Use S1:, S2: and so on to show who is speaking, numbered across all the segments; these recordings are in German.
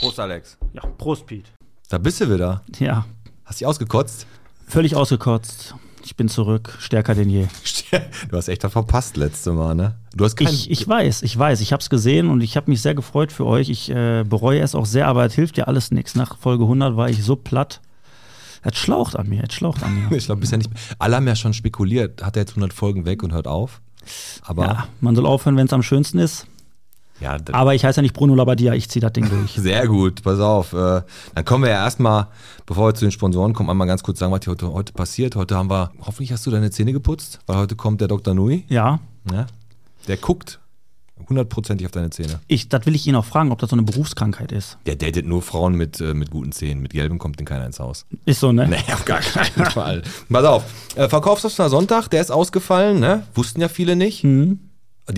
S1: Prost, Alex.
S2: Ja, Prost, Piet.
S1: Da bist du wieder.
S2: Ja,
S1: Hast dich ausgekotzt?
S2: völlig ausgekotzt. Ich bin zurück, stärker denn je.
S1: Du hast echt was verpasst letzte Mal, ne? Du hast kein,
S2: Ich, ich weiß, ich weiß, ich habe es gesehen und ich habe mich sehr gefreut für euch. Ich äh, bereue es auch sehr, aber es hilft ja alles nichts. Nach Folge 100 war ich so platt. Es schlaucht an mir, es schlaucht an mir.
S1: ich glaube, bist ja nicht. Alle haben ja schon spekuliert, hat er jetzt 100 Folgen weg und hört auf. Aber
S2: Ja, man soll aufhören, wenn es am schönsten ist.
S1: ja, d-
S2: Aber ich heiße ja nicht Bruno Labbadia, ich ziehe das Ding durch.
S1: sehr gut, pass auf. Äh, dann kommen wir ja erstmal, bevor wir zu den Sponsoren kommen, einmal ganz kurz sagen, was hier heute, heute passiert. Heute haben wir, hoffentlich hast du deine Zähne geputzt, weil heute kommt der Dr. Nui.
S2: Ja,
S1: Ne? Der guckt hundertprozentig auf deine Zähne.
S2: ich, das will ich ihn auch fragen, ob das so eine Berufskrankheit ist.
S1: Der datet nur Frauen mit, äh, mit guten Zähnen. Mit gelben kommt denn keiner ins Haus.
S2: Ist so, ne?
S1: Nee, auf gar keinen Fall. Pass auf, äh, Verkaufsoffener Sonntag, der ist ausgefallen, ne? Wussten ja viele nicht. Die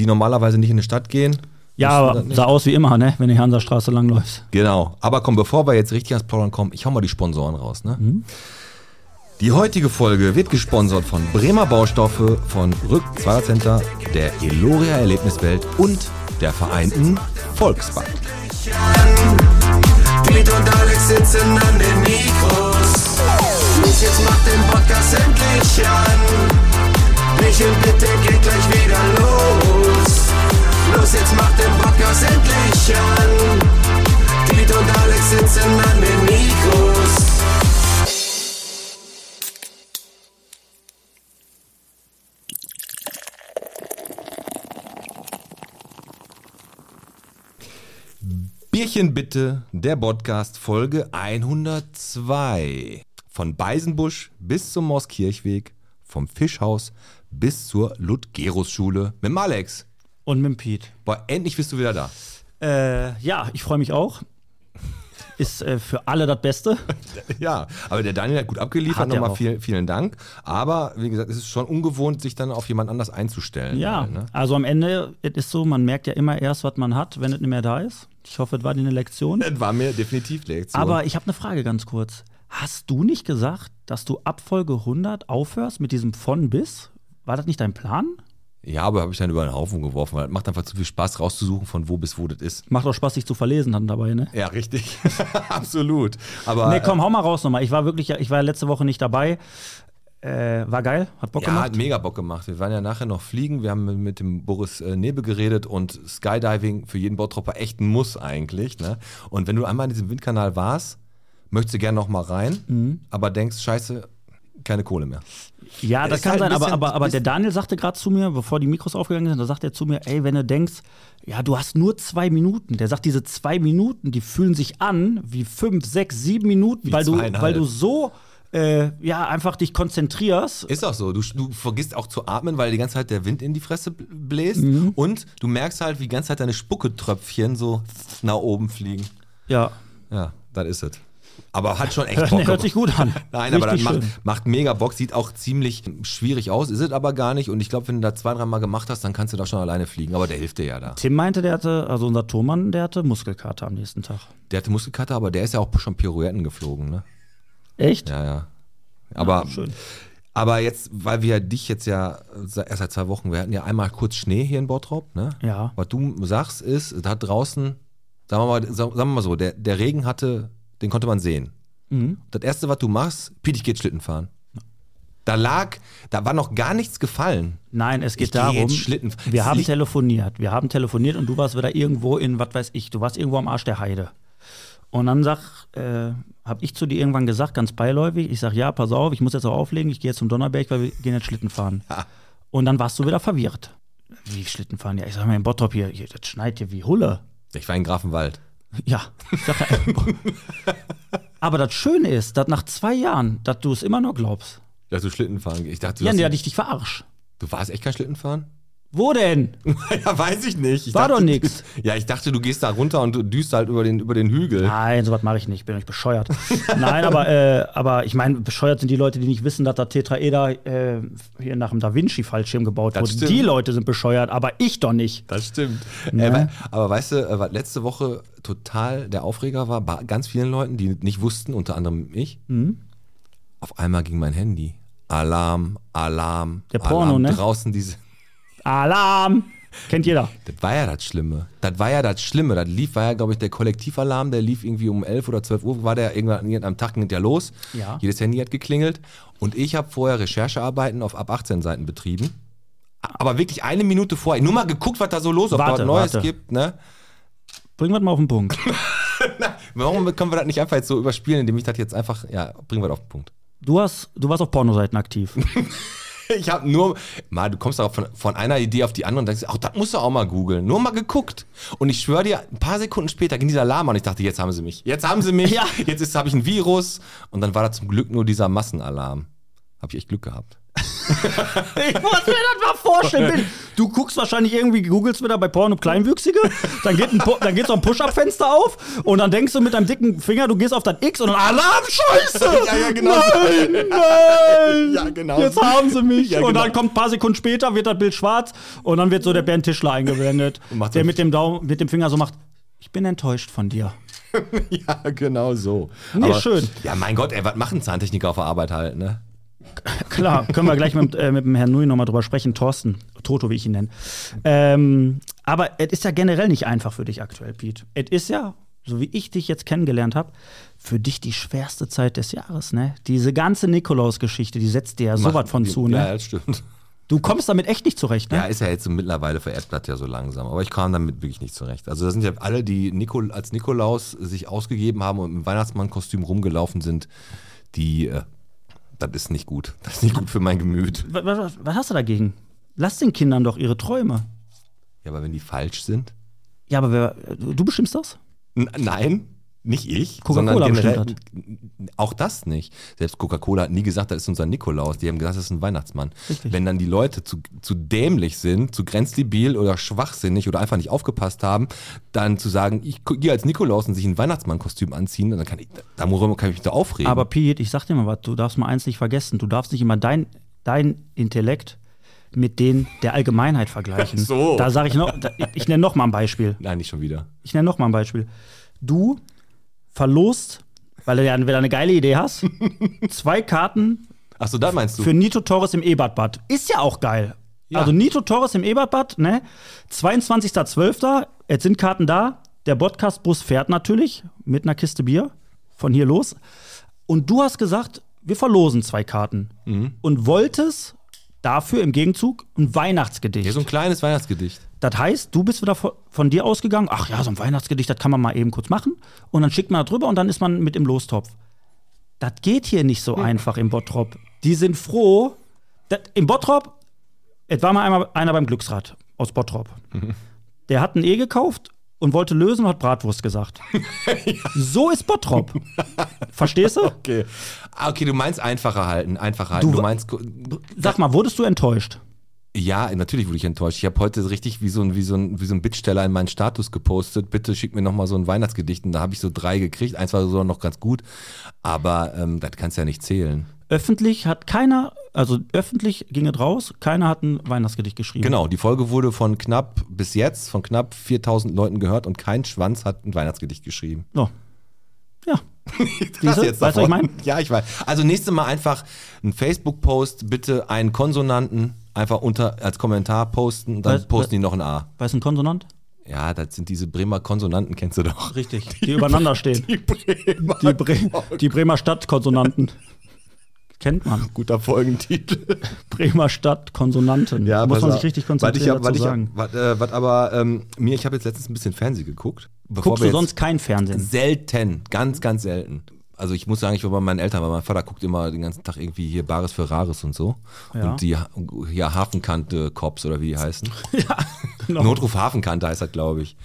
S1: normalerweise nicht in die Stadt gehen.
S2: Ja,
S1: Wussten
S2: aber
S1: das nicht.
S2: sah aus wie immer, ne? Wenn du hier an der Straße langläufst.
S1: Genau. Aber komm, bevor wir jetzt richtig ans Plaudern kommen, ich hau mal die Sponsoren raus, ne? Die heutige Folge wird gesponsert von Bremer Baustoffe, von Rück 2 Center, der Eloria Erlebniswelt und der Vereinten Volksbank.
S3: Piet und Alex sitzen an den Mikros. Mich jetzt macht den Podcast endlich an. Michel, bitte geht gleich wieder los. Los, jetzt macht den Podcast endlich an. Piet und Alex sitzen an den Mikros.
S1: Bierchen bitte, der Podcast Folge 102. Von Beisenbusch bis zum Mooskirchweg, vom Fischhaus bis zur Ludgerus-Schule mit dem Alex.
S2: Und mit dem Piet.
S1: Boah, endlich bist du wieder da.
S2: Äh, ja, ich freue mich auch. Ist äh, für alle das Beste.
S1: Ja, aber der Daniel hat gut abgeliefert,
S2: Hat er
S1: nochmal
S2: auch.
S1: vielen, vielen Dank. Aber wie gesagt, es ist schon ungewohnt, sich dann auf jemand anders einzustellen.
S2: Ja,
S1: Ne?
S2: also am Ende es ist so, man merkt ja immer erst, was man hat, wenn es nicht mehr da ist. Ich hoffe, es war dir eine Lektion.
S1: Das war mir definitiv Lektion.
S2: Aber ich habe eine Frage ganz kurz. Hast du nicht gesagt, dass du ab Folge 100 aufhörst mit diesem von bis? War das nicht dein Plan?
S1: ja, aber habe ich dann über den Haufen geworfen, weil das macht einfach zu viel Spaß rauszusuchen, von wo bis wo das ist.
S2: Macht auch Spaß, dich zu verlesen dann dabei, ne?
S1: Ja, richtig. Absolut. Aber
S2: Nee, komm, hau mal raus nochmal. Ich war wirklich, ich war letzte Woche nicht dabei. Äh, war geil, hat Bock
S1: Ja,
S2: gemacht.
S1: hat mega Bock gemacht. Wir waren ja nachher noch fliegen. Wir haben mit dem Boris äh, Nebe geredet und Skydiving für jeden Bautropper echt ein Muss eigentlich. Ne? Und wenn du einmal in diesem Windkanal warst, möchtest du gerne noch mal rein,
S2: Mhm.
S1: aber denkst, scheiße, keine Kohle mehr.
S2: Ja,
S1: Es
S2: das
S1: ist
S2: kann
S1: halt ein
S2: sein, aber,
S1: bisschen-
S2: aber, aber der Daniel sagte gerade zu mir, bevor die Mikros aufgegangen sind, da sagt er zu mir, ey, wenn du denkst, ja, du hast nur zwei Minuten. Der sagt, diese zwei Minuten, die fühlen sich an wie fünf, sechs, sieben Minuten, weil du,
S1: zweieinhalb.
S2: weil du so äh, ja, einfach dich konzentrierst.
S1: Ist auch so. Du, du vergisst auch zu atmen, weil die ganze Zeit der Wind in die Fresse bl- bläst
S2: Mhm.
S1: und du merkst halt, wie die ganze Zeit deine Spucketröpfchen so nach oben fliegen.
S2: Ja,
S1: Ja, das ist es. Aber hat schon echt Bock
S2: nee, hört
S1: gemacht.
S2: sich gut an.
S1: Nein, aber das
S2: Richtig schön.
S1: macht, macht mega Bock, sieht auch ziemlich schwierig aus, ist es aber gar nicht. Und ich glaube, wenn du da zwei, dreimal gemacht hast, dann kannst du da schon alleine fliegen. Aber der hilft dir ja da.
S2: Tim meinte, der hatte, also unser Turmann, der hatte Muskelkater am nächsten Tag.
S1: Der hatte Muskelkater, aber der ist ja auch schon Pirouetten geflogen, ne?
S2: Echt?
S1: Ja, ja. Aber,
S2: schön.
S1: aber jetzt, weil wir dich jetzt ja äh, se- erst seit zwei Wochen, wir hatten ja einmal kurz Schnee hier in Bottrop, ne?
S2: Ja.
S1: Was du sagst ist, da draußen, sagen wir mal, sa- sagen wir mal so, der, der Regen hatte, den konnte man sehen.
S2: Mhm.
S1: Das erste, was du machst, Piet, ich geht Schlitten fahren. Da lag, da war noch gar nichts gefallen.
S2: Nein, es geht
S1: Ich geh
S2: darum.
S1: jetzt Schlitten.
S2: Wir
S1: Es
S2: haben
S1: liegt-
S2: telefoniert. Wir haben telefoniert und du warst wieder irgendwo in, was weiß ich, du warst irgendwo am Arsch der Heide. Und dann sag, äh, hab ich zu dir irgendwann gesagt, ganz beiläufig, ich sag, ja, pass auf, ich muss jetzt auch auflegen, ich gehe jetzt zum Donnerberg, weil wir gehen jetzt Schlitten fahren. Und dann warst du wieder verwirrt. Wie Schlitten fahren? Ja, ich sag mal, in Bottrop hier, hier das schneit hier wie Hulle.
S1: Ich war in Grafenwald.
S2: Ja, ich sag ja. Aber das Schöne ist, dass nach zwei Jahren, dass du es immer noch glaubst.
S1: Dass du Schlitten fahren gehst. Ich dachte, du,
S2: Ja,
S1: hast-
S2: nee, dass ich dich verarsch.
S1: du warst echt kein Schlittenfahren?
S2: Wo denn?
S1: ja, weiß ich nicht. Ich
S2: War
S1: dachte,
S2: doch nix.
S1: Ja, ich dachte, du gehst da runter und du düst halt über den, über den Hügel.
S2: Nein, sowas mache ich nicht, bin euch bescheuert. Nein, aber, äh, aber ich meine, bescheuert sind die Leute, die nicht wissen, dass der Tetraeder äh, hier nach dem Da Vinci-Fallschirm gebaut
S1: Das
S2: wurde.
S1: stimmt.
S2: Die Leute sind bescheuert, aber ich doch nicht.
S1: Das stimmt.
S2: Ne?
S1: Äh, we- aber weißt du, äh, was letzte Woche total der Aufreger war, bei ganz vielen Leuten, die nicht wussten, unter anderem ich,
S2: Mhm.
S1: auf einmal ging mein Handy. Alarm, Alarm,
S2: Der
S1: Alarm.
S2: Porno, ne?
S1: Draußen diese,
S2: Alarm! Kennt jeder.
S1: Das war ja das Schlimme. Das war ja das Schlimme. Das lief, war ja, glaube ich, der Kollektivalarm, der lief irgendwie um 11 oder 12 Uhr, war der irgendwann an irgendeinem Tag ging der los.
S2: Ja.
S1: Jedes Handy hat geklingelt. Und ich habe vorher Recherchearbeiten auf ab 18 Seiten betrieben. Aber wirklich eine Minute vorher. Nur mal geguckt, was da so los ist, ob da
S2: Warte,
S1: was Neues
S2: warte.
S1: gibt. Ne?
S2: Bringen wir das mal auf den Punkt.
S1: Warum können wir das nicht einfach jetzt so überspielen, indem ich das jetzt einfach, ja, bringen wir das auf den Punkt.
S2: Du, hast, du warst auf Pornoseiten aktiv.
S1: Ich habe nur, mal, du kommst darauf von, von einer Idee auf die andere und denkst, ach, das musst du auch mal googeln. Nur mal geguckt. Und ich schwöre dir, ein paar Sekunden später ging dieser Alarm an. Ich dachte, jetzt haben sie mich. Jetzt haben sie mich.
S2: Ja.
S1: Jetzt ist habe ich ein Virus. Und dann war da zum Glück nur dieser Massenalarm. Habe ich echt Glück gehabt.
S2: Ich muss mir das mal vorstellen. Bin, du guckst wahrscheinlich irgendwie, googelst wieder bei Porno Kleinwüchsige, dann geht, ein, Pu- dann geht so ein Push-Up-Fenster auf und dann denkst du mit deinem dicken Finger, du gehst auf das X und dann Alarm, Scheiße!
S1: Ja, ja, genau.
S2: Nein, nein!
S1: Ja, genau.
S2: Jetzt haben sie mich.
S1: Ja,
S2: Und
S1: genau.
S2: dann kommt ein paar Sekunden später, wird das Bild schwarz und dann wird so der Bernd Tischler eingeblendet,
S1: macht
S2: der
S1: so-
S2: mit dem, Daumen, mit dem Finger so macht, ich bin enttäuscht von dir.
S1: Ja, genau so.
S2: Nee, schön.
S1: Ja, mein Gott, ey, was machen Zahntechniker auf der Arbeit halt, ne?
S2: Klar, können wir gleich mit, äh, mit dem Herrn Nui nochmal drüber sprechen. Thorsten, Toto, wie ich ihn nenne. Ähm, aber es ist ja generell nicht einfach für dich aktuell, Pete. Es ist ja, so wie ich dich jetzt kennengelernt habe, für dich die schwerste Zeit des Jahres, ne? Diese ganze Nikolaus-Geschichte, die setzt dir ja so was von zu,
S1: Ja,
S2: ne?
S1: das stimmt.
S2: Du kommst damit echt nicht zurecht, ne?
S1: Ja, ist ja jetzt so mittlerweile vererbt das ja so langsam. Aber ich kam damit wirklich nicht zurecht. Also das sind ja alle, die Nikol als Nikolaus sich ausgegeben haben und im Weihnachtsmannkostüm rumgelaufen sind, die, äh, das ist nicht gut. Das ist nicht gut für mein Gemüt.
S2: Wa- wa- wa- was hast du dagegen? Lass den Kindern doch ihre Träume.
S1: Ja, aber wenn die falsch sind?
S2: Ja, aber wer, du du bestimmst das?
S1: N nein, nicht ich,
S2: Coca-Cola
S1: sondern generell,
S2: bestimmt
S1: auch das nicht. Selbst Coca-Cola hat nie gesagt, das ist unser Nikolaus. Die haben gesagt, das ist ein Weihnachtsmann.
S2: Richtig.
S1: Wenn dann die Leute zu, zu dämlich sind, zu grenzdebil oder schwachsinnig oder einfach nicht aufgepasst haben, dann zu sagen, ich gu- gehe als Nikolaus und sich ein Weihnachtsmannkostüm anziehen, dann kann ich, da worüber kann ich mich da aufregen.
S2: Aber Pete, ich sag dir mal was, du darfst mal eins nicht vergessen. Du darfst nicht immer dein, dein Intellekt mit den der Allgemeinheit vergleichen.
S1: Ach so.
S2: Da sage ich noch, da, ich nenne noch mal ein Beispiel.
S1: nein, nicht schon wieder.
S2: Ich nenne noch mal ein Beispiel. Du verlost, weil du ja entweder eine geile Idee hast, zwei Karten
S1: Achso, da meinst du.
S2: für Nito Torres im Ebertbad. Ist ja auch geil.
S1: Ja.
S2: Also Nito Torres im Ebertbad, ne? 22.12. Jetzt sind Karten da. Der Podcast-Bus fährt natürlich mit einer Kiste Bier von hier los. Und du hast gesagt, wir verlosen zwei Karten.
S1: Mhm.
S2: Und wolltest dafür im Gegenzug ein Weihnachtsgedicht.
S1: ja, so ein kleines Weihnachtsgedicht.
S2: Das heißt, du bist wieder von, von dir ausgegangen, ach ja, so ein Weihnachtsgedicht, das kann man mal eben kurz machen. Und dann schickt man da drüber und dann ist man mit im Lostopf. Das geht hier nicht so einfach im Bottrop. Die sind froh. Das, Im Bottrop, es war mal einmal einer beim Glücksrad aus Bottrop. Der hat ein E gekauft und wollte lösen und hat Bratwurst gesagt. So ist Bottrop. Verstehst du?
S1: Okay. Ah, okay, du meinst einfacher halten, einfacher halten.
S2: Du-
S1: du meinst ko-
S2: Sag mal, wurdest du enttäuscht?
S1: Ja, natürlich wurde ich enttäuscht. Ich habe heute richtig wie so ein, wie so ein, wie so ein Bittsteller in meinen Status gepostet. Bitte schick mir nochmal so ein Weihnachtsgedicht. Und da habe ich so drei gekriegt. Eins war sogar noch ganz gut. Aber ähm, das kannst du ja nicht zählen.
S2: Mhm. Öffentlich hat keiner, also öffentlich ging es raus, keiner hat ein Weihnachtsgedicht geschrieben.
S1: Genau, die Folge wurde von knapp bis jetzt von knapp 4000 Leuten gehört und kein Schwanz hat ein Weihnachtsgedicht geschrieben.
S2: So. Ja.
S1: Das
S2: Siehste? weißt du, was ich
S1: davon.
S2: meine?
S1: Ja, ich weiß. Also nächstes Mal einfach einen Facebook-Post, bitte einen Konsonanten einfach unter als Kommentar posten und dann
S2: Was-
S1: posten die noch ein A.
S2: Weiß ein Konsonant?
S1: Ja, das sind diese Bremer Konsonanten, kennst du doch.
S2: Richtig. Die, übereinander stehen. Die, Bre die Bremer Stadtkonsonanten. Kennt man.
S1: Guter Folgentitel.
S2: Bremer Stadtkonsonanten. Muss
S1: pass
S2: man
S1: auf.
S2: sich
S1: Was,
S2: richtig
S1: ich
S2: konzentrieren,
S1: hab, was,
S2: dazu
S1: ich hab,
S2: sagen.
S1: was, äh, was aber ähm, mir, ich habe jetzt letztens ein bisschen Fernsehen geguckt. Bevor
S2: Guckst
S1: wir
S2: du
S1: jetzt-
S2: sonst kein Fernsehen?
S1: Selten, ganz, ganz selten. Also ich muss sagen, ich war bei meinen Eltern, weil mein Vater guckt immer den ganzen Tag irgendwie hier Bares für Rares und so.
S2: Ja.
S1: Und die Ha- ja, Hafenkante-Cops oder wie die heißen.
S2: Genau.
S1: Notruf Hafenkante heißt das, glaube ich.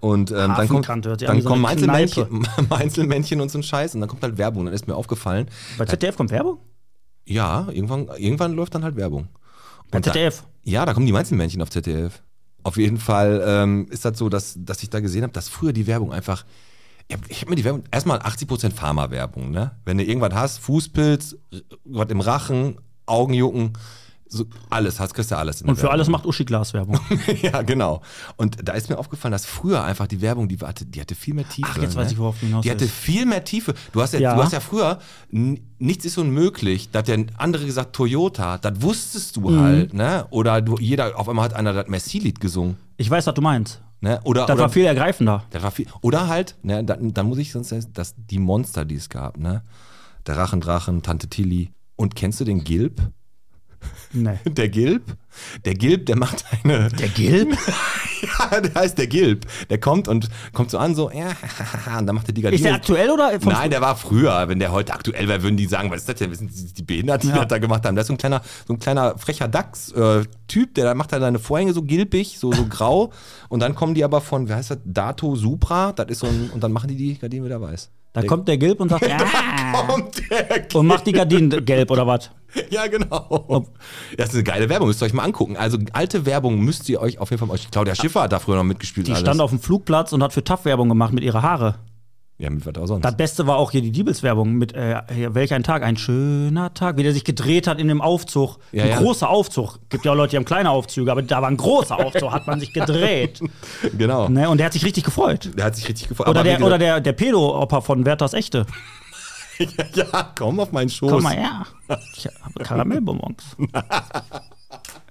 S1: Und ähm, dann, kommt,
S2: Hafenkante hört sich an wie
S1: dann
S2: so eine
S1: kommen Einzelmännchen,
S2: Kneipe.
S1: Einzelmännchen und so ein Scheiß und dann kommt halt Werbung. Und dann ist mir aufgefallen,
S2: Bei ZDF kommt Werbung?
S1: ja, irgendwann, irgendwann läuft dann halt Werbung.
S2: Bei
S1: Und da-
S2: ZDF.
S1: ja, da kommen die Meinzelmännchen auf ZDF. Auf jeden Fall ähm, ist das so, dass, dass ich da gesehen habe, dass früher die Werbung einfach. Ich habe hab mir die Werbung. Erstmal 80% Pharma-Werbung, ne? Wenn du irgendwas hast, Fußpilz, r- was im Rachen, Augenjucken, so alles hast, kriegst du alles. in der
S2: Und für
S1: Werbung.
S2: alles macht Uschi Glas Werbung.
S1: ja, genau. Und da ist mir aufgefallen, dass früher einfach die Werbung, die hatte, die hatte viel mehr Tiefe. ne?
S2: Ach, jetzt weiß ich, worauf du hinaus
S1: Die hatte
S2: willst.
S1: viel mehr Tiefe. Du hast ja,
S2: Ja.
S1: Du hast ja früher, n- nichts ist unmöglich, da hat der andere gesagt Toyota, das wusstest
S2: Mhm.
S1: du halt, ne? Oder du, jeder, auf einmal hat einer das Merci-Lied gesungen,
S2: Ich weiß, was du meinst.
S1: ne? Oder,
S2: Das
S1: oder,
S2: war viel ergreifender.
S1: das war viel. Oder halt, ne, dann, dann muss ich sonst sagen, dass die Monster, die es gab, ne? Der Rachendrachen, Tante Tilly. Und kennst du den Gilb?
S2: Nee.
S1: Der Gilb? Der Gilb, der macht eine.
S2: Der Gilb?
S1: Ja, der heißt der Gilb. Der kommt und kommt so an, so, ja, und dann macht der die
S2: Ist
S1: Gardinen.
S2: der aktuell oder? vom-
S1: Nein, der war früher. Wenn der heute aktuell wäre, würden die sagen, was ist das denn? Wissen Sie, die Behinderten, die
S2: Ja.
S1: das da gemacht haben. Das ist so ein kleiner, so ein kleiner frecher Dachs-Typ, der da macht da seine Vorhänge so gilbig, so, so grau. Und dann kommen die aber von, wie heißt das, Dato Supra, das ist so ein, und dann machen die die Gardinen wieder weiß.
S2: Da kommt der Gilb und sagt, "Ah",
S1: Kommt der Gilb.
S2: und macht die Gardinen gelb oder was?
S1: Ja, genau. Das ist eine geile Werbung, müsst ihr euch mal angucken. Also alte Werbung müsst ihr euch auf jeden Fall mal. Claudia Schiffer hat da früher noch mitgespielt.
S2: Die stand auf dem Flugplatz und hat für TAF Werbung gemacht mit ihrer Haare.
S1: Ja, mit was auch sonst.
S2: Das Beste war auch hier die Diebels-Werbung mit äh, hier, welch ein Tag, ein schöner Tag, wie der sich gedreht hat in dem Aufzug.
S1: Ja,
S2: ein
S1: ja.
S2: großer Aufzug. Gibt ja auch Leute, die haben kleine Aufzüge, aber da war ein großer Aufzug, hat man sich gedreht.
S1: genau.
S2: Ne? Und der hat sich richtig gefreut.
S1: Der hat sich richtig gefreut.
S2: Oder
S1: Aber
S2: der,
S1: wie
S2: oder
S1: gesagt-
S2: der, der Pedo-Opa von Werthers Echte.
S1: ja, komm auf meinen Schoß.
S2: Komm mal her. Ich habe Karamellbonbons.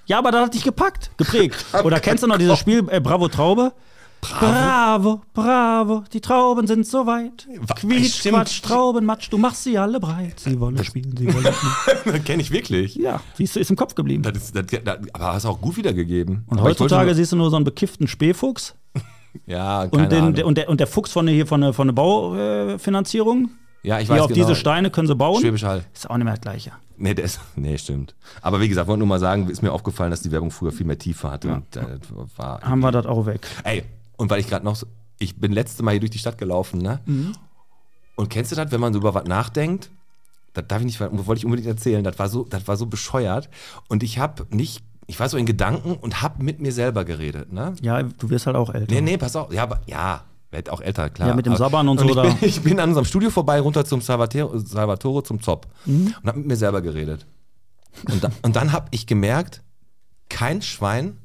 S2: ja, aber das hat dich gepackt, geprägt. Oder kennst du noch dieses Spiel äh, Bravo Traube? Bravo, bravo, die Trauben sind so weit.
S1: Wa-
S2: Quietsch,
S1: stimmt.
S2: Quatsch, Traubenmatsch, du machst sie alle breit. Sie wollen spielen, sie wollen spielen.
S1: das kenne ich wirklich.
S2: Ja, siehst du, ist im Kopf geblieben.
S1: Das ist, das, das, aber hast du auch gut wiedergegeben.
S2: Und
S1: Aber ich wollte
S2: heutzutage
S1: nur-
S2: siehst du nur so einen bekifften Spähfuchs
S1: Ja, keine
S2: und, den, der-
S1: Ahnung.
S2: und, der, und der Fuchs von der, hier von der, von der Baufinanzierung.
S1: Ja, ich
S2: Hier
S1: weiß genau.
S2: auf diese Steine können sie bauen.
S1: Schwäbisch Hall.
S2: Ist auch nicht mehr das Gleiche.
S1: Nee, der ist, nee, stimmt. Aber wie gesagt, wollte nur mal sagen, ist mir aufgefallen, dass die Werbung früher viel mehr Tiefe hatte. Und, äh, war
S2: Haben wir das auch weg.
S1: Ey, und weil ich gerade noch so, ich bin letzte Mal hier durch die Stadt gelaufen, ne? Und kennst du das, wenn man so über was nachdenkt? Das darf ich nicht, wollte ich unbedingt erzählen. Das war so, das war so bescheuert. Und ich habe nicht, ich war so in Gedanken und habe mit mir selber geredet, ne?
S2: Ja, du wirst halt auch älter.
S1: Nee, nee, pass auf. Ja, aber, ja, werd auch älter, klar.
S2: Ja, mit dem
S1: Aber-
S2: Sabbern und so,
S1: Ich
S2: oder?
S1: bin, ich bin an unserem Studio vorbei, runter zum Salvatore, Salvatore zum Zop.
S2: Mhm.
S1: Und hab mit mir selber geredet. Und, da, und dann hab ich gemerkt, kein Schwein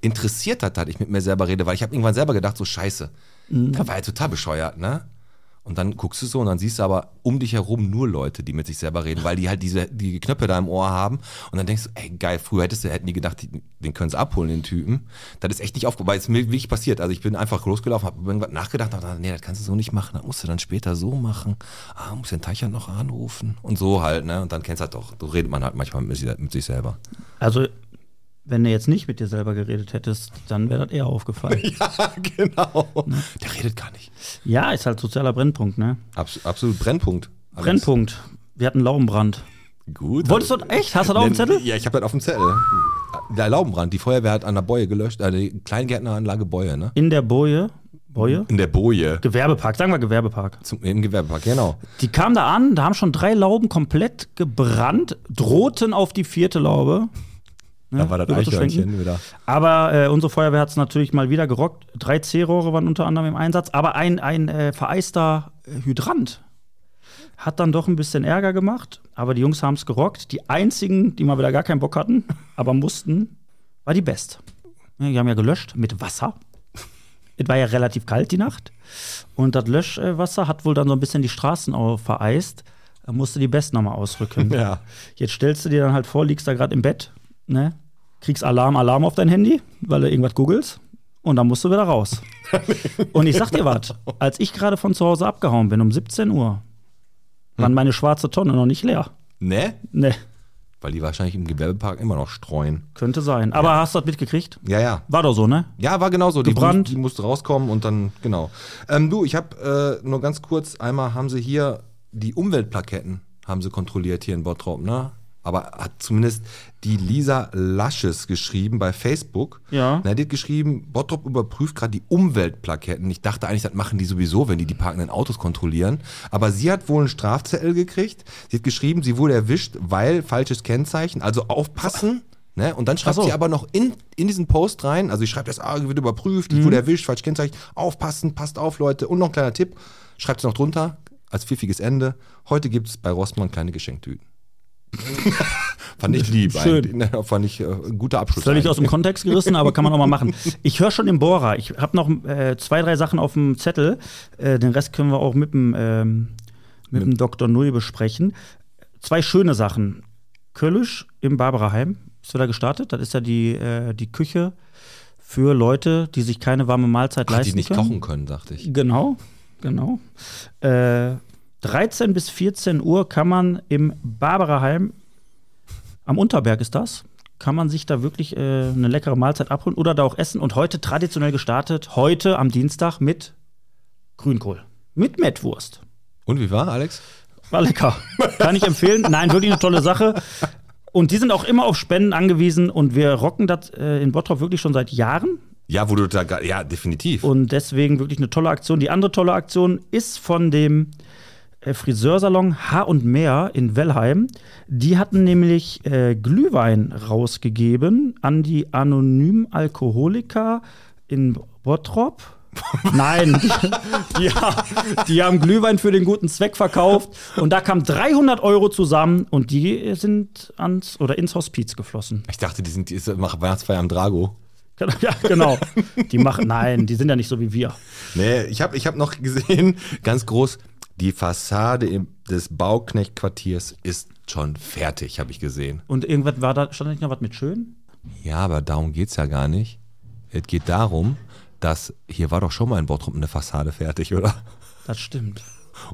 S1: interessiert hat, dass ich mit mir selber rede, weil ich habe irgendwann selber gedacht, so scheiße,
S2: Mhm.
S1: da war ja total bescheuert, ne? Und dann guckst du so und dann siehst du aber um dich herum nur Leute, die mit sich selber reden, weil die halt diese die Knöpfe da im Ohr haben. Und dann denkst du, ey geil, früher hättest du, hätten die gedacht, die, den können sie abholen, den Typen. Das ist echt nicht aufgefallen, weil es mir wirklich passiert. Also ich bin einfach losgelaufen, habe irgendwas nachgedacht und dachte, nee, das kannst du so nicht machen, das musst du dann später so machen. Ah, muss den Teichern noch anrufen. Und so halt, ne? Und dann kennst du halt doch, so redet man halt manchmal mit, sich- mit sich selber.
S2: Also, wenn du jetzt nicht mit dir selber geredet hättest, dann wäre das eher aufgefallen.
S1: Ja, genau. Der redet gar nicht.
S2: ja, ist halt sozialer Brennpunkt, ne?
S1: Abs absolut Brennpunkt. Alex.
S2: Brennpunkt. Wir hatten Laubenbrand.
S1: Gut.
S2: Wolltest du echt? Hast du das auf dem Zettel?
S1: Ja, ich habe das auf dem Zettel. Der Laubenbrand, die Feuerwehr hat an der Boje gelöscht, äh, die Kleingärtneranlage Boje, ne?
S2: In der Boje. Boje?
S1: In der Boje.
S2: Gewerbepark, sagen wir Gewerbepark.
S1: Zum, Im Gewerbepark, genau.
S2: Die kamen da an, da haben schon drei Lauben komplett gebrannt, drohten auf die vierte Laube.
S1: Da war das
S2: überzuschwenken.
S1: Eichhörnchen wieder.
S2: Aber äh, unsere Feuerwehr hat es natürlich mal wieder gerockt. Drei C-Rohre waren unter anderem im Einsatz, aber ein, ein äh, vereister äh, Hydrant hat dann doch ein bisschen Ärger gemacht. Aber die Jungs haben es gerockt. Die einzigen, die mal wieder gar keinen Bock hatten, aber mussten, war die Best. Ja, Die haben ja gelöscht mit Wasser. Es war ja relativ kalt die Nacht. Und das Löschwasser hat wohl dann so ein bisschen die Straßen auch vereist. Da musste die Best nochmal ausrücken.
S1: Ja.
S2: Jetzt stellst du dir dann halt vor, liegst da gerade im Bett, ne? kriegst Alarm, Alarm auf dein Handy, weil du irgendwas googelst. Und dann musst du wieder raus. und ich sag dir was, als ich gerade von zu Hause abgehauen bin um 17 Uhr, waren meine schwarze Tonne noch nicht leer.
S1: Ne?
S2: Ne,
S1: Weil die wahrscheinlich im Gewerbepark immer noch streuen.
S2: könnte sein. Aber hast du das mitgekriegt?
S1: Ja, ja.
S2: War doch so, ne?
S1: Ja, war genau so. Die,
S2: Gebrannt.
S1: muss- die musste rauskommen und dann, genau. Ähm, du, ich habe äh, nur ganz kurz, einmal haben sie hier die Umweltplaketten haben sie kontrolliert hier in Bottrop, ne? Aber hat zumindest die Lisa Lasches geschrieben bei Facebook. Ne,
S2: Ja.
S1: Na, die hat geschrieben, Bottrop überprüft gerade die Umweltplaketten. Ich dachte eigentlich, das machen die sowieso, wenn die die parkenden Autos kontrollieren. Aber sie hat wohl einen Strafzettel gekriegt. Sie hat geschrieben, sie wurde erwischt, weil falsches Kennzeichen. Also aufpassen. Ne? Und dann schreibt
S2: Ach so.
S1: sie aber noch in, in diesen Post rein, also ich schreibe das, ah, wird überprüft,
S2: Mhm.
S1: ich wurde erwischt, falsch Kennzeichen, aufpassen, passt auf, Leute. Und noch ein kleiner Tipp, schreibt es noch drunter, als pfiffiges Ende, heute gibt es bei Rossmann kleine Geschenktüten. Fand ich lieb.
S2: Schön.
S1: eigentlich. Ja, Fand ich äh, ein guter Abschluss.
S2: Völlig aus
S1: eigentlich.
S2: dem Kontext gerissen, aber kann man auch mal machen. Ich höre schon den Bohrer. Ich habe noch äh, zwei, drei Sachen auf dem Zettel. Äh, den Rest können wir auch mit dem, ähm, mit dem Dr. Null besprechen. Zwei schöne Sachen. Köllisch im Barbaraheim ist wieder gestartet. Das ist ja die, äh, die Küche für Leute, die sich keine warme Mahlzeit
S1: Ach,
S2: leisten
S1: die nicht
S2: können.
S1: kochen können, dachte ich.
S2: Genau, genau. Äh, 13 bis 14 Uhr kann man im Barbaraheim, am Unterberg ist das, kann man sich da wirklich äh, eine leckere Mahlzeit abholen oder da auch essen. Und heute traditionell gestartet, heute am Dienstag mit Grünkohl. Mit Mettwurst.
S1: Und wie war, Alex?
S2: War lecker. Kann ich empfehlen. Nein, wirklich eine tolle Sache. Und die sind auch immer auf Spenden angewiesen und wir rocken das äh, in Bottrop wirklich schon seit Jahren.
S1: Ja, wo du da. gar- Ja, definitiv.
S2: Und deswegen wirklich eine tolle Aktion. Die andere tolle Aktion ist von dem äh, Friseursalon H und Meer in Wellheim. Die hatten nämlich äh, Glühwein rausgegeben an die anonymen Alkoholiker in Bottrop. Nein, die, die, ha- die haben Glühwein für den guten Zweck verkauft und da kamen 300 Euro zusammen und die sind ans oder ins Hospiz geflossen.
S1: ich dachte, die sind die ist- machen Weihnachtsfeier am Drago.
S2: Ja, genau. Die machen, nein, die sind ja nicht so wie wir.
S1: Nee, ich habe ich hab noch gesehen, ganz groß, die Fassade im, des Bauknechtquartiers ist schon fertig, habe ich gesehen.
S2: Und irgendwas war da, stand da nicht noch was mit schön?
S1: Ja, aber darum geht's ja gar nicht. Es geht darum, dass hier war doch schon mal in Bottrop eine Fassade fertig, oder?
S2: Das stimmt.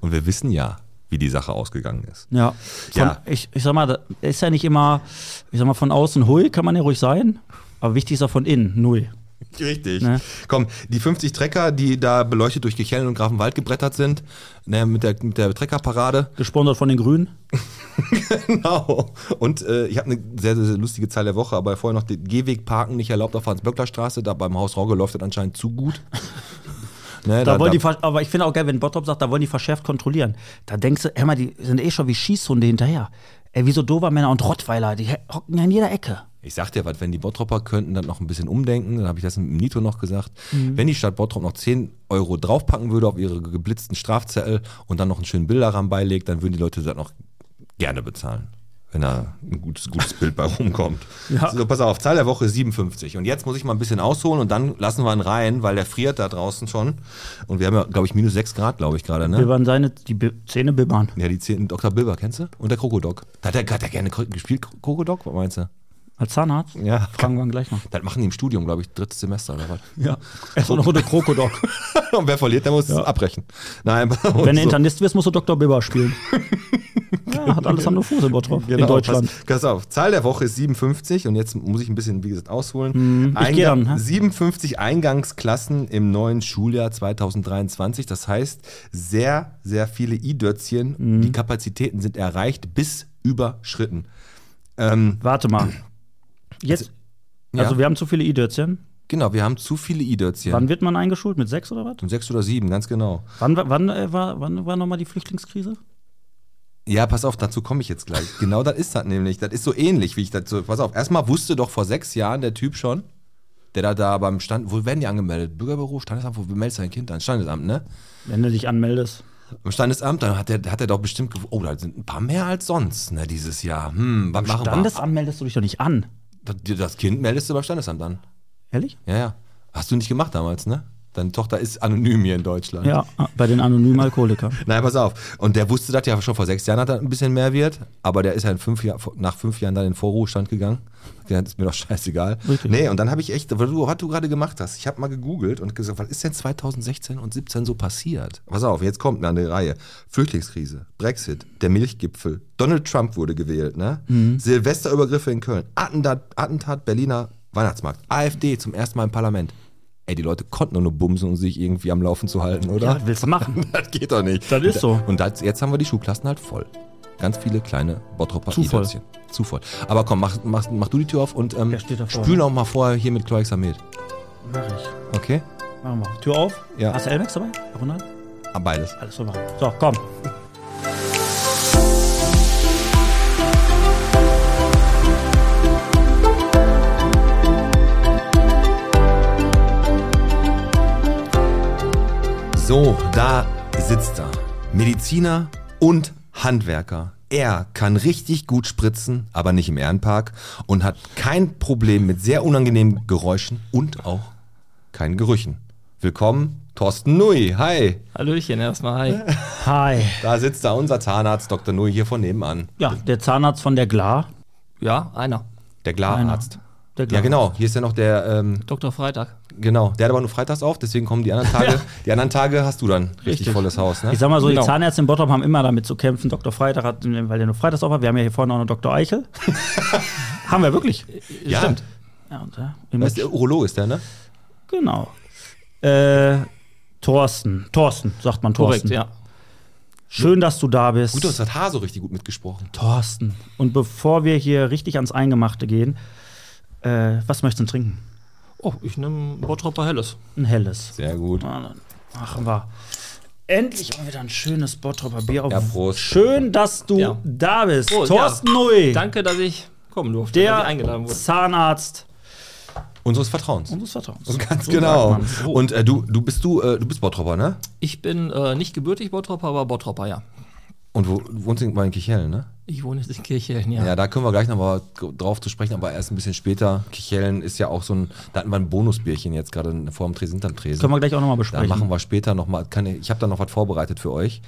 S1: Und wir wissen ja, wie die Sache ausgegangen ist.
S2: Ja. Von,
S1: Ja.
S2: Ich, ich sag mal, da ist ja nicht immer, ich sag mal, von außen hui, kann man ja ruhig sein. Aber wichtig ist auch von innen, null.
S1: Richtig.
S2: Ne?
S1: Komm, die 50 Trecker, die da beleuchtet durch Kirchhellen und Grafenwald gebrettert sind, ne, mit der, mit der Treckerparade.
S2: Gesponsert von den Grünen.
S1: Genau. Und äh, ich habe eine sehr, sehr, sehr lustige Zahl der Woche, aber vorher noch den Gehweg parken nicht erlaubt auf Hans-Böckler-Straße. Da beim Haus Rogge läuft das anscheinend zu gut. Ne,
S2: Da wollen die, versch- aber ich finde auch geil, wenn Bottrop sagt, da wollen die verschärft kontrollieren. Da denkst du, hör mal, die sind eh schon wie Schießhunde hinterher. Ey, wieso Dobermänner und Rottweiler, die he- hocken ja in jeder Ecke.
S1: Ich sag dir was, wenn die Bottropper könnten dann noch ein bisschen umdenken, dann habe ich das im Nito noch gesagt, wenn die Stadt Bottrop noch 10 Euro draufpacken würde auf ihre geblitzten Strafzettel und dann noch einen schönen Bilderrahmen beilegt, dann würden die Leute das noch gerne bezahlen. Wenn da ein gutes, gutes Bild bei rumkommt. So, pass auf, Zahl der Woche ist 57. Und jetzt muss ich mal ein bisschen ausholen und dann lassen wir ihn rein, weil der friert da draußen schon. Und wir haben ja, glaube ich, minus 6 Grad, glaube ich, gerade, ne?
S2: Bibbern seine, die Bi Zähne bibbern.
S1: Ja, die 10, Dr. Bilber, kennst du? Und der Krokodok. Hat er, hat er gerne gespielt, Krokodok? Was meinst du?
S2: Als Zahnarzt?
S1: Ja.
S2: Fragen wir ihn gleich noch.
S1: Das machen die im Studium, glaube ich, drittes Semester oder was?
S2: Ja. Erstmal noch eine Krokodok.
S1: Und wer verliert, der muss abbrechen. Nein,
S2: Wenn du Internist wirst, musst du Dr. Bibber spielen. ja, hat alles andere Fuß in Bottrop, in Deutschland.
S1: Genau, Pass, pass auf, Zahl der Woche ist 57 und jetzt muss ich ein bisschen, wie gesagt, ausholen.
S2: Hm, ich geh dann, hä?
S1: 57 Eingangsklassen im neuen Schuljahr 2023. Das heißt, sehr, sehr viele I-Dötzchen.
S2: Hm.
S1: Die Kapazitäten sind erreicht bis überschritten. Ähm,
S2: Warte mal. Jetzt,
S1: ja,
S2: also wir haben zu viele I-Dötzchen.
S1: genau, wir haben zu viele I-Dötzchen.
S2: Wann wird man eingeschult? Mit sechs oder was?
S1: Um sechs oder sieben, ganz genau.
S2: Wann, wa- wann, äh, war, wann war nochmal die Flüchtlingskrise?
S1: Ja, pass auf, dazu komme ich jetzt gleich. Genau das ist das nämlich. Das ist so ähnlich, wie ich dazu. Pass auf, erstmal wusste doch vor sechs Jahren der Typ schon, der da, da beim Stand. Wo werden die angemeldet? Bürgerbüro, Standesamt, wo meldest du dein Kind an? Standesamt, ne?
S2: Wenn du dich anmeldest.
S1: Im Standesamt, dann hat er hat der doch bestimmt. gew- Oh, da sind ein paar mehr als sonst, ne, dieses Jahr. Hm, was machen
S2: Standesamt meldest du dich doch nicht an.
S1: wir? Das- Das Kind meldest du beim Standesamt an.
S2: Ehrlich?
S1: Ja, ja. Hast du nicht gemacht damals, ne? Deine Tochter ist anonym hier in Deutschland.
S2: Ja, ah, bei den anonymen Alkoholikern.
S1: Nein, pass auf. Und der wusste das ja schon vor sechs Jahren, dass das ein bisschen mehr wird. Aber der ist ja in fünf Jahr, nach fünf Jahren dann in den Vorruhestand gegangen. Der ist mir doch scheißegal.
S2: Richtig.
S1: Nee, und dann habe ich echt, weil du, was du gerade gemacht hast, ich habe mal gegoogelt und gesagt, was ist denn 2016 und 17 so passiert? Pass auf, jetzt kommt eine Reihe. Flüchtlingskrise, Brexit, der Milchgipfel, Donald Trump wurde gewählt, ne? Silvesterübergriffe in Köln, Attentat, Attentat Berliner Weihnachtsmarkt, AfD zum ersten Mal im Parlament. Ey, die Leute konnten nur, nur bumsen, um sich irgendwie am Laufen zu halten, oder?
S2: Ja, was willst du machen?
S1: Das geht doch nicht.
S2: Das ist so.
S1: Und das, jetzt haben wir die Schulklassen halt voll. Ganz viele kleine Bottropper
S2: Zu voll.
S1: Idötzchen. Zu voll. Aber komm, mach, mach, mach du die Tür auf und ähm,
S2: Der steht da vorne.
S1: spül noch mal vorher hier mit Chlorhexamid.
S2: Mach ich.
S1: Okay?
S2: Machen wir. Tür auf.
S1: Ja.
S2: Hast du Elmex dabei? Ronald?
S1: Ah, Beides.
S2: Alles so machen. So, komm.
S1: So, da sitzt er. Mediziner und Handwerker er kann richtig gut spritzen, aber nicht im Ehrenpark und hat kein Problem mit sehr unangenehmen Geräuschen und auch keinen Gerüchen. Willkommen, Thorsten Nui. Hi,
S4: Hallöchen erstmal, hi.
S2: Hi.
S1: da sitzt da unser Zahnarzt Dr. Nui hier von nebenan.
S2: Ja, der Zahnarzt von der GLA.
S4: Ja, einer.
S1: Der Glararzt.
S2: Der
S1: Ja,
S2: Glar.
S1: genau. Hier ist ja noch der, ähm,
S4: Dr. Freitag.
S1: genau. Der hat aber nur freitags auf, deswegen kommen die anderen Tage. Die anderen Tage hast du dann richtig,
S4: Richtig.
S1: volles Haus, ne?
S2: Ich sag mal so,
S4: Genau.
S2: die Zahnärzte in Bottrop haben immer damit zu kämpfen. Dr. Freitag hat, weil der nur Freitags auf hat. Wir haben ja hier vorne auch noch Dr. Eichel. haben wir wirklich.
S1: ja, stimmt.
S2: Ja, und,
S1: Weißt du,
S2: ja,
S1: der Urolog ist der, ne?
S2: genau. Äh, Thorsten. Thorsten, sagt man Thorsten.
S4: Korrekt, ja.
S2: Schön, dass du da bist.
S1: Gut, du hast das Haar so richtig gut mitgesprochen.
S2: Thorsten. Und bevor wir hier richtig ans Eingemachte gehen, äh, was möchtest du trinken?
S4: Oh, ich nehme Bottropper Helles.
S2: Ein helles.
S1: Sehr gut.
S2: Na, dann Machen wir. Endlich mal wieder ein schönes Bottroper Bier auf.
S1: Ja, Prost.
S2: Schön, dass du
S4: Ja.
S2: da bist.
S4: Prost,
S2: Thorsten
S4: ja.
S2: Neu,
S4: Danke, dass ich kommen durfte, dass ich eingeladen
S2: der
S4: wurde.
S2: Zahnarzt
S1: Unseres Vertrauens.
S2: unseres Vertrauens. Oh
S1: Ganz
S2: So
S1: genau.
S2: sagt man's.
S1: Und äh, du, du bist du, äh, du bist Bottropper, ne?
S4: Ich bin äh, nicht gebürtig Bottropper, aber Bottropper, ja.
S1: Und wo, du wohnst in, in Kichellen, ne?
S4: Ich wohne jetzt in Kirchhellen,
S1: Ja.
S4: ja.
S1: da können wir gleich nochmal drauf zu sprechen, aber erst ein bisschen später. Kichellen ist ja auch so ein, da hatten wir ein Bonusbierchen jetzt gerade in- vor dem Tresen, hinterm Tresen.
S2: Können wir gleich auch nochmal
S1: da
S2: besprechen.
S1: machen wir später nochmal. Ich habe da noch was vorbereitet für euch.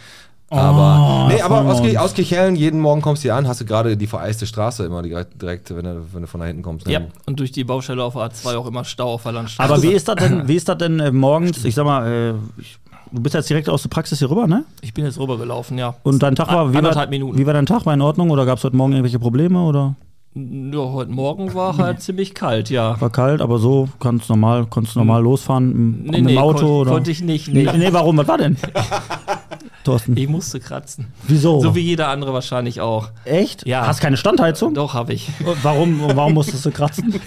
S4: Ah,
S1: Aber, nee,
S2: da
S1: aber
S2: freuen wir
S1: aus,
S2: uns.
S1: Ki- aus Kichellen, jeden Morgen kommst du hier an, hast du gerade die vereiste Straße immer direkt, direkt wenn, du, wenn du von da hinten kommst. ne?
S4: Ja, und durch die Baustelle auf der A2 auch immer Stau auf der Landstraße.
S2: Aber wie ist das denn, wie ist das denn äh, morgens? Ich sag mal, äh, ich, du bist jetzt direkt aus der Praxis hier rüber, ne?
S4: ich bin jetzt rübergelaufen, ja.
S2: Und dein Tag war, wie war,
S4: Anderthalb Minuten.
S2: wie war dein Tag? War in Ordnung oder gab es heute Morgen irgendwelche Probleme oder
S4: ja, heute Morgen war halt ziemlich kalt, ja.
S2: war kalt? Aber so kannst normal, konntest normal losfahren im,
S4: Hm. Nee,
S2: mit dem
S4: nee,
S2: Auto
S4: kon-
S2: oder?
S4: konnte ich nicht,
S2: Nee.
S4: nee.
S2: nee, warum? Was war denn? Thorsten,
S4: Ich musste kratzen.
S2: wieso?
S4: So wie jeder andere wahrscheinlich auch.
S2: Echt?
S4: Ja.
S2: Hast keine Standheizung?
S4: Doch, habe ich.
S2: Warum, warum musstest du kratzen?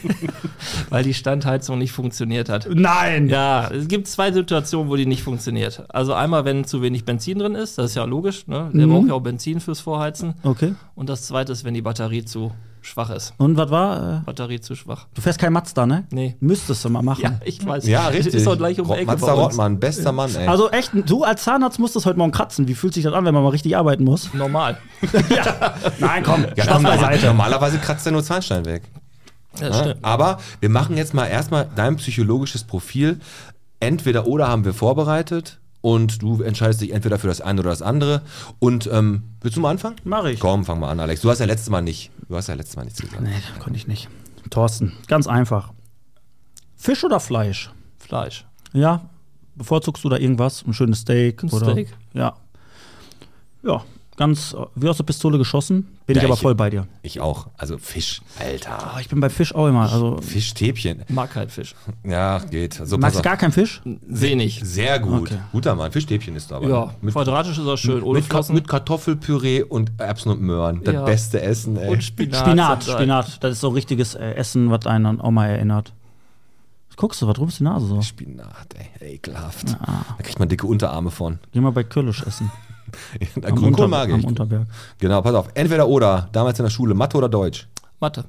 S4: Weil die Standheizung nicht funktioniert hat.
S2: Nein!
S4: Ja, es gibt zwei Situationen, wo die nicht funktioniert. Also einmal, wenn zu wenig Benzin drin ist, das ist ja logisch, ne?
S1: Mhm.
S4: Der braucht ja auch Benzin fürs Vorheizen.
S2: Okay.
S4: Und das zweite ist, wenn die Batterie zu schwach ist.
S2: Und was war? Äh,
S4: Batterie zu schwach.
S2: du fährst kein Mazda, ne?
S4: Nee.
S2: Müsstest du mal machen.
S4: Ja, ich weiß.
S1: ja richtig.
S4: Ist doch gleich um die
S1: Rott-
S4: Ecke
S1: Mazda
S4: bei uns.
S1: Rottmann, bester Mann, ey.
S2: Also echt, du als Zahnarzt musstest heute Morgen kratzen. Wie fühlt sich das an, wenn man mal richtig arbeiten muss?
S4: Normal.
S2: Nein, komm,
S1: Ja,
S2: Spaß
S1: normalerweise,
S2: beiseite.
S1: normalerweise kratzt er nur Zahnstein weg.
S4: Das
S1: Ja?
S4: stimmt.
S1: Aber wir machen jetzt mal erstmal dein psychologisches Profil. Entweder oder haben wir vorbereitet und du entscheidest dich entweder für das eine oder das andere. Und ähm, willst du mal anfangen?
S2: Mach ich.
S1: Komm, fang mal an, Alex. Du hast ja letztes Mal nicht. Du hast ja letztes Mal nichts gesagt.
S2: Nee, konnte ich nicht. Thorsten, ganz einfach. Fisch oder Fleisch?
S4: Fleisch.
S2: Ja. Bevorzugst du da irgendwas? Ein schönes Steak?
S4: Ein
S2: oder?
S4: Steak.
S2: Ja. Ja, ganz äh, wie aus der Pistole geschossen. Bin
S1: Ja,
S2: ich aber
S1: ich-
S2: voll bei dir.
S1: Ich auch. Also Fisch, Alter.
S2: Aber ich bin bei Fisch auch immer. Also,
S1: Fischstäbchen.
S4: Mag halt Fisch.
S1: Ja, geht. Also,
S2: magst
S1: pass
S2: du
S1: auf.
S2: gar keinen Fisch?
S4: Wenig.
S1: Sehr gut.
S2: Okay.
S1: Guter Mann. Fischstäbchen ist aber.
S4: Ja,
S1: Mit,
S4: quadratisch ist er schön. Ohne
S1: mit, Ka
S4: Flossen
S1: mit Kartoffelpüree und Erbsen und Möhren. Das
S4: Ja.
S1: beste Essen, ey.
S4: und Spinat.
S2: Spinat,
S4: Sandal.
S2: Spinat. Das ist so richtiges äh, Essen, was einen an Oma erinnert. Was guckst du, was drüben ist die Nase so?
S1: Spinat, ey. Ekelhaft. Da kriegt man dicke Unterarme von.
S2: Geh mal bei Köllisch essen.
S1: Da Grünkohl mag
S2: am
S1: ich.
S2: Unterberg.
S1: Genau, pass auf. Entweder oder. Damals in der Schule, Mathe oder Deutsch?
S4: Mathe.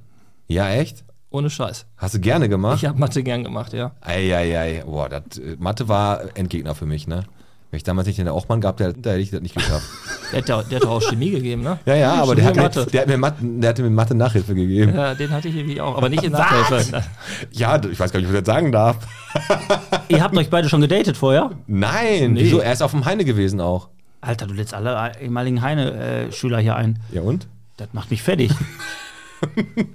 S1: Ja, echt?
S4: Ohne Scheiß.
S1: Hast du gerne gemacht?
S4: Ich habe Mathe gern gemacht, ja.
S1: Eieiei. Boah, das, äh, Mathe war Endgegner für mich, ne? Wenn ich damals nicht den Ochmann gab, der, der hätte ich das nicht geschafft.
S4: Der hat, ja- der hat doch auch Chemie gegeben, ne?
S1: Ja, ja, aber der
S4: Schon nur
S1: hat, mir,
S4: Mathe.
S1: der, hat mir Mathe, der hat mir Mathe Nachhilfe gegeben.
S4: Ja, den hatte ich irgendwie auch, aber nicht in Nachhilfe.
S1: Ja, ich weiß gar nicht, ob ich das sagen darf.
S2: Ihr habt euch beide schon gedatet vorher?
S1: Nein, wieso? Er ist auf dem Heine gewesen auch.
S2: Alter, du lädst alle ehemaligen Heine-Schüler hier ein.
S1: Ja und?
S2: Das macht mich fertig.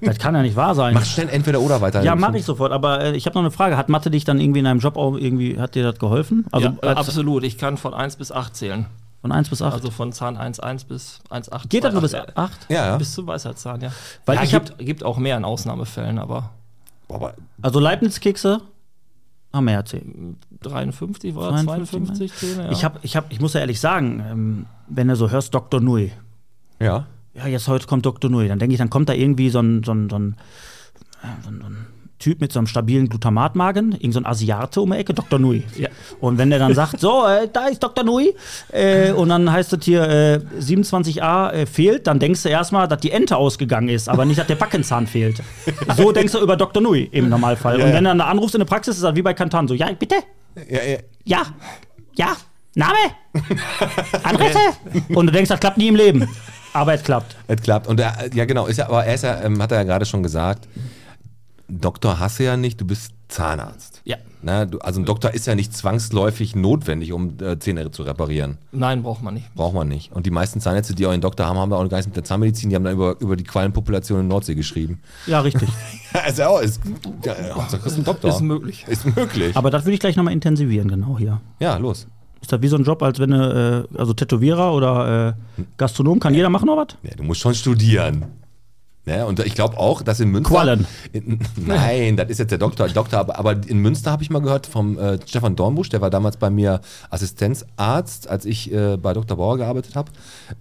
S2: das kann ja nicht wahr sein.
S1: Mach schnell entweder oder weiter.
S2: ja, mach ich sofort. Aber äh, ich habe noch eine Frage. Hat Mathe dich dann irgendwie in deinem Job auch irgendwie, hat dir das geholfen? Also
S4: ja, äh,
S2: als-
S4: absolut. Ich kann von 1 bis 8 zählen.
S2: von 1 bis 8.
S4: Also von Zahn 1, 1 bis 1, 8.
S2: Geht das nur bis
S4: 8?
S2: 8?
S1: Ja, ja.
S4: äh, Bis zum Weisheitszahn, ja.
S2: Weil
S4: ja,
S2: ich
S4: gibt, gibt auch mehr in Ausnahmefällen, aber
S1: Boah, aber
S2: Also Leibniz-Kekse Ah, haben wir ja 10.
S4: 53 war
S2: 52,
S4: 52 Zähne, ja.
S2: Ich, hab, ich, hab, ich muss ja ehrlich sagen, ähm, wenn du so hörst, Dr. Nui.
S1: ja.
S2: Ja, jetzt heute kommt Dr. Nui. Dann denke ich, dann kommt da irgendwie so ein, so ein, so ein, äh, so ein, so ein Typ mit so einem stabilen Glutamatmagen, irgend so ein Asiate um die Ecke, Dr. Nui.
S4: Ja.
S2: Und wenn der dann sagt, so, äh, da ist Dr. Nui, äh, und dann heißt es hier, äh, 27a äh, fehlt, dann denkst du erstmal, dass die Ente ausgegangen ist, aber nicht, dass der Backenzahn fehlt. So denkst du über Dr. Nui im Normalfall.
S1: Ja,
S2: und
S1: ja.
S2: wenn du dann da anrufst in der Praxis, ist das wie bei Kantan so, ja, bitte,
S1: ja, ja.
S2: ja, ja, Name, Adresse. Und du denkst, das klappt nie im Leben. Aber es klappt.
S1: Es klappt. Und er, ja, genau, ist ja, aber er ist ja, ähm, hat er ja gerade schon gesagt, Doktor hasse ja nicht, du bist Zahnarzt.
S4: Ja.
S1: Na, du, also ein Doktor ist ja nicht zwangsläufig notwendig, um äh, Zähne zu reparieren.
S4: Nein, braucht man nicht.
S1: Braucht man nicht. Und die meisten Zahnärzte, die auch einen Doktor haben, haben da auch gar nichts mit der Zahnmedizin, die haben da über, über die Quallenpopulation in Nordsee geschrieben.
S2: Ja, richtig.
S1: Also auch, ist, ja, Hauptsache ist ein Doktor.
S4: Ist möglich.
S1: Ist möglich.
S2: Aber das würde ich gleich nochmal intensivieren, genau hier.
S1: ja, los.
S2: Ist das wie so ein Job, als wenn du, äh, also Tätowierer oder äh, Gastronom, kann jeder machen noch was?
S1: Ja, du musst schon studieren. Ne? Und ich glaube auch, dass in Münster.
S2: Quallen.
S1: In, nein, das ist jetzt der Doktor. Doktor aber, aber in Münster habe ich mal gehört vom äh, Stefan Dornbusch, der war damals bei mir Assistenzarzt, als ich äh, bei Dr. Bauer gearbeitet habe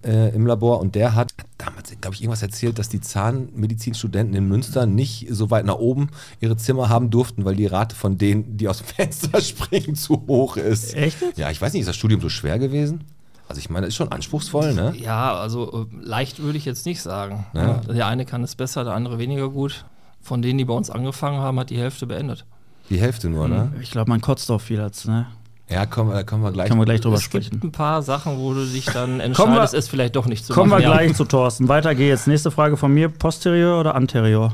S1: äh, im Labor. Und der hat damals, glaube ich, irgendwas erzählt, dass die Zahnmedizinstudenten in Münster nicht so weit nach oben ihre Zimmer haben durften, weil die Rate von denen, die aus dem Fenster springen, zu hoch ist.
S2: Echt jetzt?
S1: Ja, ich weiß nicht, ist das Studium so schwer gewesen? Also ich meine, das ist schon anspruchsvoll, ne?
S4: Ja, also äh, leicht würde ich jetzt nicht sagen. Ja. Der eine kann es besser, der andere weniger gut. Von denen, die bei uns angefangen haben, hat die Hälfte beendet.
S1: Die Hälfte nur, ne?
S2: Ich glaube, man kotzt auf viel als, ne?
S1: Ja, kommen wir, kommen wir gleich.
S2: Können wir gleich drüber
S4: es
S2: sprechen.
S4: gibt ein paar Sachen, wo du dich dann
S2: Kommen
S4: entscheidest,
S2: wir-
S4: es vielleicht doch nicht zu
S2: Kommen wir
S4: machen. Ja.
S2: gleich zu Thorsten. Weiter geht's. Nächste Frage von mir: Posterior oder anterior?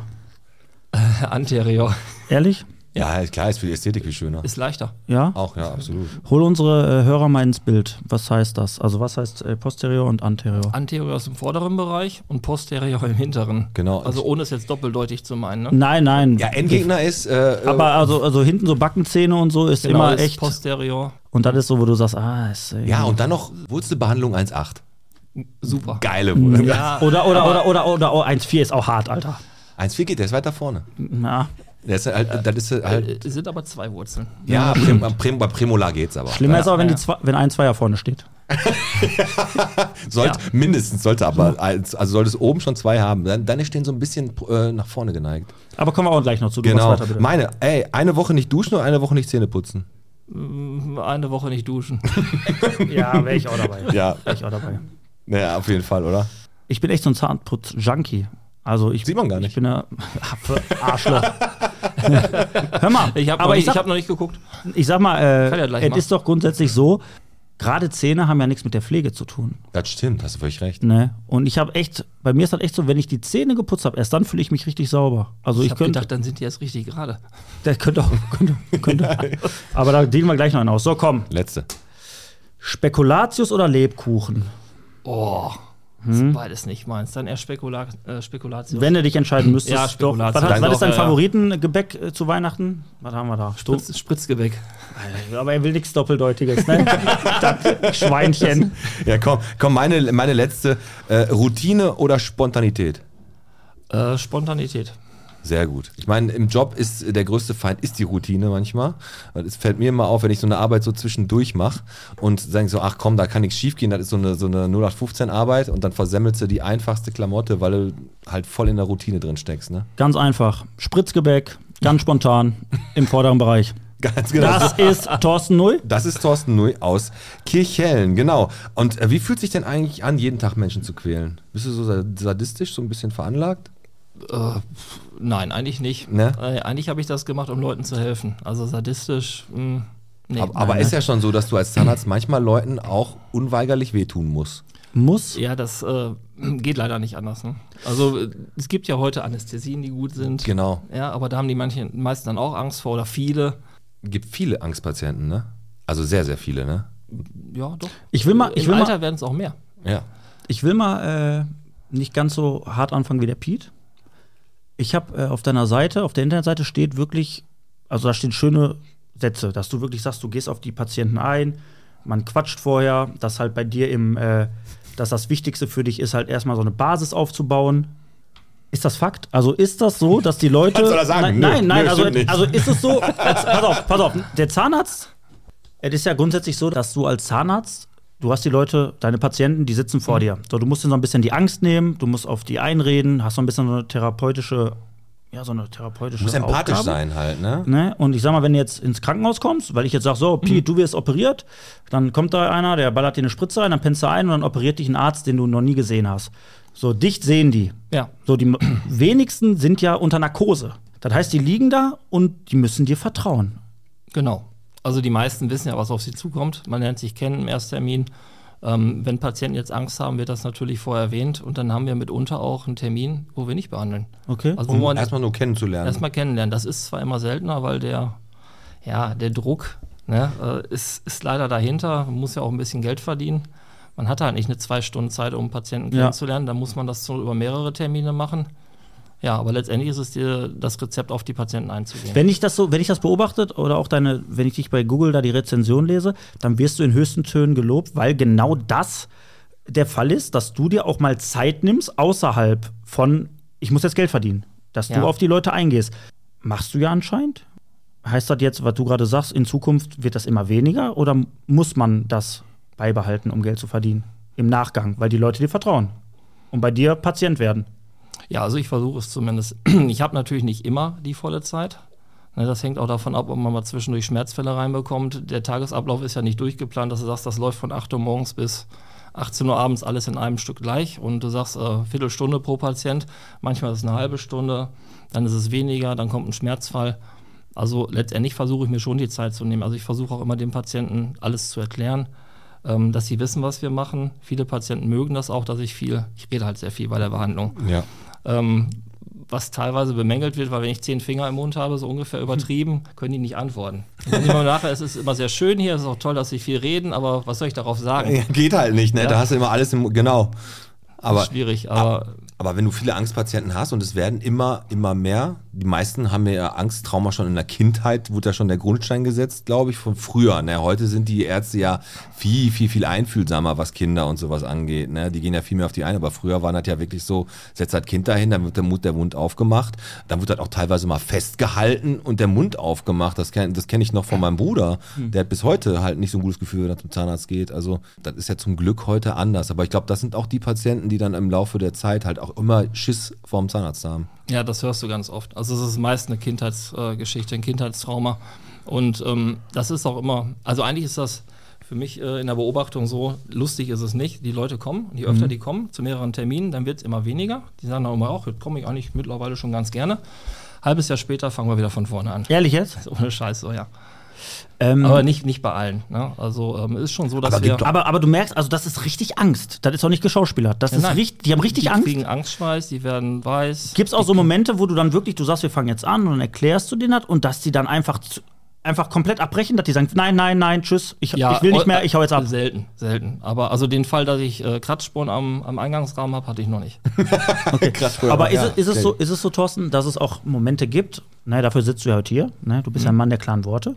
S4: Anterior.
S2: Ehrlich?
S1: Ja, ist klar, ist für die Ästhetik viel schöner.
S4: Ist leichter.
S2: Ja?
S1: Auch, ja, absolut.
S2: Hol unsere äh, Hörer mal ins Bild. Was heißt das? Also, was heißt äh, posterior und anterior?
S4: Anterior ist im vorderen Bereich und posterior im hinteren.
S1: Genau.
S4: Also ohne es jetzt doppeldeutig zu meinen. Ne?
S2: Nein, nein.
S1: Ja, Endgegner ist. Äh,
S2: aber also, also hinten so Backenzähne und so ist
S4: Genau,
S2: immer
S4: ist
S2: echt.
S4: Posterior.
S2: und das ist so, wo du sagst, ah, ist äh,
S1: äh, ja, und dann noch Wurzelbehandlung 1,8.
S4: Super.
S1: Geile Wurzel.
S4: Ja,
S2: Oder, oder, oder, oder, oder, oh, 1,4 ist auch hart, Alter.
S1: 1,4 geht, der ist weiter vorne.
S2: Na,
S1: Der ist halt, das ist halt.
S4: äh, es sind aber zwei Wurzeln.
S1: Ja, Prim, am Prim, bei Premolar geht's aber.
S2: äh, schlimmer ist auch, wenn,
S4: ja.
S2: die zwei, wenn ein Zweier vorne steht.
S1: Sollte,
S4: ja.
S1: Mindestens sollte aber, als- also sollte es oben schon zwei haben. Dann, dann stehen so ein bisschen äh, nach vorne geneigt.
S2: Aber kommen wir auch gleich noch zu. Du
S1: Genau.
S2: machst weiter, bitte.
S1: Meine, ey, eine Woche nicht duschen und eine Woche nicht Zähne putzen.
S4: Eine Woche nicht duschen.
S2: Ja, wäre ich auch dabei. Wäre
S1: Ja,
S2: ich auch dabei.
S1: naja, auf jeden Fall, oder?
S2: Ich bin echt so ein Zahnputz-Junkie. Also ich,
S1: Sieht man gar nicht.
S2: Ich bin ja Arschloch. Hör mal,
S4: Ich habe noch,
S2: aber ich
S4: nicht- ich hab
S2: sag,
S4: noch nicht geguckt.
S2: ich sag mal, äh,
S4: Kann ja gleich
S2: es
S4: machen.
S2: ist doch grundsätzlich so, gerade Zähne haben ja nichts mit der Pflege zu tun.
S1: Das stimmt, hast du völlig recht.
S2: Ne? Und ich habe echt, bei mir ist das echt so, wenn ich die Zähne geputzt habe, erst dann fühle ich mich richtig sauber. Also ich,
S4: Ich habe
S2: könnte,
S4: gedacht, dann sind die erst richtig gerade.
S2: das könnte auch, könnte, könnte. aber da dienen wir gleich noch einen aus. So, komm,
S1: Letzte.
S2: Spekulatius oder Lebkuchen?
S4: Oh, ist beides nicht meins. Dann eher Spekula äh, Spekulatius.
S2: Hm? Wenn du dich entscheiden müsstest,
S4: Ja,
S2: doch. Was,
S4: Spekulatius.
S2: hat-
S4: Dann
S2: was ist
S4: doch,
S2: dein
S4: ja, ja.
S2: Favoritengebäck äh, zu Weihnachten? Was haben wir da?
S4: Spritz, Spritzgebäck.
S2: Aber er will nichts Doppeldeutiges, ne? das Schweinchen.
S1: Ja, komm, komm meine, meine letzte. Äh, Routine oder Spontanität?
S4: Äh, Spontanität.
S1: Sehr gut. Ich meine, im Job ist äh, der größte Feind ist die Routine manchmal. Es fällt mir immer auf, wenn ich so eine Arbeit so zwischendurch mache und sagen so, ach komm, da kann nichts schiefgehen, das ist so eine, so eine 0815 Arbeit und dann versemmelst du die einfachste Klamotte, weil du halt voll in der Routine drin steckst, ne?
S2: Ganz einfach. Spritzgebäck, ganz spontan, im vorderen Bereich.
S1: Ganz genau.
S2: Das ist Thorsten Null.
S1: Das ist Thorsten Nui aus Kirchhellen, genau. Und äh, wie fühlt sich denn eigentlich an, jeden Tag Menschen zu quälen? Bist du so sa- sadistisch, so ein bisschen veranlagt?
S4: Äh, pf, nein, eigentlich nicht.
S1: Ne?
S4: Äh, eigentlich habe ich das gemacht, um Leuten zu helfen. Also sadistisch. Mh, nee,
S1: Aber, aber
S4: nein,
S1: ist ja schon so, dass du als Zahnarzt manchmal Leuten auch unweigerlich wehtun musst.
S2: Muss.
S4: Ja, das äh, geht leider nicht anders. Ne? Also äh, es gibt ja heute Anästhesien, die gut sind.
S1: Genau.
S4: Ja, aber da haben die manchen, meisten dann auch Angst vor oder viele.
S1: gibt viele Angstpatienten, ne? Also sehr, sehr viele, ne?
S4: Ja, doch.
S2: Ich will mal, ich
S4: Im
S2: will
S4: Alter
S2: mal,
S4: werden es auch mehr.
S1: Ja.
S2: ich will mal äh, nicht ganz so hart anfangen wie der Piet. Ich habe äh, auf deiner Seite, auf der Internetseite steht wirklich, also da stehen schöne Sätze, dass du wirklich sagst, du gehst auf die Patienten ein, man quatscht vorher, dass halt bei dir im, äh, dass das Wichtigste für dich ist, halt erstmal so eine Basis aufzubauen. Ist das Fakt? Also ist das so, dass die Leute.
S1: Was soll er sagen?
S2: Nein,
S1: Nö,
S2: nein, nein
S1: nö,
S2: also,
S1: stimmt nicht.
S2: also ist es so, als, pass auf, pass auf, der Zahnarzt, es ist ja grundsätzlich so, dass du als Zahnarzt, du hast die Leute, deine Patienten, die sitzen
S1: Mhm.
S2: vor dir. So, du musst ihnen so ein bisschen die Angst nehmen, du musst auf die einreden, hast so ein bisschen so eine therapeutische, ja, so eine therapeutische.
S1: Du musst empathisch
S2: Aufgabe.
S1: sein halt, ne?
S2: Ne? Und ich sag mal, wenn du jetzt ins Krankenhaus kommst, weil ich jetzt sag so,
S4: Mhm.
S2: Piet, du wirst operiert, dann kommt da einer, der ballert dir eine Spritze ein, dann pennst du ein und dann operiert dich ein Arzt, den du noch nie gesehen hast. So, dich sehen die.
S4: Ja.
S2: So, die wenigsten sind ja unter Narkose. Das heißt, die liegen da und die müssen dir vertrauen.
S4: Genau. Also die meisten wissen ja, was auf sie zukommt. Man lernt sich kennen im Ersttermin. Ähm, wenn Patienten jetzt Angst haben, wird das natürlich vorher erwähnt und dann haben wir mitunter auch einen Termin, wo wir nicht behandeln.
S2: Okay.
S4: Also wo
S1: Um
S4: man
S1: erstmal nur kennenzulernen.
S4: erstmal kennenlernen. Das ist zwar immer seltener, weil der, ja, der Druck ne, äh, ist, ist leider dahinter. Man muss ja auch ein bisschen Geld verdienen. Man hat halt nicht eine zwei Stunden Zeit, um einen Patienten
S2: Ja.
S4: kennenzulernen. Da muss man das so über mehrere Termine machen. Ja, aber letztendlich ist es dir, das Rezept auf die Patienten einzugehen.
S2: Wenn ich das so, wenn ich das beobachtet oder auch deine, wenn ich dich bei Google da die Rezension lese, dann wirst du in höchsten Tönen gelobt, weil genau das der Fall ist, dass du dir auch mal Zeit nimmst außerhalb von, ich muss jetzt Geld verdienen, dass
S4: Ja.
S2: du auf die Leute eingehst. Machst du ja anscheinend. Heißt das jetzt, was du gerade sagst, in Zukunft wird das immer weniger oder muss man das beibehalten, um Geld zu verdienen? Im Nachgang, weil die Leute dir vertrauen und bei dir Patient werden.
S4: Ja, also ich versuche es zumindest. Ich habe natürlich nicht immer die volle Zeit. Ne, Das hängt auch davon ab, ob man mal zwischendurch Schmerzfälle reinbekommt. Der Tagesablauf ist ja nicht durchgeplant, dass du sagst, das läuft von 8 Uhr morgens bis 18 Uhr abends alles in einem Stück gleich und du sagst äh, Viertelstunde pro Patient, manchmal ist es eine halbe Stunde, dann ist es weniger, dann kommt ein Schmerzfall. Also letztendlich versuche ich mir schon die Zeit zu nehmen. Also ich versuche auch immer dem Patienten alles zu erklären, ähm, dass sie wissen, was wir machen. Viele Patienten mögen das auch, dass ich viel, ich rede halt sehr viel bei der Behandlung
S1: ja.
S4: ähm, was teilweise bemängelt wird, weil wenn ich zehn Finger im Mund habe, so
S1: Hm.
S4: ungefähr übertrieben, können die nicht antworten. Und dann immer nachher, es ist immer sehr schön hier, es ist auch toll, dass sie viel reden, aber was soll ich darauf sagen?
S1: Ja, Geht halt nicht, ne? Da hast du immer alles im, genau. Aber, ah.
S4: Schwierig, aber
S1: aber wenn du viele Angstpatienten hast und es werden immer, immer mehr, die meisten haben ja Angsttrauma schon in der Kindheit, wurde da schon der Grundstein gesetzt, glaube ich, von früher. Ne? Heute sind die Ärzte ja viel, viel, viel einfühlsamer, was Kinder und sowas angeht. Ne? Die gehen ja viel mehr auf die ein, aber früher waren das ja wirklich so, setzt das Kind dahin, dann wird der Mund, der Mund aufgemacht, dann wird das auch teilweise mal festgehalten und der Mund aufgemacht. Das kenne das kenn ich noch von meinem Bruder,
S2: Hm.
S1: der hat bis heute halt nicht so ein gutes Gefühl, wenn er zum Zahnarzt geht. Also das ist ja zum Glück heute anders. Aber ich glaube, das sind auch die Patienten, die dann im Laufe der Zeit halt auch immer Schiss vorm Zahnarzt haben.
S4: ja, das hörst du ganz oft. Also es ist meist eine Kindheitsgeschichte, ein Kindheitstrauma. Und ähm, das ist auch immer, also eigentlich ist das für mich äh, in der Beobachtung so, lustig ist es nicht. Die Leute kommen, und je öfter
S1: Mhm.
S4: die kommen, zu mehreren Terminen, dann wird es immer weniger. Die sagen dann immer auch, jetzt komme ich eigentlich mittlerweile schon ganz gerne. Halbes Jahr später fangen wir wieder von vorne an.
S2: Ehrlich jetzt?
S4: Also Ohne Scheiß, so ja.
S2: Ähm,
S4: Aber nicht, nicht bei allen. Ne? Also ähm, ist schon so, dass
S1: Aber
S4: wir
S1: gibt
S2: Aber, aber du merkst, also das ist richtig Angst. Das ist auch nicht geschauspielert. Das ist
S4: nein.
S2: richtig, die haben richtig
S4: die
S2: Angst.
S4: kriegen Angstschweiß, die werden weiß.
S2: Gibt es auch so Momente, wo du dann wirklich, du sagst, wir fangen jetzt an und dann erklärst du denen das und dass die dann einfach, zu, einfach komplett abbrechen, dass die sagen, nein, nein, nein, tschüss, ich, ich will nicht mehr, ich hau jetzt ab.
S4: oh, Selten, selten. Aber also den Fall, dass ich äh, Kratzspuren am, am Eingangsrahmen habe, hatte ich noch nicht.
S2: Aber ist, es, ist, es so, ist es so, Thorsten, dass es auch Momente gibt, ne, dafür sitzt du ja heute hier, ne, du bist ja ein Mann der klaren Worte,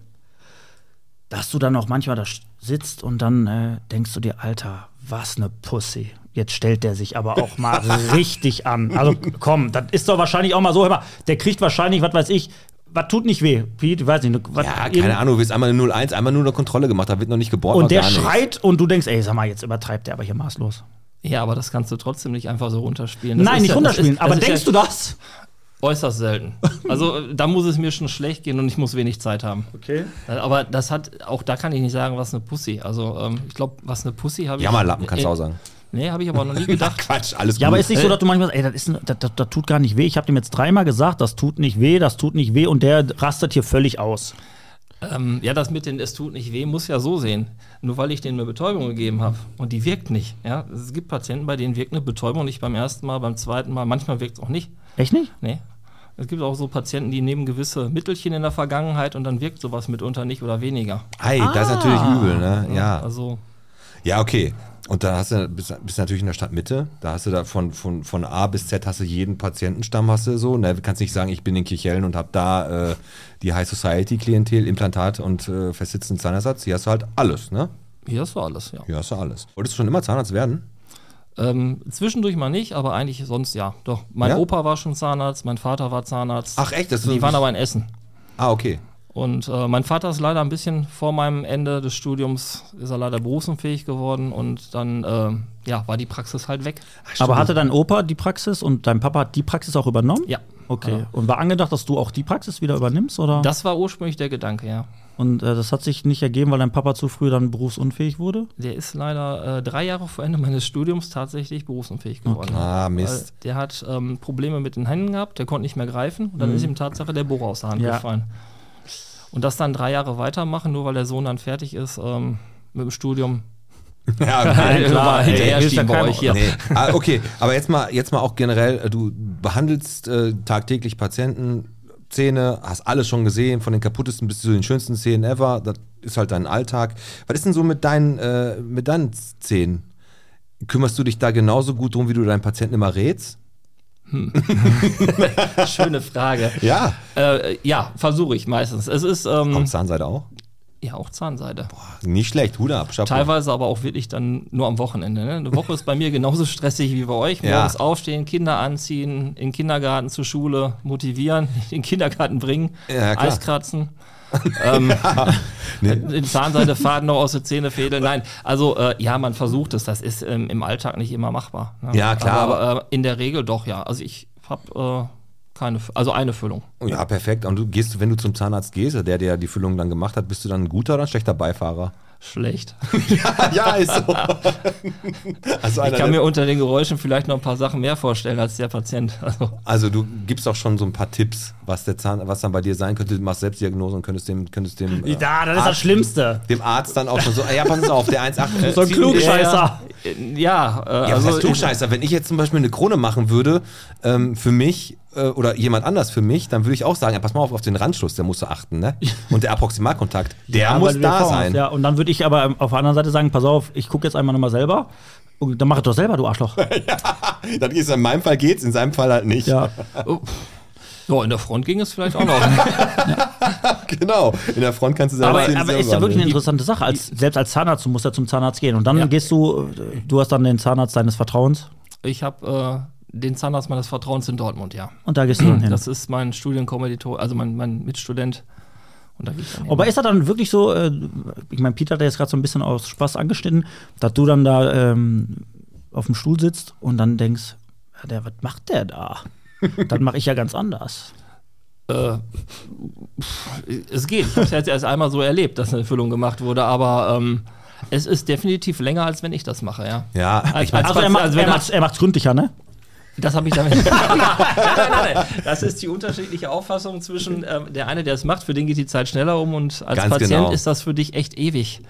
S2: dass du dann auch manchmal da sitzt und dann äh, denkst du dir, Alter, was eine Pussy. Jetzt stellt der sich aber auch mal richtig an. Also komm, das ist doch wahrscheinlich auch mal so, hör mal, der kriegt wahrscheinlich, was weiß ich, was tut nicht weh, Piet, ich weiß nicht. ne, Was,
S1: Ja,
S2: irgend-
S1: keine Ahnung, du wirst einmal eine 0-1, einmal nur eine Kontrolle gemacht, da wird noch nicht geboren. noch
S2: Und der
S1: gar nichts.
S2: schreit und du denkst, ey, sag mal, jetzt übertreibt der aber hier maßlos.
S4: Ja, aber das kannst du trotzdem nicht einfach so runterspielen. Das
S2: Nein, nicht
S4: ist also ja,
S2: runterspielen,
S4: das ist,
S2: aber
S4: das ist
S2: denkst
S4: ja
S2: du das?
S4: Äußerst selten. Also äh, da muss es mir schon schlecht gehen und ich muss wenig Zeit haben.
S2: Okay.
S4: Äh, Aber das hat, auch da kann ich nicht sagen, was eine Pussy. Also ähm, ich glaube, was eine Pussy habe ich.
S1: Jammerlappen kannst du auch sagen.
S4: Nee, habe ich aber noch nie gedacht.
S1: Quatsch, alles gut. Äh.
S2: Ja, aber ist nicht so, dass du manchmal sagst, ey, das, ist, ein- das, das, das tut gar nicht weh. Ich habe dem jetzt dreimal gesagt, das tut nicht weh, das tut nicht weh und der rastet hier völlig aus.
S4: Ähm, ja, das mit den Es tut nicht weh muss ja so sehen. Nur weil ich denen eine Betäubung gegeben habe und die wirkt nicht. Ja? Es gibt Patienten, bei denen wirkt eine Betäubung nicht beim ersten Mal, beim zweiten Mal, manchmal wirkt es auch nicht.
S2: Echt nicht?
S4: Nee. Es gibt auch so Patienten, die nehmen gewisse Mittelchen in der Vergangenheit und dann wirkt sowas mitunter nicht oder weniger.
S1: Ei, das
S2: Ah.
S1: ist natürlich übel, ne? Ja.
S4: Also,
S1: Ja, okay. Und dann hast du, bist, bist natürlich in der Stadtmitte, da hast du da von, von, von A bis Z hast du jeden Patientenstamm, hast du so. Ne, du kannst nicht sagen, ich bin in Kirchhellen und habe da äh, die High Society Klientel, Implantat und äh, festsitzenden Zahnersatz. Hier hast du halt alles, ne?
S4: hier ist so alles, ja.
S1: Hier hast du alles. Wolltest du schon immer Zahnarzt werden?
S4: Ähm, zwischendurch mal nicht, aber eigentlich sonst ja. Doch, mein
S1: Ja?
S4: Opa war schon Zahnarzt, mein Vater war Zahnarzt.
S1: Ach echt? Das
S4: die waren aber in Essen.
S1: ah, okay.
S4: Und äh, mein Vater ist leider ein bisschen vor meinem Ende des Studiums, ist er leider berufsunfähig geworden und dann äh, ja, war die Praxis halt weg.
S2: Aber hatte dein Opa die Praxis und dein Papa hat die Praxis auch übernommen?
S4: Ja.
S2: Okay.
S4: Ja.
S2: Und war angedacht, dass du auch die Praxis wieder übernimmst, oder?
S4: Das war ursprünglich der Gedanke, ja.
S2: und äh, das hat sich nicht ergeben, weil dein Papa zu früh dann berufsunfähig wurde?
S4: Der ist leider äh, drei Jahre vor Ende meines Studiums tatsächlich berufsunfähig geworden.
S1: Ah, Mist.
S4: Weil Der hat ähm, Probleme mit den Händen gehabt, der konnte nicht mehr greifen und dann
S1: Mhm.
S4: ist ihm Tatsache der Bohrer aus der Hand
S2: Ja.
S4: gefallen. Und das dann drei Jahre weitermachen, nur weil der Sohn dann fertig ist ähm, mit dem Studium,
S1: Ja,
S4: Nein, klar,
S2: klar,
S4: ey, hinterher
S2: hilft ja
S4: schieben bei
S2: keinem.
S4: euch hier.
S1: Nee. Ah, okay, aber jetzt mal, jetzt mal auch generell, äh, du behandelst äh, tagtäglich Patienten, Zähne, hast alles schon gesehen, von den kaputtesten bis zu den schönsten Zähnen ever, das ist halt dein Alltag. Was ist denn so mit deinen, äh, mit deinen Zähnen? Kümmerst du dich da genauso gut drum, wie du deinen Patienten immer rätst?
S4: Schöne Frage.
S1: Ja.
S4: Äh, ja, versuche ich meistens. Es ist ähm,
S1: Kommt Zahnseide auch?
S4: ja auch Zahnseide.
S1: Nicht schlecht, Hut ab, Chapeau.
S4: Teilweise aber auch wirklich dann nur am Wochenende. Ne? Eine Woche ist bei mir genauso stressig wie bei euch.
S1: Ja.
S4: Morgens aufstehen, Kinder anziehen, in den Kindergarten zur Schule motivieren, in den Kindergarten bringen,
S1: Ja, klar.
S4: Eis kratzen. ähm, In Zahnseide faden noch aus der Zähne fädeln. Nein, also äh, ja, man versucht es. Das ist ähm, im Alltag nicht immer machbar. ne?
S1: Ja, klar,
S4: Aber, äh, in der Regel doch, ja. Also ich habe äh, keine, Fü- also eine Füllung.
S1: Ja, perfekt. Und du gehst, wenn du zum Zahnarzt gehst, der dir die Füllung dann gemacht hat, bist du dann ein guter oder ein schlechter Beifahrer?
S4: Schlecht.
S1: ja, ist so. also,
S4: Ich
S1: einer
S4: kann
S1: der-
S4: mir unter den Geräuschen vielleicht noch ein paar Sachen mehr vorstellen als der Patient. Also,
S1: also du gibst auch schon so ein paar Tipps, was der Zahn, was dann bei dir sein könnte. Du machst Selbstdiagnose und könntest dem, könntest dem, äh,
S2: Da, das ist das
S1: Arzt,
S2: Schlimmste.
S1: dem Arzt dann auch schon so, "Ah ja, pass uns auf, der 1,8.
S2: So ein Klugscheißer.
S4: äh, ja, äh,
S1: Ja, also, was
S4: also
S1: heißt Klugscheißer? Wenn ich jetzt zum Beispiel eine Krone machen würde, ähm, für mich äh, oder jemand anders für mich, dann würde ich auch sagen, ja, pass mal auf, auf den Randschluss, der musst du achten, ne? Und der Approximalkontakt, der
S2: Ja, weil
S1: muss
S2: du
S1: da
S2: Erfahrung hast,
S1: sein.
S2: Ja, und dann würde ich aber ähm, auf der anderen Seite sagen, pass auf, ich gucke jetzt einmal nochmal selber. Und dann mach es doch selber, du Arschloch.
S1: Dann ist in meinem Fall geht's, in seinem Fall halt nicht.
S2: Ja.
S4: so, in der Front ging es vielleicht auch noch.
S1: Genau. In der Front kannst du selber
S2: Aber,
S1: den
S2: aber
S1: selber
S2: ist ja wirklich eine
S1: handeln.
S2: interessante Sache. Als, selbst als Zahnarzt, du musst ja zum Zahnarzt gehen. Und dann gehst du, äh, du hast dann den Zahnarzt deines Vertrauens
S4: ich habe äh, den Zahnarzt meines Vertrauens in Dortmund, ja.
S2: und da gehst du dann hin.
S4: Das ist mein Studienkommiliton, also mein, mein Mitstudent. Und da gehe ich dann hin.
S2: Aber ist das dann wirklich so, äh, ich meine, Peter hat ja jetzt gerade so ein bisschen aus Spaß angeschnitten, dass du dann da ähm, auf dem Stuhl sitzt und dann denkst, ja, der, was macht der da? Dann mache ich ja ganz anders.
S4: äh, es geht. Ich habe es jetzt erst einmal so erlebt, dass eine Füllung gemacht wurde, aber ähm, es ist definitiv länger, als wenn ich das mache, ja.
S1: Ja,
S4: Als, als,
S2: Also er, macht,
S4: als
S2: er,
S4: wenn
S2: macht's, er macht's gründlicher, ne?
S4: Das habe ich damit. nein, nein, nein, nein. Das ist die unterschiedliche Auffassung zwischen ähm, der eine, der es macht, für den geht die Zeit schneller um und als
S1: Ganz
S4: Patient
S1: genau.
S4: ist das für dich echt ewig.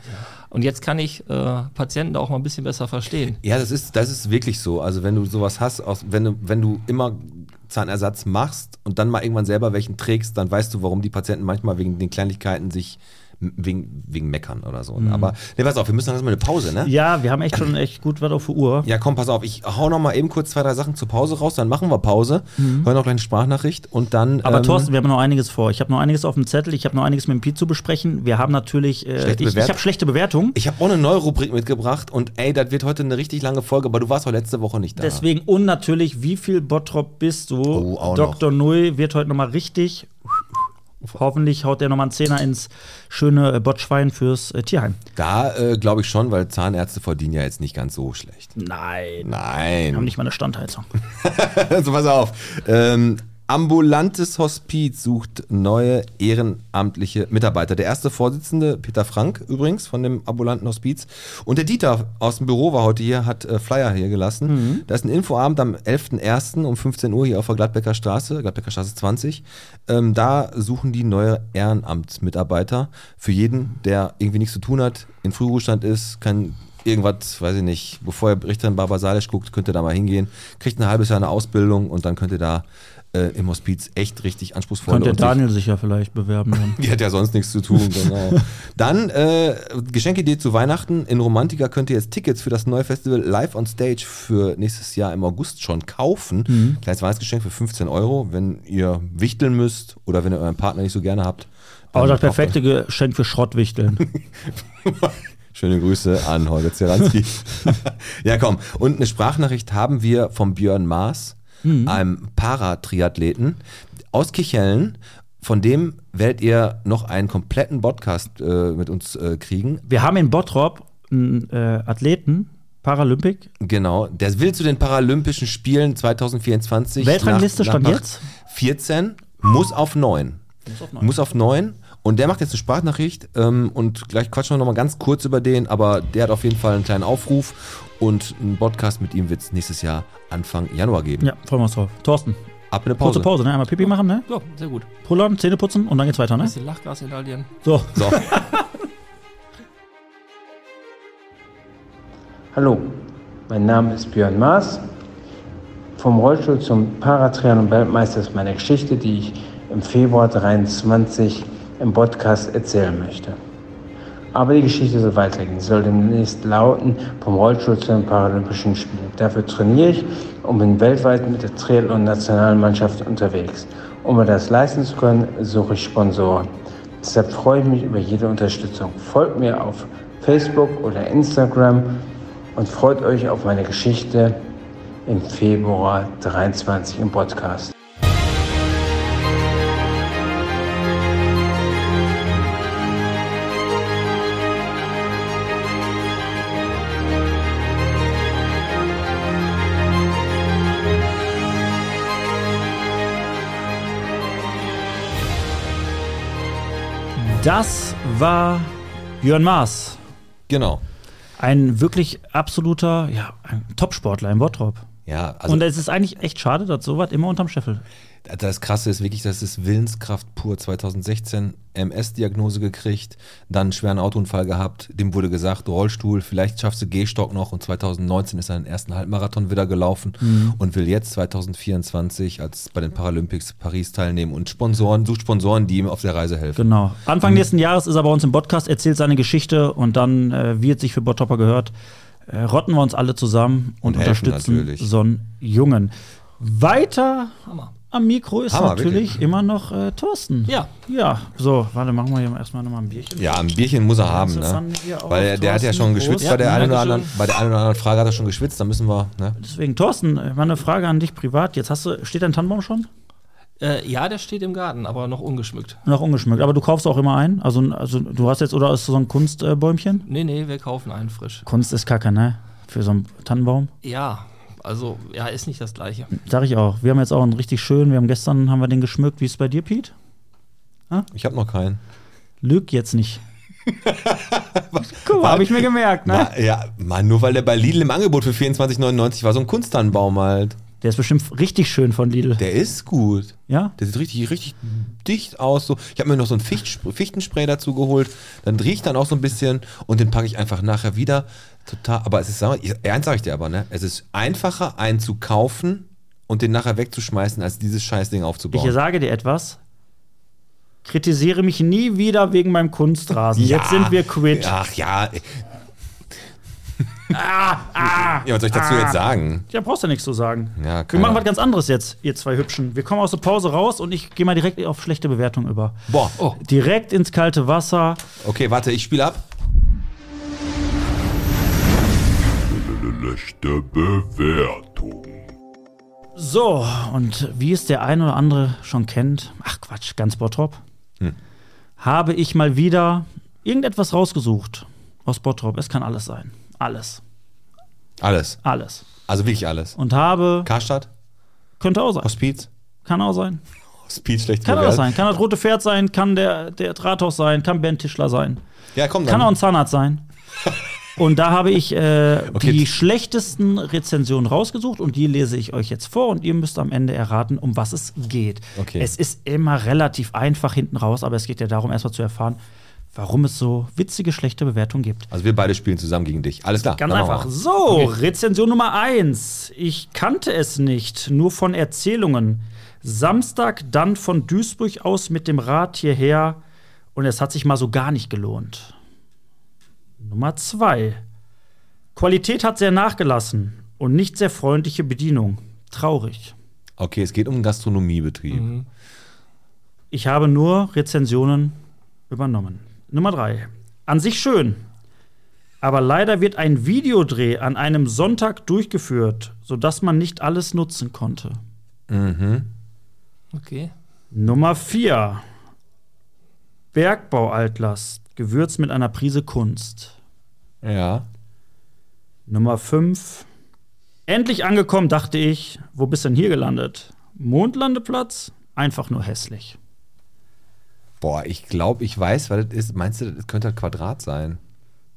S4: Und jetzt kann ich äh, Patienten da auch mal ein bisschen besser verstehen.
S1: Ja, das ist, das ist wirklich so. Also wenn du sowas hast, aus, wenn, du, wenn du immer Zahnersatz machst und dann mal irgendwann selber welchen trägst, dann weißt du, warum die Patienten manchmal wegen den Kleinigkeiten sich m- wegen, wegen meckern oder so. Aber ne, pass auf, wir müssen dann erstmal eine Pause, ne?
S2: Mhm. Ja, wir haben echt schon echt gut was auf der Uhr.
S1: Ja, komm, pass auf, ich hau noch mal eben kurz zwei, drei Sachen zur Pause raus, dann machen wir Pause, hören noch eine Sprachnachricht und dann.
S2: Mhm. Aber
S1: ähm,
S2: Thorsten, wir haben noch einiges vor. Ich habe noch einiges auf dem Zettel, ich habe noch einiges mit dem Piet zu besprechen. Wir haben natürlich, äh,
S1: Schlechte
S2: ich, ich
S1: Bewert-
S2: habe schlechte Bewertungen.
S1: ich habe auch eine neue Rubrik mitgebracht und ey, das wird heute eine richtig lange Folge, aber du warst doch letzte Woche nicht da.
S2: Deswegen und natürlich, wie viel Bottrop bist du?
S1: Oh, auch
S2: Dr. Nui wird heute nochmal richtig. Hoffentlich haut der nochmal einen Zehner ins schöne äh, Botschwein fürs äh, Tierheim.
S1: Da äh, glaube ich schon, weil Zahnärzte verdienen ja jetzt nicht ganz so schlecht.
S2: Nein.
S1: Nein.
S2: Wir haben nicht mal eine Standheizung.
S1: Also pass auf. Ähm, ambulantes Hospiz sucht neue ehrenamtliche Mitarbeiter. Der erste Vorsitzende, Peter Frank übrigens von dem ambulanten Hospiz. Und der Dieter aus dem Büro war heute hier, hat äh, Flyer hier gelassen. Da ist ein Infoabend am 11.01. um 15 Uhr hier auf der Gladbecker Straße, Gladbecker Straße 20. Ähm, da suchen die neue Ehrenamtsmitarbeiter für jeden, der irgendwie nichts zu tun hat, in Frühruhestand ist, kann irgendwas, weiß ich nicht, bevor ihr Richterin Barbara Salisch guckt, könnt ihr da mal hingehen, kriegt ein halbes Jahr eine Ausbildung und dann könnt ihr da äh, im Hospiz echt richtig anspruchsvoll
S2: Könnte der Daniel sich ja vielleicht bewerben. Dann.
S1: die hat ja sonst nichts zu tun, genau. Dann äh, Geschenkidee zu Weihnachten. In Romantica könnt ihr jetzt Tickets für das neue Festival Live on Stage für nächstes Jahr im August schon kaufen.
S2: Mhm.
S1: Kleines Weihnachtsgeschenk für 15 Euro, wenn ihr wichteln müsst oder wenn ihr euren Partner nicht so gerne habt.
S2: Aber
S1: dann
S2: das
S1: kauft
S2: perfekte Geschenk für Schrottwichteln.
S1: Schöne Grüße an Holger Zeranski. ja, komm. Und eine Sprachnachricht haben wir von Björn Maas, einem Paratriathleten aus Kichellen. Von dem werdet ihr noch einen kompletten Podcast äh, mit uns äh, kriegen.
S2: Wir haben in Bottrop einen äh, Athleten, Paralympic.
S1: Genau. Der will zu den Paralympischen Spielen 2024.
S2: Weltrangliste stand jetzt?
S1: 14, muss auf 9. Muss auf 9. Und der macht jetzt eine Sprachnachricht ähm, und gleich quatschen wir nochmal ganz kurz über den, aber der hat auf jeden Fall einen kleinen Aufruf und einen Podcast mit ihm wird es nächstes Jahr Anfang Januar geben.
S2: Ja, freuen wir uns drauf. Thorsten,
S1: Ab in eine Pause.
S2: kurze Pause, ne? Einmal Pipi machen, ne?
S4: So, sehr gut.
S2: Pullern, Zähne putzen und dann geht's weiter, ne?
S4: Bisschen Lachgas inhalieren.
S2: So.
S1: So.
S5: Hallo, mein Name ist Björn Maas. Vom Rollstuhl zum Paratriathlon Weltmeister ist meine Geschichte, die ich im Februar 23 im Podcast erzählen möchte. Aber die Geschichte soll weitergehen. Sie soll demnächst lauten vom Rollstuhl zu den Paralympischen Spielen. Dafür trainiere ich und bin weltweit mit der Trail- und Nationalmannschaft unterwegs. Um mir das leisten zu können, suche ich Sponsoren. Deshalb freue ich mich über jede Unterstützung. Folgt mir auf Facebook oder Instagram und freut euch auf meine Geschichte im Februar 23 im Podcast.
S2: Das war Björn Maas.
S1: Genau.
S2: Ein wirklich absoluter ja, ein Top-Sportler im Bottrop.
S1: Ja, also
S2: und es ist eigentlich echt schade, dass sowas immer unterm Scheffel.
S1: das Krasse ist wirklich, das ist Willenskraft pur. 2016 MS-Diagnose gekriegt, dann einen schweren Autounfall gehabt, dem wurde gesagt, Rollstuhl, vielleicht schaffst du Gehstock noch und 2019 ist er den ersten Halbmarathon wieder gelaufen und will jetzt 2024 als bei den Paralympics Paris teilnehmen und Sponsoren, sucht Sponsoren, die ihm auf der Reise helfen.
S2: Genau.
S1: Mhm.
S2: Anfang nächsten Jahres ist er bei uns im Podcast, erzählt seine Geschichte und dann, äh, wie es sich für Bottropper gehört, äh, rotten wir uns alle zusammen und,
S1: Und helfen
S2: unterstützen
S1: natürlich.
S2: so einen Jungen. Weiter
S4: Hammer.
S2: am Mikro ist
S1: Hammer,
S2: natürlich
S1: wirklich.
S2: immer noch äh, Thorsten.
S4: Ja.
S2: Ja, so, warte, machen wir hier erstmal nochmal ein Bierchen.
S1: Ja, ein Bierchen muss er haben, ne?
S2: Pfanne hier auf,
S1: Weil der, der hat ja
S2: Thorsten,
S1: schon geschwitzt
S2: Prost.
S1: bei der
S4: Ja,
S1: einen oder
S4: Dankeschön.
S1: anderen, bei der einen oder anderen Frage hat er schon geschwitzt, da müssen wir, ne?
S2: Deswegen, Thorsten, äh, mal eine Frage an dich privat. Jetzt hast du, steht dein Tannenbaum schon?
S4: Äh, ja, der steht im Garten, aber noch ungeschmückt.
S2: Noch ungeschmückt, aber du kaufst auch immer ein. Also, also du hast jetzt, oder ist so ein Kunstbäumchen?
S4: Nee, nee, wir kaufen einen frisch.
S2: Kunst ist Kacke, ne? Für so einen Tannenbaum.
S4: Ja, also, ja, ist nicht das Gleiche.
S2: Sag ich auch. Wir haben jetzt auch einen richtig schönen, wir haben gestern haben wir den geschmückt. Wie ist es bei dir, Pete?
S1: Ich habe noch keinen.
S2: Lüg jetzt nicht. Guck mal, habe ich mir gemerkt, ne?
S1: Ma- Ah, Ja, Mann, nur weil der bei Lidl im Angebot für 24,99 war, so ein Kunsttannenbaum halt.
S2: Der ist bestimmt f- richtig schön von Lidl.
S1: Der ist gut.
S2: Ja?
S1: Der sieht richtig, richtig dicht aus. So. Ich habe mir noch so ein Ficht, Fichtenspray dazu geholt. Dann riecht dann auch so ein bisschen und den packe ich einfach nachher wieder. Total. Aber es ist, sag mal, ich- eins sage ich dir aber, ne? Es ist einfacher, einen zu kaufen und den nachher wegzuschmeißen, als dieses Scheißding
S2: Ich
S1: aufzubauen.
S2: sage dir etwas. Kritisiere mich nie wieder wegen meinem Kunstrasen.
S1: Ja.
S2: Jetzt sind wir quitt.
S1: Ach ja.
S2: Ah,
S1: ja, was soll ich dazu jetzt sagen?
S2: Ja, brauchst du nichts zu sagen.
S1: Ja,
S2: wir
S1: keine
S2: machen was
S1: Ahnung.
S2: ganz anderes jetzt, ihr zwei Hübschen. Wir kommen aus der Pause raus und ich gehe mal direkt auf schlechte Bewertung über.
S1: Boah,
S2: oh. Direkt ins kalte Wasser.
S1: okay, warte, ich spiele ab.
S6: Schlechte Bewertung.
S2: So, und wie es der ein oder andere schon kennt, ach Quatsch, ganz Bottrop, habe ich mal wieder irgendetwas rausgesucht aus Bottrop. Es kann alles sein. Alles.
S1: Alles.
S2: Alles.
S1: Also wirklich alles.
S2: Und habe,
S1: Karstadt,
S2: könnte auch sein.
S1: Hospiz.
S2: Kann auch sein.
S1: Hospiz schlecht
S2: Kann
S1: bewertet.
S2: alles sein. Kann das rote Pferd sein, kann der, der Drahthaus sein, kann Ben Tischler sein.
S1: Ja, komm dann.
S2: Kann auch ein Zahnarzt sein. Und da habe ich äh,
S1: Okay.
S2: die schlechtesten Rezensionen rausgesucht und die lese ich euch jetzt vor und ihr müsst am Ende erraten, um was es geht.
S1: Okay.
S2: Es ist immer relativ einfach hinten raus, aber es geht ja darum, erstmal zu erfahren, warum es so witzige, schlechte Bewertungen gibt.
S1: Also wir beide spielen zusammen gegen dich. Alles klar.
S2: Ganz
S1: dann
S2: einfach.
S1: machen wir.
S2: So, Rezension Nummer 1. Ich kannte es nicht, nur von Erzählungen. Samstag dann von Duisburg aus mit dem Rad hierher und es hat sich mal so gar nicht gelohnt. Nummer 2. Qualität hat sehr nachgelassen und nicht sehr freundliche Bedienung. Traurig.
S1: Okay, es geht um einen Gastronomiebetrieb.
S2: Ich habe nur Rezensionen übernommen. Nummer 3. An sich schön. Aber leider wird ein Videodreh an einem Sonntag durchgeführt, sodass man nicht alles nutzen konnte.
S4: Okay.
S2: Nummer 4. Bergbaualtlast, gewürzt mit einer Prise Kunst.
S1: Ja.
S2: Nummer 5. Endlich angekommen, dachte ich. Wo bist denn hier gelandet? Mondlandeplatz? Einfach nur hässlich.
S1: Boah, ich glaube, ich weiß, weil das ist. Meinst du, das könnte ein Quadrat sein?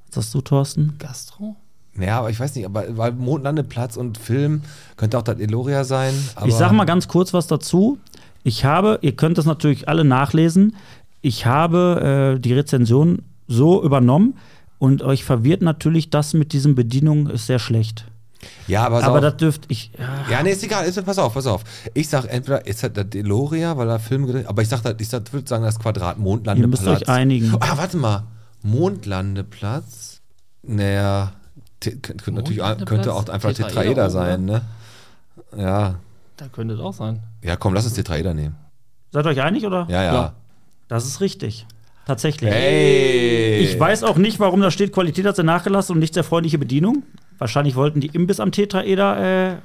S2: Was hast du, Thorsten?
S4: Gastro?
S1: Ja, aber ich weiß nicht, aber weil Mondlandeplatz und Film könnte auch das Eloria sein. Aber
S2: Ich sag mal ganz kurz was dazu. Ich habe, ihr könnt das natürlich alle nachlesen, ich habe äh, die Rezension so übernommen, Und euch verwirrt natürlich das mit diesen Bedienungen ist sehr schlecht.
S1: Ja, aber,
S2: Aber
S1: auch,
S2: das dürft ich. Ja,
S1: Ja, nee, ist egal. Ist, pass auf, pass auf. Ich sag entweder ist das der Deloria, weil er Film gedreht Aber ich sag, das- ich sag, würde sagen, das Quadrat Mondlandeplatz.
S2: Ihr müsst euch einigen.
S1: Ah, warte mal. Mondlandeplatz? Naja, te- könnte, natürlich,
S4: Mondlandeplatz?
S1: könnte auch einfach
S4: Tetraeder
S1: Tetraeder
S4: oben,
S1: sein, ne? Ja.
S4: Da könnte es auch sein.
S1: Ja, komm, lass uns Tetraeder nehmen.
S2: Seid ihr euch einig, oder?
S1: Ja, ja.
S4: Ja.
S2: Das ist richtig. Tatsächlich.
S1: Hey!
S2: Ich weiß auch nicht, warum da steht, Qualität hat sie nachgelassen und nicht sehr freundliche Bedienung. Wahrscheinlich wollten die Imbiss am Tetraeder äh,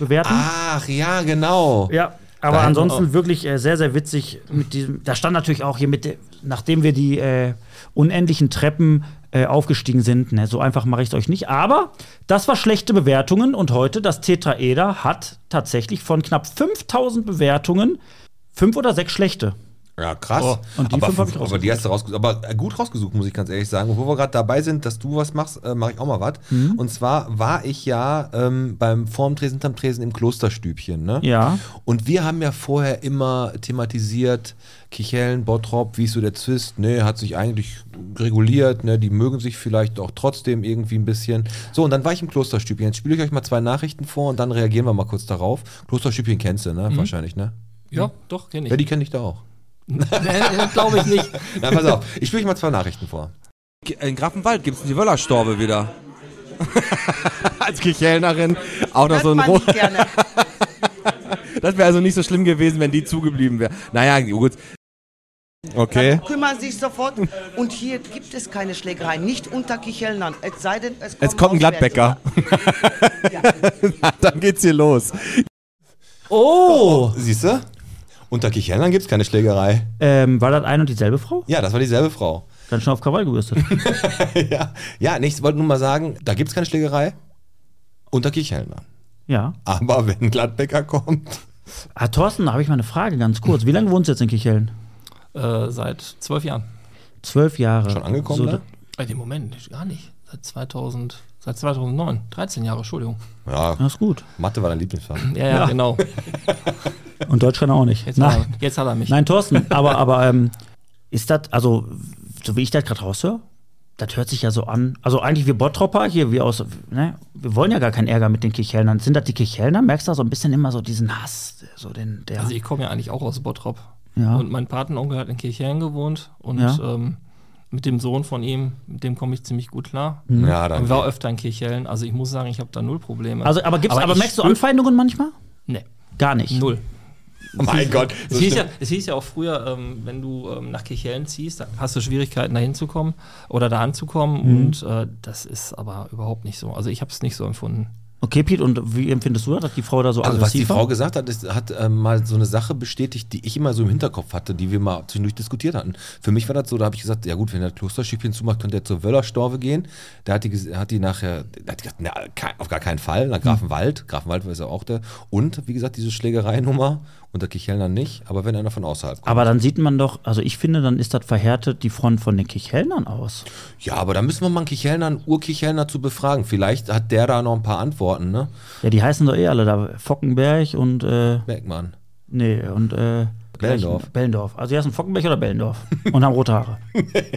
S2: bewerten.
S1: Ach, ja, genau.
S2: Ja,
S1: Da
S2: aber
S1: hätten
S2: ansonsten
S1: wir-
S2: wirklich äh, sehr, sehr witzig mit diesem. Da stand natürlich auch hier mit, der- nachdem wir die äh, unendlichen Treppen äh, aufgestiegen sind. Ne, so einfach mache ich es euch nicht. Aber das war schlechte Bewertungen und heute das Tetraeder hat tatsächlich von knapp 5000 Bewertungen fünf oder sechs schlechte.
S1: Ja, krass.
S2: Oh, und die
S1: aber,
S2: fünf hab ich
S1: aber die hast du rausgesucht. Aber äh, gut rausgesucht, muss ich ganz ehrlich sagen. Und wo wir gerade dabei sind, dass du was machst, äh, mache ich auch mal was.
S2: Mhm.
S1: Und zwar war ich ja ähm, beim vorm Tresen, hinterm Tresen im Klosterstübchen. Ne?
S2: Ja.
S1: Und wir haben ja vorher immer thematisiert, Kichellen, Bottrop, wie ist so der Zwist? Ne, hat sich eigentlich reguliert. Ne, die mögen sich vielleicht auch trotzdem irgendwie ein bisschen. So, und dann war ich im Klosterstübchen. Jetzt spiele ich euch mal zwei Nachrichten vor und dann reagieren wir mal kurz darauf. Klosterstübchen kennst du, ne?
S2: Mhm.
S1: Wahrscheinlich, ne?
S4: Ja, doch, kenne ich.
S1: Ja, die kenne ich da auch.
S4: Glaube ich nicht.
S1: Na, pass auf, ich spiele euch mal zwei Nachrichten vor.
S7: äh, In Grafenwald gibt es die Wöllerstorbe wieder. Als Kichelnerin auch noch so ein Rot. Das wäre also nicht so schlimm gewesen, wenn die zugeblieben wäre. Naja, gut. Okay.
S8: kümmern sich sofort. Und hier gibt es keine Schlägerei, nicht unter Kichelnern. Es sei denn, es kommt,
S7: Jetzt kommt ein Gladbecker. Dann geht's hier los.
S2: Oh!
S1: Siehst du? Unter Kichellern gibt es keine Schlägerei.
S2: Ähm, war das ein und dieselbe Frau?
S1: Ja, das war dieselbe Frau.
S2: Ganz schön auf Krawall gebürstet.
S1: ja, ja nee, ich wollte nur mal sagen, da gibt es keine Schlägerei. Unter Kichellern.
S2: ja.
S1: Aber wenn Gladbecker kommt.
S2: Ah, Thorsten, da habe ich mal eine Frage ganz kurz. Wie lange wohnst du jetzt in Kichellen?
S4: Äh, seit zwölf Jahren.
S2: Zwölf Jahre.
S1: Schon angekommen, ne?
S4: Äh, nee, Moment, nicht- gar nicht. Seit 2000, seit 2009. 13 Jahre, Entschuldigung.
S1: Ja,
S2: Das ist gut.
S1: Mathe war dein Lieblingsfach.
S4: Ja, ja, genau.
S2: Und Deutschland auch nicht.
S4: Jetzt, hat er, jetzt hat er mich.
S2: Nein, Thorsten, aber, aber ähm, ist das, also, so wie ich das gerade raushöre, das hört sich ja so an. Also eigentlich wir Bottropper hier, wir aus, ne, wir wollen ja gar keinen Ärger mit den Kichelnern. Sind das die Kichelner? Merkst du da so ein bisschen immer so diesen Hass, so den, der.
S4: Also ich komme ja eigentlich auch aus Bottrop.
S2: Ja.
S4: Und mein Patenonkel hat in Kirchhellen gewohnt und
S2: Ja.
S4: ähm, mit dem Sohn von ihm, mit dem komme ich ziemlich gut klar.
S2: Mhm.
S1: Ja,
S4: Ich war
S1: dann.
S4: öfter in Kirchhellen, also ich muss sagen, ich habe da null Probleme.
S2: also, aber gibt's, aber,
S4: ich
S2: merkst du
S4: spür-
S2: Anfeindungen manchmal?
S4: Nee,
S2: Gar nicht.
S4: null.
S1: Mein Gott.
S4: Es hieß, ja, es hieß ja auch früher, ähm, wenn du ähm, nach Kirchhellen ziehst, dann hast du Schwierigkeiten, da hinzukommen oder da anzukommen. Und äh, das ist aber überhaupt nicht so. Also ich habe es nicht so empfunden.
S2: Okay, Piet, und wie empfindest du das, dass die Frau da so
S1: Also was die
S2: aggressiv
S1: Frau
S2: war?
S1: gesagt hat, ist, hat ähm, mal so eine Sache bestätigt, die ich immer so im Hinterkopf hatte, die wir mal zwischendurch diskutiert hatten. Für mich war das so, da habe ich gesagt, ja gut, wenn der Klosterschiffchen zumacht, könnte er zur Wöllerstorve gehen. Da hat die, ges- hat die nachher, da hat die gesagt, na, kein, auf gar keinen Fall, nach Grafenwald, Grafenwald ist ja auch der. Und wie gesagt, diese Schlägereinummer unter Kichelner nicht, aber wenn einer von außerhalb kommt.
S2: Aber dann sieht man doch, also ich finde, dann ist das verhärtet die Front von den Kichelnern aus.
S1: Ja, aber da müssen wir mal einen Kichelner, einen Urkichelner zu befragen. Vielleicht hat der da noch ein paar Antworten, ne?
S2: Ja, die heißen doch eh alle da. Fockenberg und, äh,
S1: Bergmann.
S2: Nee, und äh,
S1: Bellendorf.
S2: Bellendorf. Also erst ein Fockenbech oder Bellendorf. Und haben rote Haare.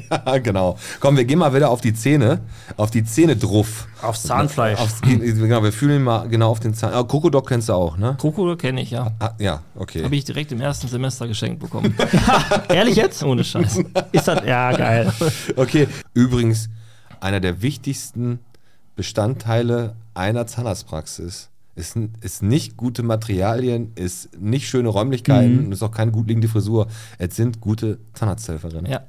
S1: Ah, genau. Komm, wir gehen mal wieder auf die Zähne, auf die Zähne drauf.
S2: Aufs Zahnfleisch.
S1: Aufs, genau, wir fühlen mal genau auf den Zahn. Ah, Kokodok kennst du auch, ne?
S4: Krokodil kenne ich, ja.
S1: Ah, ja, okay.
S4: Habe ich direkt im ersten Semester geschenkt bekommen.
S2: Ehrlich jetzt?
S4: Ohne Scheiß.
S2: Ist das. Ja, geil.
S1: Okay. Übrigens, einer der wichtigsten Bestandteile einer Zahnarztpraxis ist, n- ist nicht gute Materialien, ist nicht schöne
S4: Mhm.
S1: Räumlichkeiten, und ist auch keine gut liegende Frisur. Es sind gute Zahnarzthelferinnen.
S4: Ja.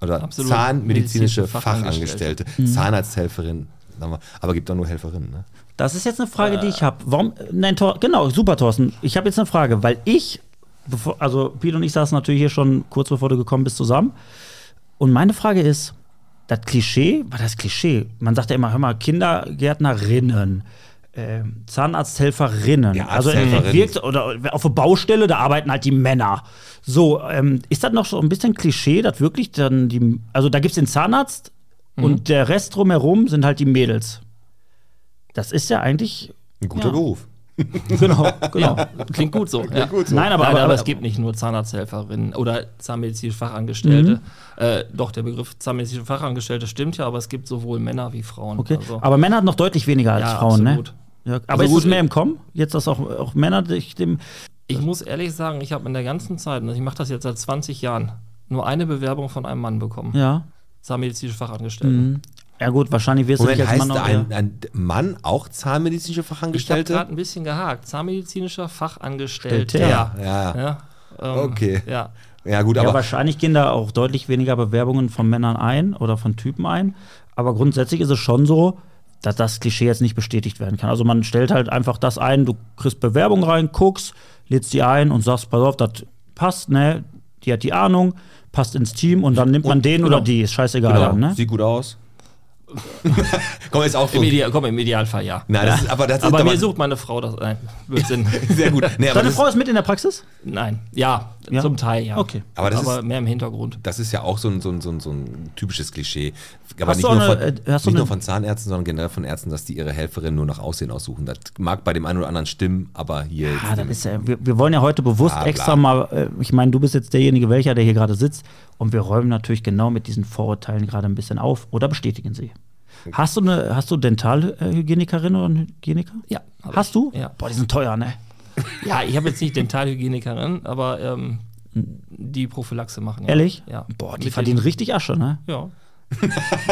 S1: Oder
S4: Absolut.
S1: zahnmedizinische
S4: Medizinische
S1: Fachangestellte,
S4: Fachangestellte. Mhm.
S1: Zahnarzthelferin. sagen wir. Aber gibt doch nur Helferinnen, ne?
S2: Das ist jetzt eine Frage, die ich habe. Warum. Nein, Tor, genau, super, Thorsten. Ich habe jetzt eine Frage, weil ich. Bevor, also, Piet und ich saßen natürlich hier schon kurz bevor du gekommen bist zusammen. Und meine Frage ist: Das Klischee, war das Klischee? Man sagt ja immer, hör mal, Kindergärtnerinnen. ähm, Zahnarzthelferinnen.
S1: Ja,
S2: also
S1: Arzthelferinnen.
S2: es wirkt, oder auf der Baustelle, da arbeiten halt die Männer. So, ähm, ist das noch so ein bisschen Klischee, dass wirklich dann die, also da gibt es den Zahnarzt
S4: Mhm.
S2: und der Rest drumherum sind halt die Mädels. Das ist ja eigentlich
S1: Ein guter
S2: Ja.
S1: Beruf.
S2: genau, genau.
S4: Klingt gut so. ja.
S1: gut so.
S2: Nein, aber,
S4: Nein,
S2: aber, aber
S4: es gibt nicht nur Zahnarzthelferinnen oder zahnmedizinische Fachangestellte. Äh, doch, der Begriff zahnmedizinische Fachangestellte stimmt ja, aber es gibt sowohl Männer wie Frauen.
S2: Okay.
S4: Also,
S2: Aber Männer hat noch deutlich weniger als
S4: Ja,
S2: Frauen,
S4: absolut.
S2: ne? Ja, aber
S4: Also
S2: ist
S4: gut,
S2: es mehr
S4: äh,
S2: im Kommen? Jetzt, dass auch, auch Männer sich dem.
S4: ich muss ehrlich sagen, ich habe in der ganzen Zeit, und ich mache das jetzt seit 20 Jahren, nur eine Bewerbung von einem Mann bekommen.
S2: Ja. Mhm.
S4: Zahnmedizinische Fachangestellten.
S2: Ja, gut, wahrscheinlich wirst du dich
S1: Moment,
S2: als
S1: heißt
S2: Mann noch.
S1: da ein, ein Mann auch zahnmedizinische
S4: Ich habe
S1: Fachangestellte?
S4: gerade ein bisschen gehakt. Zahnmedizinischer Fachangestellter.
S2: Stellter.
S1: Ja.
S4: Ähm,
S1: Okay.
S4: Ja.
S1: Ja, gut,
S2: ja,
S1: aber
S2: wahrscheinlich gehen da auch deutlich weniger Bewerbungen von Männern ein oder von Typen ein. Aber grundsätzlich ist es schon so, dass das Klischee jetzt nicht bestätigt werden kann. Also man stellt halt einfach das ein, du kriegst Bewerbung rein, guckst, lädst die ein und sagst, pass auf, das passt, ne? Die hat die Ahnung, passt ins Team und dann nimmt man den oder die, ist scheißegal.
S1: genau,
S2: Dann, ne?
S1: sieht gut aus. Komm, jetzt auch so.
S4: Im Ideal, komm, im Idealfall ja.
S1: Nein, das ist, aber das
S4: Aber
S1: ist
S4: mir sucht meine Frau das. Nein, Blödsinn.
S1: sehr gut. Nee, aber
S2: Deine
S1: das,
S2: Frau ist mit in der Praxis?
S4: Nein, ja,
S2: Ja?
S4: zum Teil, ja.
S2: Okay.
S1: Aber das ist-
S4: mehr im Hintergrund.
S1: das ist ja auch so ein, so ein, so ein, so ein typisches Klischee. Aber
S2: Hast
S1: nicht,
S2: du auch
S1: nur,
S2: eine-
S1: von,
S2: äh, hast du
S1: nicht nur
S2: eine-
S1: von Zahnärzten, sondern generell von Ärzten, dass die ihre Helferin nur nach Aussehen aussuchen. Das mag bei dem einen oder anderen stimmen, aber hier.
S2: Ah, das ist ja, wir, wir wollen ja heute bewusst
S1: Bla, bla.
S2: extra mal, äh, ich meine, du bist jetzt derjenige, welcher, der hier gerade sitzt, und wir räumen natürlich genau mit diesen Vorurteilen gerade ein bisschen auf oder bestätigen sie. Hast du eine, hast du Dentalhygienikerin oder einen Hygieniker?
S4: Ja, hab
S2: Hast
S4: ich.
S2: du?
S4: Ja.
S2: Boah, die sind teuer, ne?
S4: Ja, ich habe jetzt nicht Dentalhygienikerin, aber ähm, die Prophylaxe machen.
S2: Hm.
S4: Ja.
S2: Ehrlich?
S4: Ja.
S2: Boah, die
S4: Mit
S2: verdienen
S4: den-
S2: richtig Asche, ne?
S4: Ja.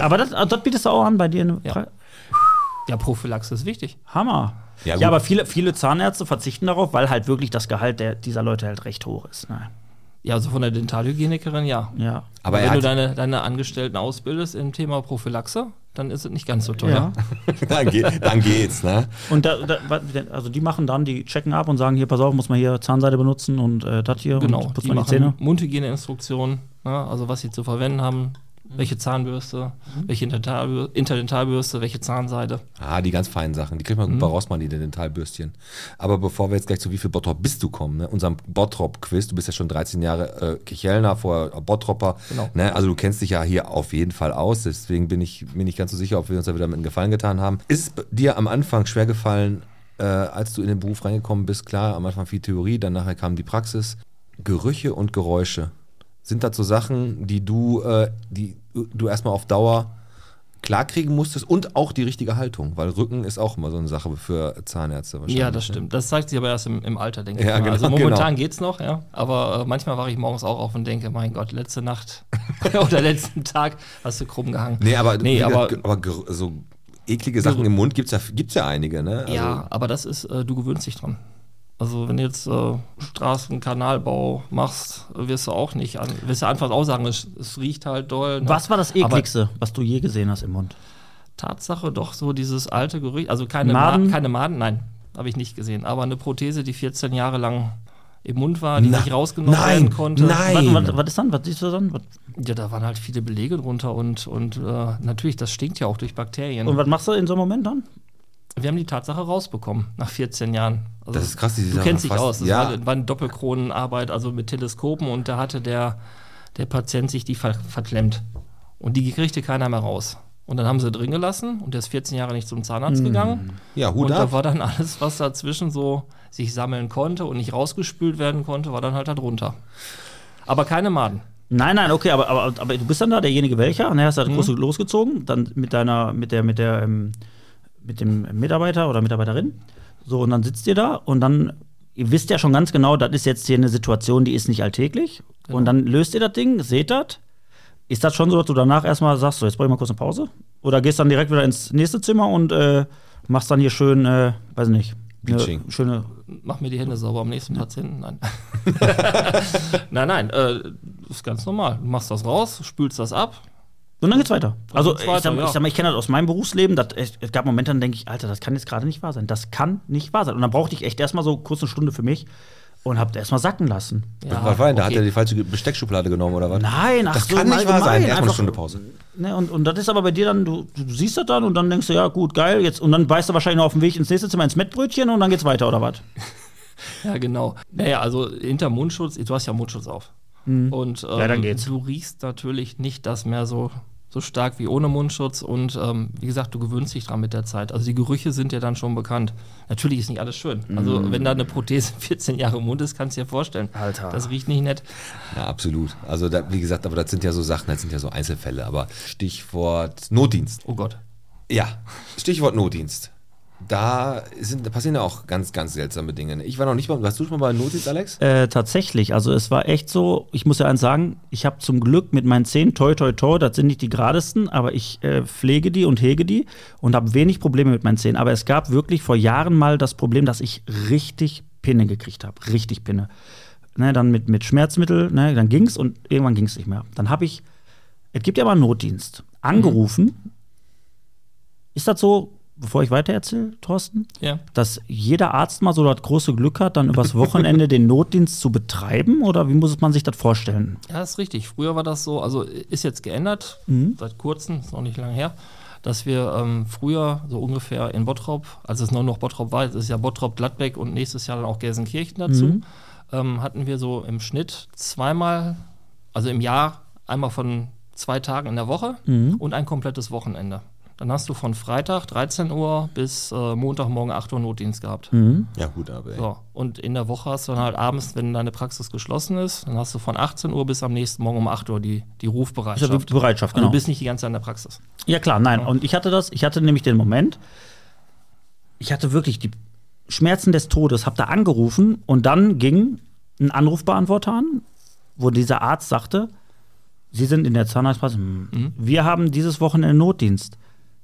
S2: Aber das, also das bietest du auch an bei dir. in-
S4: Ja. ja, Prophylaxe ist wichtig.
S2: Hammer.
S1: Ja,
S2: Ja,
S1: gut.
S2: aber viele, viele Zahnärzte verzichten darauf, weil halt wirklich das Gehalt der, dieser Leute halt recht hoch ist. Ne?
S4: Ja, also von der Dentalhygienikerin, ja.
S2: Ja.
S1: aber
S4: Wenn
S1: er
S4: du
S1: hat,
S4: deine, deine Angestellten ausbildest im Thema Prophylaxe, dann ist es nicht ganz so
S2: ja.
S4: teuer.
S1: dann, geht, dann geht's, ne?
S2: Und da, da, wa- also die machen dann, die checken ab und sagen, hier, pass auf, muss man hier Zahnseide benutzen und äh, das hier
S4: Genau.
S2: und putzt
S4: Die
S2: man die Zähne.
S4: machen Mundhygieneinstruktionen, ne? also was sie zu verwenden haben,
S1: Mhm.
S4: welche Zahnbürste, welche Interdentalbür- Interdentalbürste, welche Zahnseide.
S1: Ah, die ganz feinen Sachen. Die kriegt man gut bei Rossmann, die Dentalbürstchen. Aber bevor wir jetzt gleich zu wie viel Bottrop bist du kommen, ne? unserem Bottrop-Quiz, du bist ja schon 13 Jahre äh, Kichelner, vorher Bottropper.
S4: Genau.
S1: Ne? Also du kennst dich ja hier auf jeden Fall aus, deswegen bin ich mir nicht ganz so sicher, ob wir uns da wieder mit einem Gefallen getan haben. Ist es dir am Anfang schwer gefallen, äh, als du in den Beruf reingekommen bist? Klar, am Anfang viel Theorie, dann nachher kam die Praxis. Gerüche und Geräusche. Sind dazu Sachen, die du, äh, die du erstmal auf Dauer klarkriegen musstest und auch die richtige Haltung, weil Rücken ist auch immer so eine Sache für Zahnärzte wahrscheinlich. ne?
S4: Ja, das stimmt. Das zeigt sich aber erst im, im Alter, denke
S1: Ja,
S4: ich. Mal.
S1: genau,
S4: also
S1: genau.
S4: momentan geht's noch, ja. Aber äh, manchmal wache ich morgens auch auf und denke, mein Gott, letzte Nacht oder letzten Tag hast du krumm gehangen.
S1: Nee, aber,
S4: nee,
S1: wie gesagt,
S4: aber
S1: ge- aber ger- so eklige Sachen
S4: Gerü-
S1: im Mund gibt's ja, gibt's ja einige, ne? Also,
S4: ja, aber das ist, äh, du gewöhnst dich dran. Also wenn du jetzt äh, Straßenkanalbau machst, äh, wirst du auch nicht an, wirst du anfangs auch sagen, es, es riecht halt doll. ne?
S2: Was war das
S4: Aber
S2: ekligste, was du je gesehen hast im Mund?
S4: Tatsache doch so dieses alte Gerücht, also keine
S2: Maden?
S4: Maden, keine Maden, nein, habe ich nicht gesehen, aber eine Prothese, die 14 Jahre lang im Mund war, die
S1: Na-
S4: nicht rausgenommen
S1: nein,
S4: werden konnte.
S1: nein.
S2: Was, was, was ist dann? Was siehst du dann? Was,
S4: Ja, da waren halt viele Belege drunter und, und äh, natürlich, das stinkt ja auch durch Bakterien.
S2: und was machst du in so einem Moment dann?
S4: wir haben die Tatsache rausbekommen nach 14 Jahren. Also,
S1: Das ist krass, die
S4: Du
S1: Sache
S4: kennst dich
S1: fast-
S4: aus. Das
S1: ja.
S4: war, war eine Doppelkronenarbeit, also mit Teleskopen und da hatte der, der Patient sich die ver verklemmt. Und die kriegte keiner mehr raus. Und dann haben sie drin gelassen und der ist 14 Jahre nicht zum Zahnarzt gegangen.
S1: Ja, Hut
S4: Und da
S1: ab.
S4: war dann alles, was dazwischen so sich sammeln konnte und nicht rausgespült werden konnte, war dann halt da drunter. Aber keine Maden.
S2: Nein, nein, okay, aber, aber, aber du bist dann da derjenige welcher, ne, hast halt groß losgezogen, dann mit deiner, mit der, mit der, ähm, mit dem Mitarbeiter oder Mitarbeiterin. So, und dann sitzt ihr da und dann, ihr wisst ja schon ganz genau, das ist jetzt hier eine Situation, die ist nicht alltäglich. Und dann löst ihr das Ding, seht das. Ist das schon so, dass du danach erstmal sagst, so, jetzt brauche ich mal kurz eine Pause? Oder gehst dann direkt wieder ins nächste Zimmer und äh, machst dann hier schön, äh, weiß nicht, eine
S1: Bleaching.
S2: schöne
S4: mach mir die Hände sauber am nächsten Patienten. Nein. nein, nein, äh, ist ganz normal. Du machst das raus, spülst das ab.
S2: Und dann geht's weiter. Also
S4: geht's
S2: ich, sag,
S4: weiter,
S2: mal, ich
S4: ja.
S2: sag mal, ich kenne das aus meinem Berufsleben. Das, es es gab Momente, dann denke ich, Alter, das kann jetzt gerade nicht wahr sein. Das kann nicht wahr sein. Und dann brauchte ich echt erstmal so kurz eine Stunde für mich und hab erstmal sacken lassen.
S4: Ja,
S1: was war denn da? Hat
S4: okay.
S1: er die falsche Besteckschublade genommen oder was?
S2: Nein, ach
S1: das
S2: so,
S1: kann
S2: im
S1: nicht wahr sein.
S2: Allgemeinen
S1: Erstmal eine
S2: einfach-
S1: Stunde Pause.
S2: Ne, und, und das ist aber bei dir dann, du, du siehst das dann und dann denkst du, ja gut, geil, jetzt und dann beißt du wahrscheinlich noch auf dem Weg ins nächste Zimmer ins Mettbrötchen und dann geht's weiter, oder was?
S4: Ja, genau. Naja, also hinter Mundschutz, du hast ja Mundschutz auf. Und ähm,
S2: Ja, dann geht's.
S4: du riechst natürlich nicht das mehr so so stark wie ohne Mundschutz. Und ähm, wie gesagt, du gewöhnst dich dran mit der Zeit. Also die Gerüche sind ja dann schon bekannt. Natürlich ist nicht alles schön. Also wenn da eine Prothese 14 Jahre im Mund ist, kannst du dir vorstellen.
S2: Alter.
S4: Das riecht nicht nett.
S1: Ja, absolut. Also, da, wie gesagt, aber das sind ja so Sachen, das sind ja so Einzelfälle. Aber Stichwort Notdienst.
S4: Oh Gott.
S1: Ja, Stichwort Notdienst. Da, sind, da passieren ja auch ganz, ganz seltsame Dinge. Ich war noch nicht mal, warst du schon mal bei Notdienst, Alex?
S2: Äh, tatsächlich, also es war echt so, ich muss ja eins sagen, ich habe zum Glück mit meinen Zähnen, toi, toi, toi, das sind nicht die geradesten, aber ich äh, pflege die und hege die und habe wenig Probleme mit meinen Zähnen. Aber es gab wirklich vor Jahren mal das Problem, dass ich richtig Pinne gekriegt habe, richtig Pinne. Ne, dann mit, mit Schmerzmittel, ne, dann ging's und irgendwann ging's nicht mehr. Dann habe ich, es gibt ja mal einen Notdienst, angerufen.
S4: Mhm.
S2: Ist das so, bevor ich weiter erzähle, Thorsten?
S4: Ja.
S2: dass jeder Arzt mal so das große Glück hat, dann übers Wochenende den Notdienst zu betreiben? Oder wie muss man sich das vorstellen?
S4: Ja, ist richtig. Früher war das so, also ist jetzt geändert, seit kurzem, ist noch nicht lange her, dass wir ähm, früher so ungefähr in Bottrop, als es noch, noch Bottrop war, jetzt ist ja Bottrop, Gladbeck und nächstes Jahr dann auch Gelsenkirchen dazu, ähm, hatten wir so im Schnitt zweimal, also im Jahr einmal von zwei Tagen in der Woche und ein komplettes Wochenende. Dann hast du von Freitag 13 Uhr bis äh, Montagmorgen 8 Uhr Notdienst gehabt.
S1: Ja, gut, aber. ey.
S4: So, und in der Woche hast du dann halt abends, wenn deine Praxis geschlossen ist, dann hast du von 18 Uhr bis am nächsten Morgen um 8 Uhr die, die Rufbereitschaft.
S2: Ist ja die Bereitschaft,
S4: Also
S2: genau.
S4: du bist nicht die ganze Zeit in der Praxis.
S2: Ja, klar, nein. Und ich hatte das, ich hatte nämlich den Moment, ich hatte wirklich die Schmerzen des Todes, hab da angerufen und dann ging ein Anrufbeantworter an, wo dieser Arzt sagte, Sie sind in der Zahnarztpraxis, Hm, wir haben dieses Wochenende Notdienst.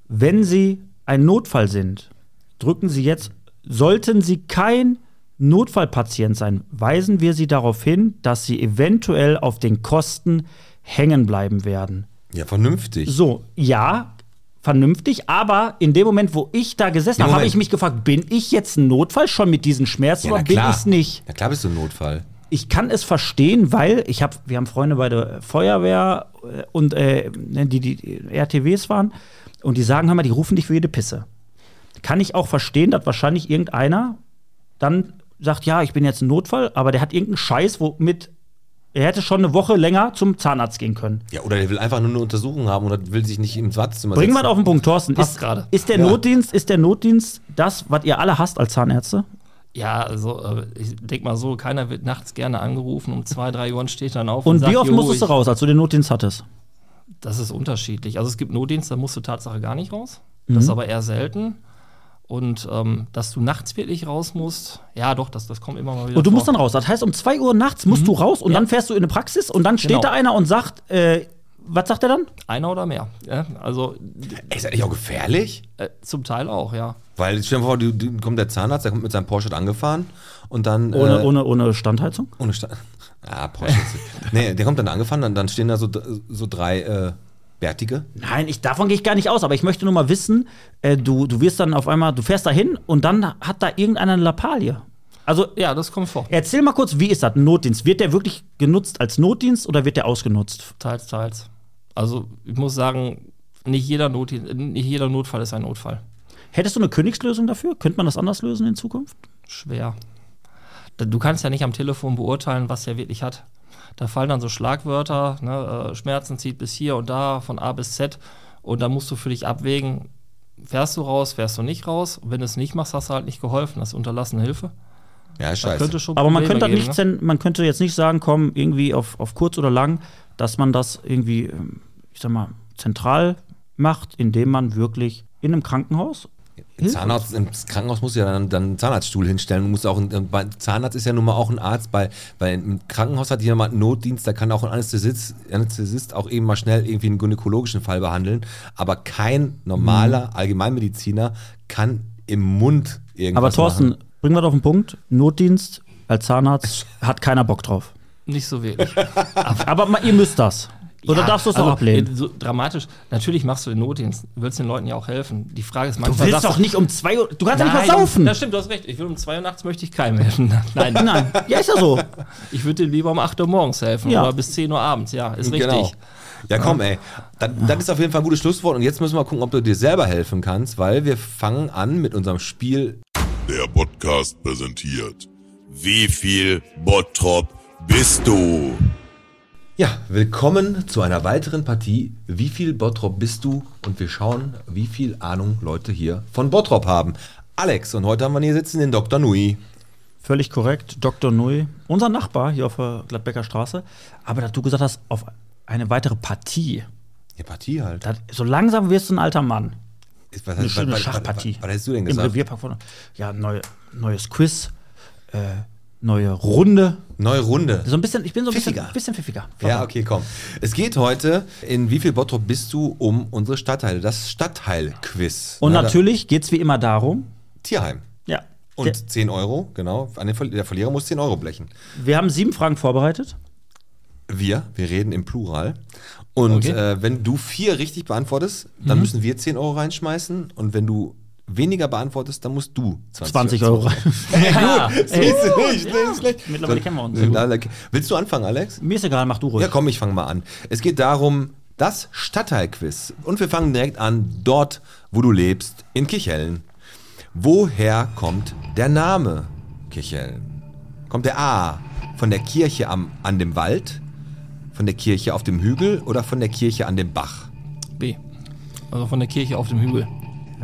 S2: Wenn Sie ein Notfall sind, drücken Sie jetzt, sollten Sie kein Notfallpatient sein, weisen wir Sie darauf hin, dass Sie eventuell auf den Kosten hängen bleiben werden.
S1: Ja, vernünftig.
S2: So, ja, vernünftig, aber in dem Moment, wo ich da gesessen
S1: Ja,
S2: habe, habe
S1: Moment.
S2: ich mich gefragt, bin ich jetzt ein Notfall schon mit diesen Schmerzen
S1: na
S2: oder bin ich es nicht?
S1: Na klar bist du ein Notfall.
S2: Ich kann es verstehen, weil ich habe, wir haben Freunde bei der Feuerwehr äh, und äh, ne, die, die RTWs waren und die sagen, hör mal, die rufen dich für jede Pisse. Kann ich auch verstehen, dass wahrscheinlich irgendeiner dann sagt, ja, ich bin jetzt ein Notfall, aber der hat irgendeinen Scheiß, womit er hätte schon eine Woche länger zum Zahnarzt gehen können.
S1: Ja, oder der will einfach nur eine Untersuchung haben oder will sich nicht ins Wartezimmer
S2: Bring
S1: setzen.
S2: mal auf den Punkt, Thorsten.
S4: Passt
S2: Ist,
S4: gerade.
S2: ist der Notdienst, ist der Notdienst das, was ihr alle hasst als Zahnärzte?
S4: Ja, also äh, ich denk mal so, keiner wird nachts gerne angerufen, um zwei, drei Uhr und steht dann auf und,
S2: Und
S4: sagt,
S2: wie oft
S4: "Jo,
S2: musstest du
S4: ich-
S2: raus, als du den Notdienst hattest?
S4: Das ist unterschiedlich. Also es gibt Notdienst, da musst du Tatsache gar nicht raus.
S2: Mhm.
S4: Das ist aber eher selten. Und ähm, dass du nachts wirklich raus musst, ja doch, das, das kommt immer mal wieder
S2: Und du
S4: vor.
S2: musst dann raus. Das heißt, um 2 Uhr nachts musst du raus und dann fährst du in eine Praxis und dann steht
S4: Genau.
S2: da einer und sagt, äh, was sagt er dann?
S4: Einer oder mehr. Ja? Also
S1: Ey, ist das nicht auch gefährlich?
S4: äh, zum Teil auch, ja.
S1: Weil, stell dir vor, du, du, kommt der Zahnarzt, der kommt mit seinem Porsche angefahren und dann.
S2: Ohne,
S1: äh,
S2: ohne, ohne Standheizung?
S1: Ohne Sta- Ah, Porsche. ist- nee, der kommt dann angefahren, dann, dann stehen da so, so drei äh, Bärtige.
S2: Nein, ich, davon gehe ich gar nicht aus, aber ich möchte nur mal wissen, äh, du, du wirst dann auf einmal, du fährst da hin und dann hat da irgendeiner eine Lappalie. Also,
S4: Ja, das kommt vor.
S2: erzähl mal kurz, wie ist das? Ein Notdienst? Wird der wirklich genutzt als Notdienst oder wird der ausgenutzt?
S4: Teils, teils. Also ich muss sagen, nicht jeder, Not, nicht jeder Notfall ist ein Notfall.
S2: Hättest du eine Königslösung dafür? Könnte man das anders lösen in Zukunft?
S4: Schwer. Da- Du kannst ja nicht am Telefon beurteilen, was er wirklich hat. Da fallen dann so Schlagwörter, ne, äh, Schmerzen zieht bis hier und da, von A bis Z. Und dann musst du für dich abwägen, fährst du raus, fährst du nicht raus. Und wenn du es nicht machst, hast du halt nicht geholfen, das ist unterlassene Hilfe.
S1: Ja, ist
S4: Das
S1: scheiße.
S4: könnte schon
S2: Aber man
S4: Probleme
S2: könnte, das
S4: geben,
S2: nicht,
S4: ne?
S2: zen- man könnte jetzt nicht sagen, komm, irgendwie auf, auf kurz oder lang, dass man das irgendwie, ähm, ich sag mal, zentral macht, indem man wirklich in einem Krankenhaus. Hm?
S1: Ein Zahnarzt, Im Krankenhaus musst du ja dann, dann einen Zahnarztstuhl hinstellen. Du musst auch ein, äh, bei, Zahnarzt ist ja nun mal auch ein Arzt, weil, weil im Krankenhaus hat jemand einen Notdienst, da kann auch ein Anästhesist, Anästhesist auch eben mal schnell irgendwie einen gynäkologischen Fall behandeln. Aber kein normaler Allgemeinmediziner kann im Mund irgendwas
S2: Aber Thorsten,
S1: machen.
S2: bringen wir doch auf den Punkt, Notdienst als Zahnarzt hat keiner Bock drauf.
S4: Nicht so wirklich.
S2: Aber ma- ihr müsst das. Oder
S4: Ja,
S2: darfst du es
S4: also,
S2: auch ablehnen?
S4: So dramatisch. Natürlich machst du den Notdienst. Du willst den Leuten ja auch helfen. Die Frage ist
S2: Du
S4: manchmal.
S2: willst
S4: sagst
S2: doch nicht um zwei Uhr, du kannst ja
S4: Nein,
S2: nicht mal saufen.
S4: Das stimmt, du hast recht. Ich will um 2 Uhr nachts möchte ich keinem helfen. Nein,
S2: Nein, ja, ist ja so.
S4: ich würde dir lieber um 8 Uhr morgens helfen
S2: Ja.
S4: oder bis 10 Uhr abends. Ja, ist richtig.
S1: Genau. Ja, komm, ey. Das, das ist auf jeden Fall ein gutes Schlusswort. Und jetzt müssen wir gucken, ob du dir selber helfen kannst, weil wir fangen an mit unserem Spiel
S6: Der Podcast präsentiert. Wie viel Bottrop bist du?
S1: Ja, willkommen zu einer weiteren Partie. Wie viel Bottrop bist du? Und wir schauen, wie viel Ahnung Leute hier von Bottrop haben. Alex, und heute haben wir hier sitzen den Dr. Nui.
S2: Völlig korrekt, Dr. Nui, unser Nachbar hier auf der Gladbecker Straße. Aber dass du gesagt hast, auf eine weitere Partie.
S1: Die Partie halt.
S2: Das, so langsam wirst du ein alter Mann.
S1: Ist- was-
S2: Eine
S1: was-
S2: schöne
S1: was- was-
S2: Schachpartie.
S1: Was, was hättest du denn
S2: Im
S1: gesagt?
S2: Revierpark vorne. Ja, neue, neues Quiz, äh, neue Runde.
S1: Neue Runde.
S2: So ein bisschen, ich bin so ein bisschen,
S1: Pfiffiger.
S2: bisschen pfiffiger.
S1: Ja, okay, komm. Es geht heute, in wie viel Bottrop bist du, um unsere Stadtteile. Das Stadtteil-Quiz.
S2: Und
S1: Na, da-
S2: natürlich geht es wie immer darum,
S1: Tierheim.
S2: ja,
S1: Und 10 Euro, genau. An den Verli- der Verlierer muss 10 Euro blechen.
S2: wir, wir haben sieben Fragen vorbereitet.
S1: Wir, wir reden im Plural. Und
S4: Okay.
S1: äh, wenn du vier richtig beantwortest, dann müssen wir 10 Euro reinschmeißen. Und wenn du weniger beantwortest, dann musst du 20,
S2: 20 Euro.
S4: Ja,
S1: Siehst du, nicht, nicht schlecht.
S2: Mittlerweile kennen wir uns.
S1: Na, leck. Willst du anfangen, Alex?
S2: Mir ist egal, mach du ruhig.
S1: Ja, komm, ich fange mal an. Es geht darum, das Stadtteilquiz. Und wir fangen direkt an, dort, wo du lebst, in Kichellen. Woher kommt der Name Kichellen? Kommt der A von der Kirche am, an dem Wald, von der Kirche auf dem Hügel oder von der Kirche an dem Bach?
S4: B. Also von der Kirche auf dem Hügel.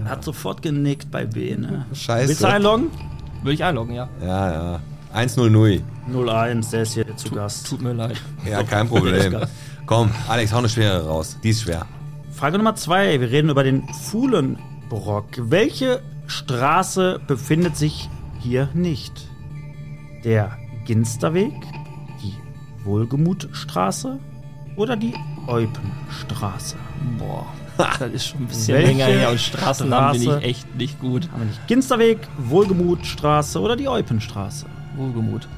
S2: Hat sofort genickt bei B, ne?
S1: Scheiße.
S2: Willst du einloggen?
S4: Würde ich einloggen, ja.
S1: Ja, ja. 100.
S2: 01, der ist hier zu Gast.
S4: Tut mir leid.
S1: Ja, kein Problem. Komm, Alex, hau eine schwere raus. Die ist schwer.
S2: Frage Nummer zwei. Wir reden über den Fuhlenbrock. Welche Straße befindet sich hier nicht? Der Ginsterweg, die Wohlgemutstraße oder die Eupenstraße?
S4: Boah, das ist schon ein bisschen
S2: Welche
S4: länger her und Straßennamen
S2: Straße?
S4: bin ich echt nicht gut.
S2: Haben wir nicht Ginsterweg, Wohlgemutstraße oder die Eupenstraße?
S4: Wohlgemut.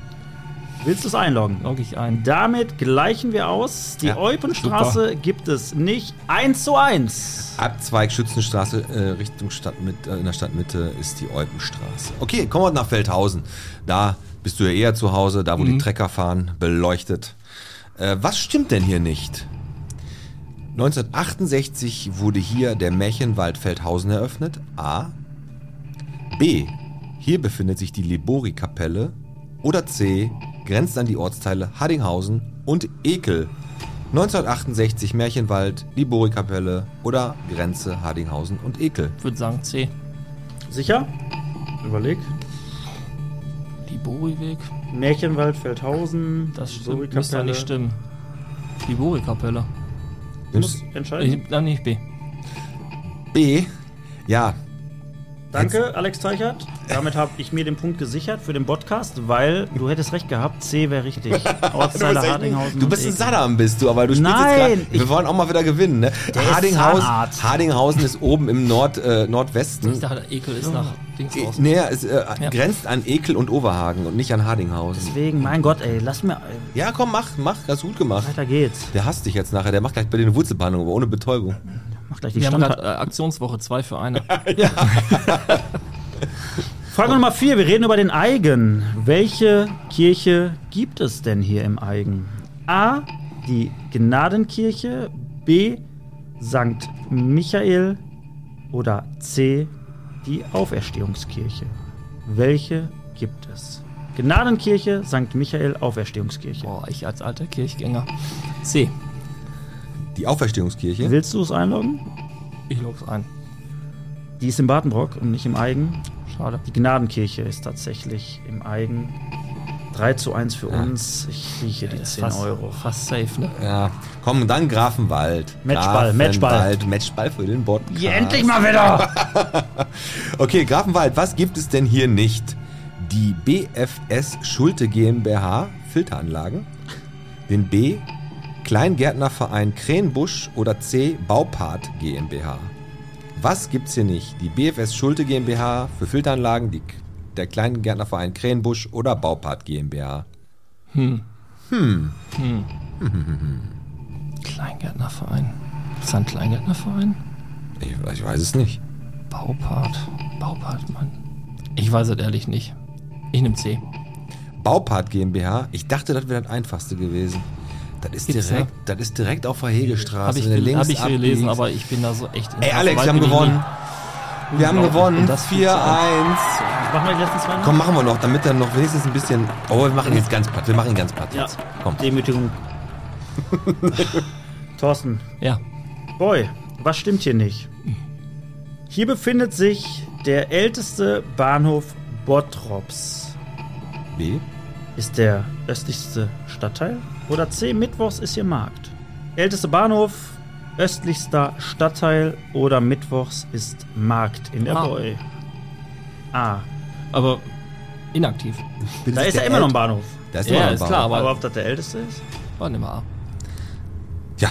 S2: Willst du es einloggen?
S4: Log ich ein.
S2: Damit gleichen wir aus. Die
S1: Ja,
S2: Eupenstraße gibt es nicht. 1 zu 1.
S1: Abzweig Schützenstraße äh, Richtung Stadtmitte, äh, in der Stadtmitte ist die Eupenstraße. Okay, kommen wir nach Feldhausen. Da bist du ja eher zu Hause, da wo die Trecker fahren, beleuchtet. Äh, was stimmt denn hier nicht? 1968 wurde hier der Märchenwald Feldhausen eröffnet. A. B. Hier befindet sich die Libori-Kapelle. Oder C. Grenzt an die Ortsteile Haddinghausen und Ekel. 1968 Märchenwald, Libori-Kapelle oder Grenze Haddinghausen und Ekel.
S4: Ich würde sagen C.
S2: Sicher? Überleg.
S4: Die Boriweg.
S2: Märchenwald, Feldhausen.
S4: Das stimmt. Müsste eigentlich stimmen. Die Bori-Kapelle.
S1: Nimmst
S2: Entscheiden.
S4: Ich- Dann nicht B.
S1: B. Ja,
S2: Danke, Alex Teichert. Damit habe ich mir den Punkt gesichert für den Podcast, weil du hättest recht gehabt. C wäre richtig. Ortsteile Hardinghausen.
S1: Du
S2: und
S1: bist ein
S2: Hm. Ekel.
S1: Saddam, bist du, aber du spielst
S2: Nein,
S1: jetzt gerade. Wir
S2: ich-
S1: wollen auch mal wieder gewinnen, ne?
S2: ist
S1: Hardinghausen,
S2: Zahnarzt.
S1: Hardinghausen ist oben im Nord, äh, Nordwesten.
S4: Ich dachte, Ekel ist nach Dings raus.
S1: Naja, es äh,
S4: Ja.
S1: grenzt an Ekel und Oberhagen und nicht an Hardinghausen.
S2: Deswegen, mein Gott, ey, lass mir. Ey,
S1: Ja, komm, mach, mach, hast gut gemacht.
S2: weiter geht's.
S1: Der hasst dich jetzt nachher, der macht gleich bei dir eine Wurzelbehandlung, aber ohne Betäubung.
S2: Mach gleich die
S4: Wir haben
S2: Standard.
S4: gerade äh, Aktionswoche 2 für eine.
S2: Frage Nummer vier, wir reden über den Eigen. Welche Kirche gibt es denn hier im Eigen? A. Die Gnadenkirche, B. St. Michael oder C. Die Auferstehungskirche. Welche gibt es? Gnadenkirche, St. Michael, Auferstehungskirche.
S4: Boah, ich als alter Kirchgänger. C.
S1: Die Auferstehungskirche.
S2: Willst du es einloggen?
S4: Ich log's ein.
S2: Die ist im Badenbrock und nicht im Eigen.
S4: Schade.
S2: Die Gnadenkirche ist tatsächlich im Eigen. 3 zu 1 für uns. Ich rieche die 10
S4: Äh, fast,
S2: Euro.
S4: Fast safe, ne?
S1: Ja. Komm, dann Grafenwald.
S2: Matchball,
S1: Grafenwald, Matchball für den Podcast.
S2: Ja, endlich mal wieder!
S1: Okay, Grafenwald, was gibt es denn hier nicht? Die BFS Schulte GmbH Filteranlagen, den B Kleingärtnerverein Krähenbusch oder C Baupart GmbH. Was gibt's hier nicht? Die BFS Schulte GmbH für Filteranlagen, die, der Kleingärtnerverein Krähenbusch oder Baupart GmbH.
S4: Kleingärtnerverein. Ist das ein Kleingärtnerverein?
S1: Ich, ich weiß es nicht.
S4: Baupart. Baupart, Mann. Ich weiß es ehrlich nicht. Ich nehm C.
S1: Baupart GmbH, ich dachte, das wäre das einfachste gewesen. Das ist,
S4: Gibt's,
S1: direkt, das ist direkt auf der Hegestraße.
S4: Habe ich,
S1: wenn du
S4: gel-
S1: links
S4: hab ich gelesen,
S1: abbiegst.
S4: aber ich bin da so echt.
S1: Ey, Alex,
S4: Weit
S1: wir haben
S4: bin ich
S1: gewonnen. Wir haben
S4: Unglaublich.
S1: gewonnen.
S4: Und das fühlt sich an.
S1: 4-1.
S2: Machen wir die letzten zwei noch?
S1: Komm, machen wir noch, damit dann noch wenigstens ein bisschen. Oh, wir machen jetzt ganz platt. Wir machen ihn ganz platt
S2: Ja,
S1: jetzt. Komm.
S2: Demütigung. Thorsten,
S4: Ja.
S2: Boy, was stimmt hier nicht? Hier befindet sich der älteste Bahnhof Bottrops.
S1: B.
S2: Ist der östlichste Stadtteil? Oder C. Mittwochs ist hier Markt. Älteste Bahnhof, östlichster Stadtteil oder Mittwochs ist Markt in der
S4: Ah.
S2: Boy. Ah,
S4: Aber inaktiv.
S2: da ist ja immer noch ein Bahnhof.
S1: Da ist
S4: Ja,
S1: immer noch ein
S4: ist
S1: Bahnhof.
S4: klar, aber-
S2: Aber ob das der älteste ist?
S4: War nicht mal A.
S1: Ja,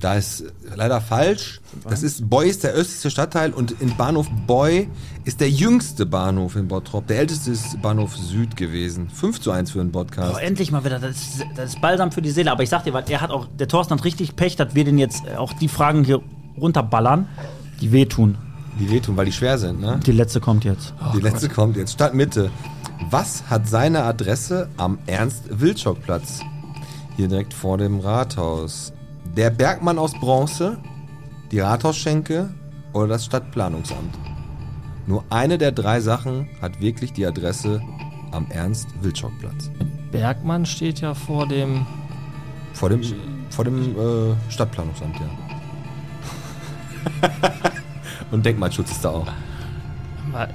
S1: da ist äh, leider falsch. Das ist Boy ist der östlichste Stadtteil und in Bahnhof Boy ist der jüngste Bahnhof in Bottrop. Der älteste ist Bahnhof Süd gewesen. 5 zu 1 für den Podcast.
S2: Oh, endlich mal wieder, das ist, das ist Balsam für die Seele. Aber ich sag dir, was, er hat auch, der Thorsten hat richtig Pech, dass wir den jetzt äh, auch die Fragen hier runterballern, die wehtun.
S1: Die wehtun, weil die schwer sind, ne?
S2: Die letzte kommt jetzt.
S1: die letzte kommt jetzt. Stadtmitte. Was hat seine Adresse am Ernst-Wilczok-Platz? Hier direkt vor dem Rathaus. Der Bergmann aus Bronze, die Rathausschenke oder das Stadtplanungsamt? Nur eine der drei Sachen hat wirklich die Adresse am Ernst-Wilczok-Platz.
S4: Bergmann steht ja vor dem.
S1: Vor dem, vor dem äh, Stadtplanungsamt, ja. Und Denkmalschutz ist da auch.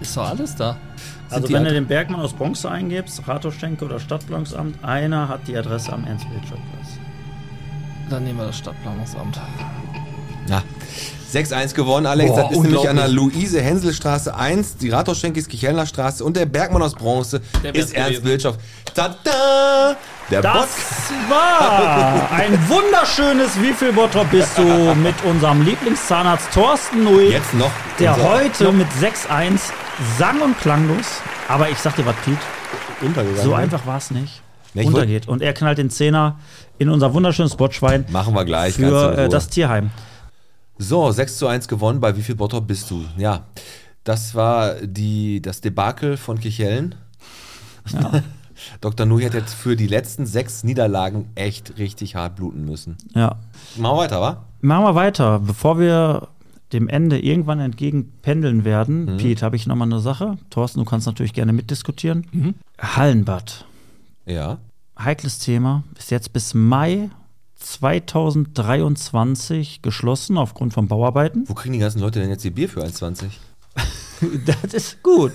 S4: Ist doch alles da.
S2: Also
S1: die
S2: wenn
S1: Ad-
S2: du den Bergmann aus Bronze eingibst, Rathausschenke oder Stadtplanungsamt, einer hat die Adresse am Ernst-Wilczok-Platz.
S4: Dann nehmen wir das Stadtplanungsamt.
S1: Ja. 6-1 gewonnen, Alex.
S4: Boah,
S1: das ist nämlich an der
S4: unglaublich.
S1: Luise-Hänselstraße 1, die Rathausschenkis Kichelner Straße und der Bergmann aus Bronze
S4: Der wär's
S1: ist Ernst
S4: gewesen.
S1: Wildschoff. Tada! Der Bock.
S2: Das war ein wunderschönes Wie viel Bottrop bist du mit unserem Lieblingszahnarzt Thorsten Nui,
S1: Jetzt noch.
S2: der
S1: unser
S2: heute mit 6-1 sang- und klanglos, aber ich sag dir was, Pete,
S1: Untergegangen.
S2: So einfach war es nicht.
S1: Nee, ich
S2: Untergeht. Und er knallt den Zehner in unser wunderschönes Botschwein
S1: Machen wir gleich. ganz in
S2: für äh,
S1: Ruhe.
S2: das Tierheim.
S1: So, 6 zu 1 gewonnen. Bei wie viel Bottrop bist du? Ja. Das war die, das Debakel von Kichellen. Dr. Nui hat jetzt für die letzten sechs Niederlagen echt richtig hart bluten müssen.
S2: Ja.
S1: Machen wir weiter, wa?
S2: Machen wir weiter. Bevor wir dem Ende irgendwann entgegenpendeln werden,
S1: Mhm.
S2: Pete, habe ich nochmal eine Sache. Thorsten, du kannst natürlich gerne mitdiskutieren. Hallenbad.
S1: Ja.
S2: Heikles Thema. Ist jetzt bis Mai 2023 geschlossen aufgrund von Bauarbeiten.
S1: Wo kriegen die ganzen Leute denn jetzt ihr Bier für 1,20?
S2: Das ist gut.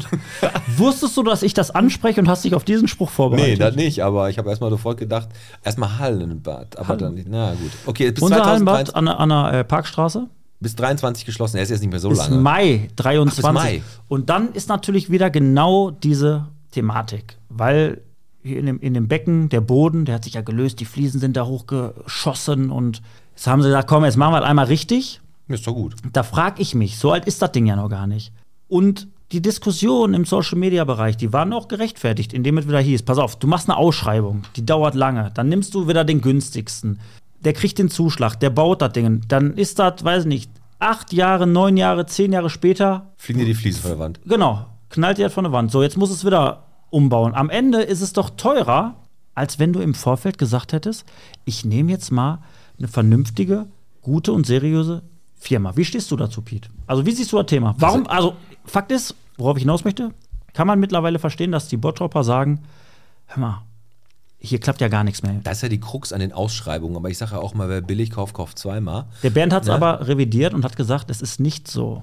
S2: Wusstest du, dass ich das anspreche und hast dich auf diesen Spruch vorbereitet?
S1: Nee, das nicht, aber ich habe erstmal sofort gedacht, erstmal Hallenbad. Aber dann nicht, na gut. Okay, bis,
S2: Unser
S1: 2023,
S2: Hallenbad an, der- an der äh, Parkstraße
S1: bis 23 geschlossen. Er ist jetzt nicht mehr so
S2: bis
S1: lange.
S2: Mai 23.
S1: Ach, bis Mai.
S2: Und dann ist natürlich wieder genau diese Thematik, weil hier in dem, in dem Becken, der Boden, der hat sich ja gelöst, die Fliesen sind da hochgeschossen und jetzt haben sie gesagt, komm, jetzt machen wir das einmal richtig.
S1: Ist doch gut.
S2: Da frage ich mich, so alt ist das Ding ja noch gar nicht. Und die Diskussionen im Social-Media-Bereich, die waren auch gerechtfertigt, indem es wieder hieß, pass auf, du machst eine Ausschreibung, die dauert lange, dann nimmst du wieder den günstigsten, der kriegt den Zuschlag, der baut das Ding, dann ist das, weiß nicht, acht Jahre, neun Jahre, zehn Jahre später,
S1: Fliegen dir die Fliesen von der Wand.
S2: genau, knallt dir das von der Wand. So, jetzt muss es wieder umbauen. Am Ende ist es doch teurer, als wenn du im Vorfeld gesagt hättest, ich nehme jetzt mal eine vernünftige, gute und seriöse Firma. Wie stehst du dazu, Pete? Also, wie siehst du das Thema? Warum, also, Fakt ist, worauf ich hinaus möchte, kann man mittlerweile verstehen, dass die Bottropper sagen, hör mal, hier klappt ja gar nichts mehr.
S1: Das ist ja die Krux an den Ausschreibungen. Aber ich sage ja auch mal, wer billig kauft, kauft zweimal.
S2: Der Bernd hat es
S1: Ne?
S2: aber revidiert und hat gesagt, es ist nicht so.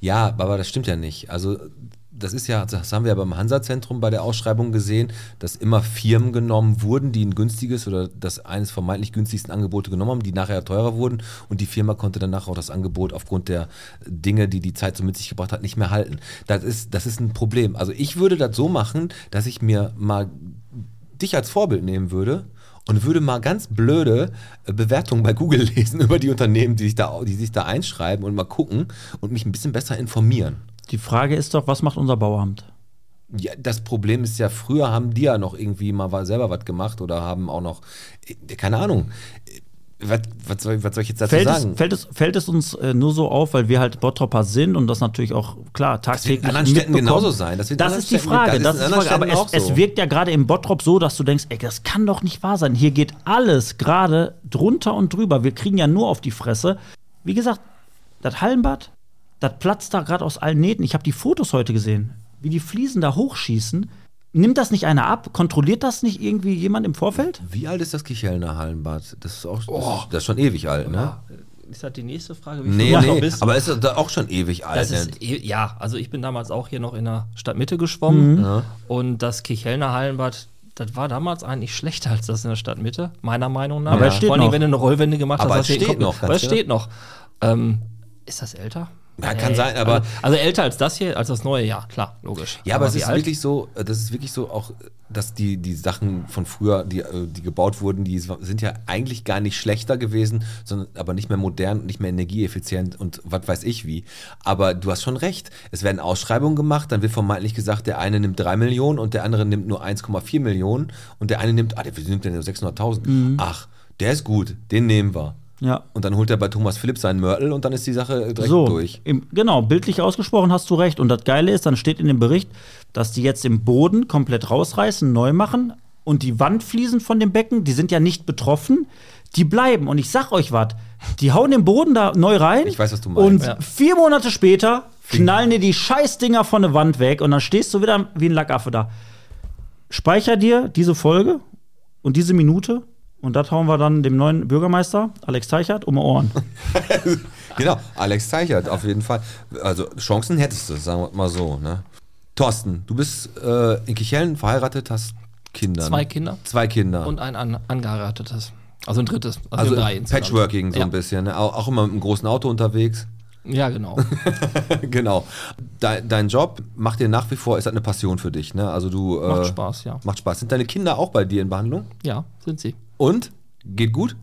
S1: Ja, aber das stimmt ja nicht. Also das ist ja, das haben wir ja beim Hansa-Zentrum bei der Ausschreibung gesehen, dass immer Firmen genommen wurden, die ein günstiges oder das eines vermeintlich günstigsten Angebote genommen haben, die nachher teurer wurden und die Firma konnte danach auch das Angebot aufgrund der Dinge, die die Zeit so mit sich gebracht hat, nicht mehr halten. Das ist, das ist ein Problem. Also ich würde das so machen, dass ich mir mal dich als Vorbild nehmen würde und würde mal ganz blöde äh, Bewertungen bei Google lesen über die Unternehmen, die sich da, die sich da einschreiben und mal gucken und mich ein bisschen besser informieren.
S2: Die Frage ist doch, was macht unser Bauamt?
S1: Ja, das Problem ist ja, früher haben die ja noch irgendwie mal wa- selber was gemacht oder haben auch noch, äh, keine Ahnung, Äh, was, was, soll, was soll ich jetzt dazu
S2: Fällt es,
S1: sagen?
S2: fällt, es, fällt es uns äh, nur so auf, weil wir halt Bottropper sind und das natürlich auch, klar, tagtäglich.
S1: in anderen Städten
S2: mitbekommen.
S1: genauso sein. Das wird in
S2: Das
S1: anderen
S2: ist die
S1: Städten-
S2: Frage.
S1: das
S2: Das
S1: ist
S2: ist
S1: in
S2: die Frage.
S1: anderen
S2: Aber es,
S1: Städten auch so.
S2: es wirkt ja gerade im Bottrop so, dass du denkst, ey, das kann doch nicht wahr sein. Hier geht alles gerade drunter und drüber. Wir kriegen ja nur auf die Fresse. Wie gesagt, das Hallenbad, das platzt da gerade aus allen Nähten. Ich habe die Fotos heute gesehen, wie die Fliesen da hochschießen. nimmt das nicht einer ab? Kontrolliert das nicht irgendwie jemand im Vorfeld?
S1: Wie alt ist das Kichelner Hallenbad? Das ist auch das,
S4: Oh.
S1: ist, das ist schon ewig alt, ne?
S4: Ist das die nächste Frage? Wie
S1: Nee,
S4: du noch
S1: nee,
S4: bist?
S1: aber ist das da auch schon ewig alt.
S4: Das
S1: ne?
S4: ist, eh- ja, also ich bin damals auch hier noch in der Stadtmitte
S1: Mhm.
S4: geschwommen und das Kichelner Hallenbad, das war damals eigentlich schlechter als das in der Stadtmitte, meiner Meinung nach.
S2: Aber es steht
S4: Vor allem,
S2: noch.
S4: wenn du eine Rollwende gemacht
S1: Aber es
S4: hast, hast du den
S1: steht
S4: Kopf-
S1: noch,
S4: aber es
S1: ganz
S4: steht noch. Ähm, ist das älter?
S1: Ja, kann sein, aber-
S4: Also, also älter als das hier, als das neue, ja, klar, logisch.
S1: Ja, aber es
S4: wie
S1: ist
S4: alt?
S1: wirklich so, äh, das ist wirklich so auch, äh, dass die, die Sachen von früher, die, äh, die gebaut wurden, die s- sind ja eigentlich gar nicht schlechter gewesen, sondern aber nicht mehr modern, nicht mehr energieeffizient und was weiß ich wie. Aber du hast schon recht. Es werden Ausschreibungen gemacht, dann wird vermeintlich gesagt, der eine nimmt 3 Millionen und der andere nimmt nur 1,4 Millionen und der eine nimmt, ah, der wieso nimmt denn nur 600.000. Ach, der ist gut, den nehmen wir.
S2: Ja.
S1: Und dann holt er bei Thomas Philipp seinen Mörtel und dann ist die Sache direkt
S2: so,
S1: durch.
S2: Im, genau, bildlich ausgesprochen hast du recht. Und das Geile ist, dann steht in dem Bericht, dass die jetzt den Boden komplett rausreißen, neu machen und die Wandfliesen von dem Becken, die sind ja nicht betroffen, die bleiben. Und ich sag euch was, die hauen den Boden da neu rein.
S1: Ich weiß, was du meinst.
S2: Und
S1: Ja.
S2: vier Monate später knallen dir die Scheißdinger von der Wand weg und dann stehst du wieder wie ein Lackaffe da. Speicher dir diese Folge und diese Minute. Und das hauen wir dann dem neuen Bürgermeister, Alex Teichert, um die Ohren.
S1: Genau, Alex Teichert auf jeden Fall. Also Chancen hättest du, sagen wir mal so. Ne? Thorsten, du bist äh, in Kichellen verheiratet, hast Kinder. ne?
S4: Zwei Kinder.
S1: Zwei Kinder.
S4: Und ein an, angeheiratetes. Also ein drittes.
S1: also
S4: wir drei insgesamt.
S1: Patchworking so
S4: ja.
S1: ein bisschen. Ne? Auch, auch immer mit einem großen Auto unterwegs.
S4: Ja, genau.
S1: genau. De dein Job macht dir nach wie vor, ist das eine Passion für dich. Ne? Also du, äh,
S4: Macht Spaß, ja.
S1: Macht Spaß. Sind deine Kinder auch bei dir in Behandlung?
S4: Ja, sind sie.
S1: Und? Geht gut?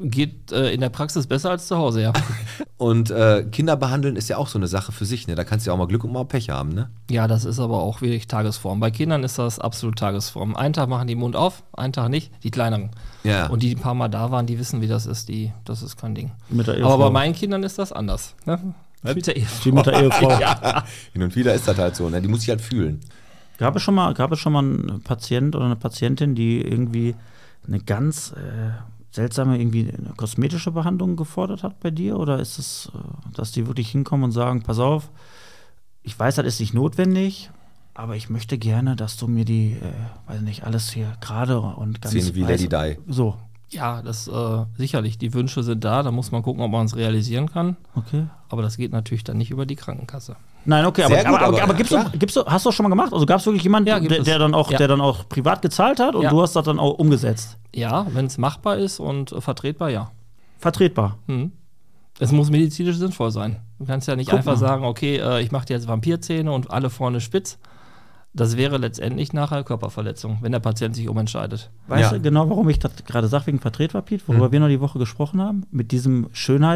S4: Geht äh, in der Praxis besser als zu Hause, ja.
S1: Und äh, Kinder behandeln ist ja auch so eine Sache für sich. Ne? Da kannst du ja auch mal Glück und mal Pech haben. Ne?
S4: Ja, das ist aber auch wirklich Tagesform. Bei Kindern ist das absolut Tagesform. Einen Tag machen die Mund auf, einen Tag nicht, die kleineren.
S1: Ja.
S4: Und die, die ein paar Mal da waren, die wissen, wie das ist, die, das ist kein Ding.
S2: Mit der
S4: aber
S2: Ehefrau.
S4: bei meinen Kindern ist das anders. Ne? Mit der Ehefrau.
S2: Die mit der Ehefrau.
S1: Hin und wieder ist das halt so. Ne? Die muss sich halt fühlen.
S2: Gab es schon mal, gab es schon mal einen Patient oder eine Patientin, die irgendwie eine ganz äh, seltsame irgendwie eine kosmetische Behandlung gefordert hat bei dir? Oder ist es, äh, dass die wirklich hinkommen und sagen, pass auf, ich weiß, das ist nicht notwendig, aber ich möchte gerne, dass du mir die, äh, weiß nicht, alles hier gerade und ganz
S1: Sehen wie Lady
S2: weiß-
S1: Di.
S2: So,
S4: Ja, das äh, sicherlich. Die Wünsche sind da, da muss man gucken, ob man es realisieren kann.
S2: okay.
S4: Aber das geht natürlich dann nicht über die Krankenkasse.
S2: Nein, okay, aber,
S1: Sehr gut,
S2: aber, aber,
S1: aber-
S2: aber gibt's,
S1: klar.
S2: du, gibt's du, hast du das schon mal gemacht? Also gab es wirklich jemanden,
S4: Ja, gibt
S2: der,
S4: es.
S2: der, dann auch,
S4: Ja.
S2: der dann auch privat gezahlt hat und
S4: Ja.
S2: du hast das dann auch umgesetzt?
S4: Ja, wenn es machbar ist und äh, vertretbar, ja.
S2: Vertretbar.
S4: Es muss medizinisch sinnvoll sein. Du kannst ja nicht
S2: Guck
S4: einfach
S2: mal.
S4: sagen, okay, äh, ich mache dir jetzt Vampirzähne und alle vorne spitz. Das wäre letztendlich nachher Körperverletzung, wenn der Patient sich umentscheidet.
S2: Weißt
S1: Ja.
S2: du genau, warum ich das gerade sage, wegen Vertretbarpiet, worüber wir noch die Woche gesprochen haben, mit diesem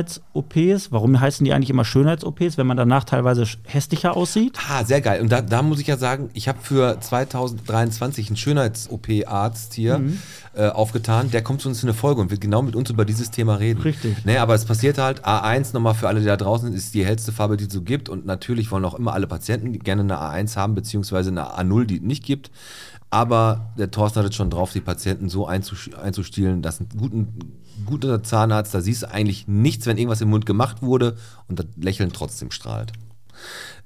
S2: Schönheits-OPs? Warum heißen die eigentlich immer Schönheits-OPs, wenn man danach teilweise sch- hässlicher aussieht?
S1: Ah, sehr geil. Und da, da muss ich ja sagen, ich habe für 2023 einen Schönheits-OP-Arzt hier äh, aufgetan. Der kommt zu uns in eine Folge und wird genau mit uns über dieses Thema reden.
S2: Richtig.
S1: Nee, aber es passiert halt, A1 nochmal für alle, die da draußen sind, ist die hellste Farbe, die es so gibt. Und natürlich wollen auch immer alle Patienten gerne eine A1 haben, beziehungsweise eine A0, die es nicht gibt. Aber der Thorsten hat es schon drauf, die Patienten so einzusch- einzustielen, dass ein guten, guter Zahnarzt, da siehst du eigentlich nichts, wenn irgendwas im Mund gemacht wurde und das Lächeln trotzdem strahlt.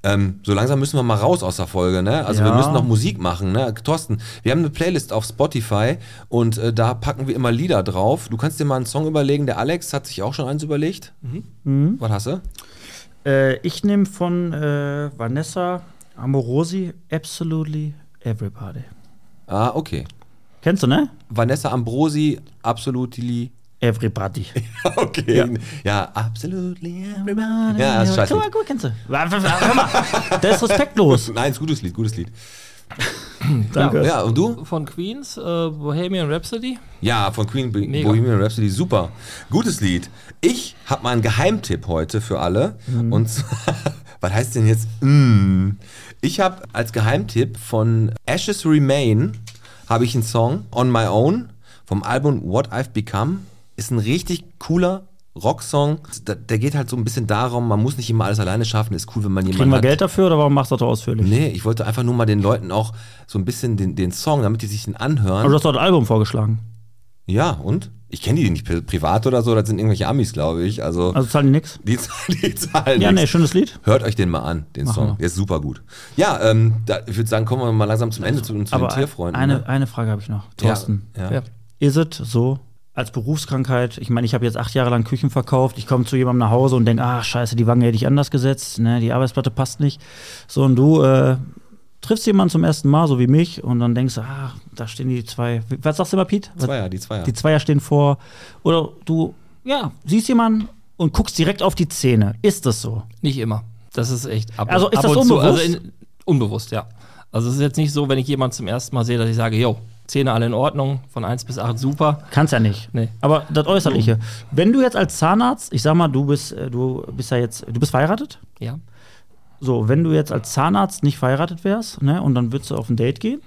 S1: Ähm, so langsam müssen wir mal raus aus der Folge, ne? Also wir
S2: Ja.
S1: müssen noch Musik machen, ne? Thorsten, wir haben eine Playlist auf Spotify und äh, da packen wir immer Lieder drauf. Du kannst dir mal einen Song überlegen. Der Alex hat sich auch schon eins überlegt. Was hast du?
S2: Äh, ich nehme von äh, Vanessa Amorosi Absolutely Everybody.
S1: Ah, okay.
S2: Kennst du, ne?
S1: Vanessa Ambrosi, absolutely.
S2: Everybody.
S1: Okay. Ja, absolutely everybody. Ja, das ist scheiße.
S2: Guck mal, guck mal, kennst du. Hör mal, das ist respektlos.
S1: Nein, ist ein gutes Lied, gutes Lied.
S2: Danke.
S1: Ja, und du?
S4: Von Queens, äh, Bohemian Rhapsody.
S1: Ja, von Queen Bo-
S4: Mega.
S1: Bohemian Rhapsody, super. Gutes Lied. Ich habe mal einen Geheimtipp heute für alle.
S2: Mhm.
S1: Und zwar, was heißt denn jetzt? Mm. Ich habe als Geheimtipp von Ashes Remain habe ich einen Song On My Own vom Album What I've Become. Ist ein richtig cooler Rocksong. Der, der geht halt so ein bisschen darum, man muss nicht immer alles alleine schaffen. Ist cool, wenn man jemanden
S2: Kriegen wir
S1: hat,
S2: Geld dafür oder warum machst du das ausführlich?
S1: Nee, ich wollte einfach nur mal den Leuten auch so ein bisschen den, den Song, damit die sich den anhören.
S2: Also, Aber du hast doch ein Album vorgeschlagen.
S1: Ja, und? Ich kenne die nicht pri- privat oder so, das sind irgendwelche Amis, glaube ich. Also,
S2: Also zahlen die nix.
S1: die, zahlen- die zahlen
S2: Ja,
S1: nichts.
S2: nee, schönes Lied.
S1: Hört euch den mal an, den Song.
S2: wir.
S1: Der ist super gut. Ja, ähm, da, ich würde sagen, kommen wir mal langsam zum Ende zu, zu den
S2: Aber
S1: Tierfreunden.
S2: eine,
S1: ne?
S2: eine Frage habe ich noch. Thorsten,
S1: Ja, ja.
S4: Ja.
S2: ist es so, als Berufskrankheit, ich meine, ich habe jetzt acht Jahre lang Küchen verkauft, ich komme zu jemandem nach Hause und denke, ach scheiße, die Wange hätte ich anders gesetzt, ne, die Arbeitsplatte passt nicht. So, und du äh, triffst jemanden zum ersten Mal, so wie mich, und dann denkst du, ach, da stehen die zwei, was sagst du immer, Piet? Was-
S1: Zweier, die Zweier.
S2: Die Zweier stehen vor. Oder du, ja, siehst jemanden und guckst direkt auf die Zähne. Ist das so?
S4: Nicht immer. Das ist echt ab,
S2: Also ist
S4: ab
S2: das
S4: und zu.
S2: unbewusst?
S4: Also in, unbewusst, ja. Also es ist jetzt nicht so, wenn ich jemanden zum ersten Mal sehe, dass ich sage, yo, Zähne alle in Ordnung, von 1 bis 8 super.
S2: Kannst ja nicht.
S4: Nee.
S2: Aber das Äußerliche. Wenn du jetzt als Zahnarzt, ich sag mal, du bist, äh, du bist ja jetzt, du bist verheiratet.
S4: Ja.
S2: So, wenn du jetzt als Zahnarzt nicht verheiratet wärst, ne, und dann würdest du auf ein Date gehen,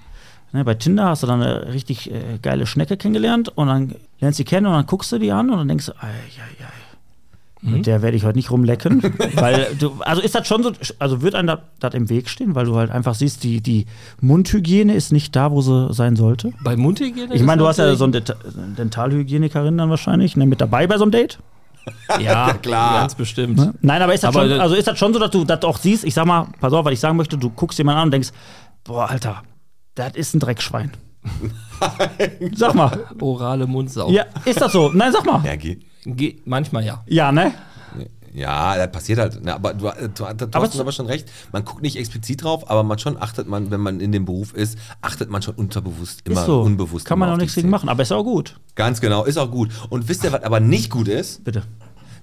S2: ne, bei Tinder hast du dann eine richtig äh, geile Schnecke kennengelernt und dann lernst du die kennen und dann guckst du die an und dann denkst du, ei, ei, ei. Mit der werde ich heute nicht rumlecken. weil du, also ist das schon so, also wird einem das im Weg stehen, weil du halt einfach siehst, die, die Mundhygiene ist nicht da, wo sie sein sollte.
S4: Bei Mundhygiene?
S2: Ich meine,
S4: ist
S2: du hast ja
S4: natürlich-
S2: so einen Det- Dentalhygienikerin dann wahrscheinlich ne, mit dabei bei so einem Date.
S4: Ja,
S1: klar.
S4: klar. Ganz bestimmt.
S2: Nein, aber ist das,
S4: Aber
S2: schon,
S4: das-
S2: also ist das schon so, dass du das auch siehst? Ich sag mal, pass auf, weil ich sagen möchte, du guckst jemanden an und denkst, boah, Alter, das ist ein Dreckschwein. sag mal.
S4: Orale Mundsau.
S2: Ja, ist das so? Nein, sag mal.
S1: Ja, ge-
S4: Ge manchmal ja.
S2: Ja, ne?
S1: ja, das passiert halt. Na, aber du, du, du, du hast
S2: zu-
S1: aber schon recht. Man guckt nicht explizit drauf, aber man schon achtet man, wenn man in dem Beruf ist, achtet man schon unterbewusst immer
S2: Ist so.
S1: unbewusst.
S2: Kann man
S1: immer
S2: auch
S1: auf die
S2: nichts gegen
S1: Zähne.
S2: machen, aber ist auch gut.
S1: Ganz genau, ist auch gut. Und wisst ihr, was aber nicht gut ist?
S2: Bitte.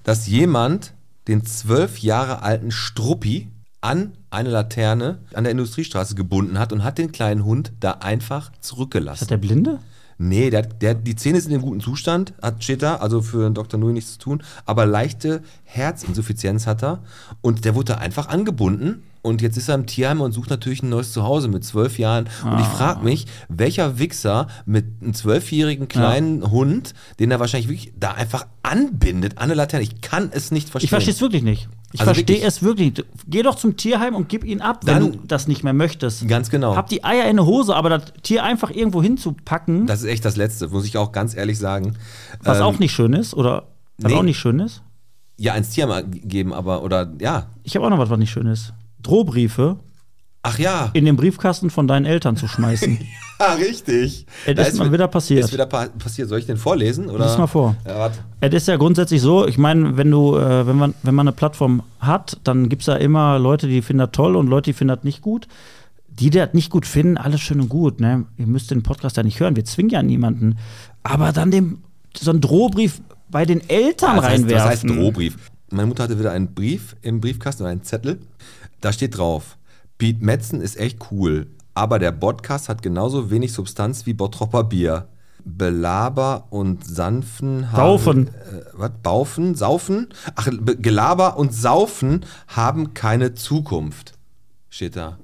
S1: dass jemand den zwölf Jahre alten Struppi an eine Laterne an der Industriestraße gebunden hat und hat den kleinen Hund da einfach
S2: Ist das
S1: zurückgelassen.
S2: der Blinde?
S1: Nee, der, der, die Zähne sind in einem guten Zustand, hat steht da, also für einen Dr. Nui nichts zu tun, aber leichte Herzinsuffizienz hat er und der wurde einfach angebunden und jetzt ist er im Tierheim und sucht natürlich ein neues Zuhause mit zwölf Jahren und
S2: Ah.
S1: ich frage mich, welcher Wichser mit einem zwölfjährigen kleinen Hund, den er wahrscheinlich wirklich da einfach anbindet an eine Laterne, ich kann es nicht verstehen.
S2: Ich verstehe es wirklich nicht. Ich
S1: Also
S2: verstehe
S1: wirklich.
S2: es wirklich nicht. Geh doch zum Tierheim und gib ihn ab,
S1: Dann-
S2: wenn du das nicht mehr möchtest.
S1: Ganz genau.
S2: Hab die Eier in der Hose, aber das Tier einfach irgendwo hinzupacken,
S1: Das ist echt das Letzte, muss ich auch ganz ehrlich sagen.
S2: was auch nicht schön ist oder was
S1: Ähm, nee.
S2: auch nicht schön ist.
S1: Ja, ins Tierheim geben, aber, oder, ja.
S2: Ich habe auch noch was, was nicht schön ist. Drohbriefe
S1: Ach ja.
S2: in den Briefkasten von deinen Eltern zu schmeißen.
S1: Ja, Ah, richtig.
S2: Es ist mal
S1: wi-
S2: wieder passiert.
S1: Ist wieder pa passiert. Soll ich den vorlesen? Oder?
S2: Lies mal vor.
S1: Ja, warte.
S2: es ist ja grundsätzlich so, ich meine, wenn du, äh, wenn man, wenn man eine Plattform hat, dann gibt es ja immer Leute, die finden das toll und Leute, die finden das nicht gut. Die, die das nicht gut finden, alles schön und gut, ne? Ihr müsst den Podcast ja nicht hören, wir zwingen ja niemanden. Aber dann dem, so einen Drohbrief bei den Eltern
S1: das, heißt,
S2: reinwerfen.
S1: das heißt Drohbrief. Meine Mutter hatte wieder einen Brief im Briefkasten oder einen Zettel. Da steht drauf: Pete Metzen ist echt cool, aber der Podcast hat genauso wenig Substanz wie Bottropper Bier. Belaber und sanften haben-
S2: Saufen.
S1: Äh, was? Baufen? Saufen? Ach, Be- Gelaber und Saufen haben keine Zukunft. Steht da.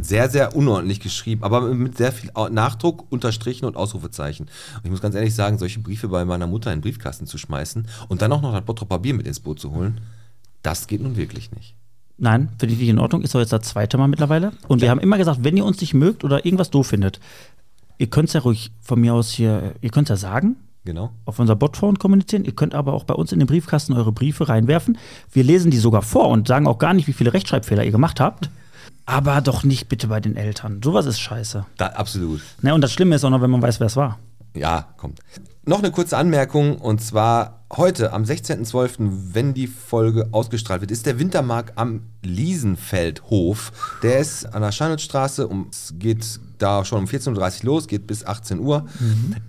S1: Sehr, sehr unordentlich geschrieben, aber mit sehr viel Au- Nachdruck, Unterstrichen und Ausrufezeichen. Und ich muss ganz ehrlich sagen, solche Briefe bei meiner Mutter in den Briefkasten zu schmeißen und dann auch noch das Bottroper Bier mit ins Boot zu holen, das geht nun wirklich nicht.
S2: Nein, finde ich nicht in Ordnung. Ist doch jetzt das zweite Mal mittlerweile. Und wir haben immer gesagt, wenn ihr uns nicht mögt oder irgendwas doof findet, ihr könnt es ja ruhig von mir aus hier, ihr könnt es ja sagen,
S1: Genau.
S2: auf unser Botphone kommunizieren. Ihr könnt aber auch bei uns in den Briefkasten eure Briefe reinwerfen. Wir lesen die sogar vor und sagen auch gar nicht, wie viele Rechtschreibfehler ihr gemacht habt. Aber doch nicht bitte bei den Eltern. Sowas ist scheiße.
S1: Da, absolut.
S2: Ne, und das Schlimme ist auch noch, wenn man weiß, wer es war.
S1: Ja, kommt. Noch eine kurze Anmerkung und zwar heute am 16.12., wenn die Folge ausgestrahlt wird, ist der Wintermarkt am Liesenfeldhof. Der ist an der Scheinholzstraße, um, es geht da schon um 14.30 Uhr los, geht bis 18 Uhr.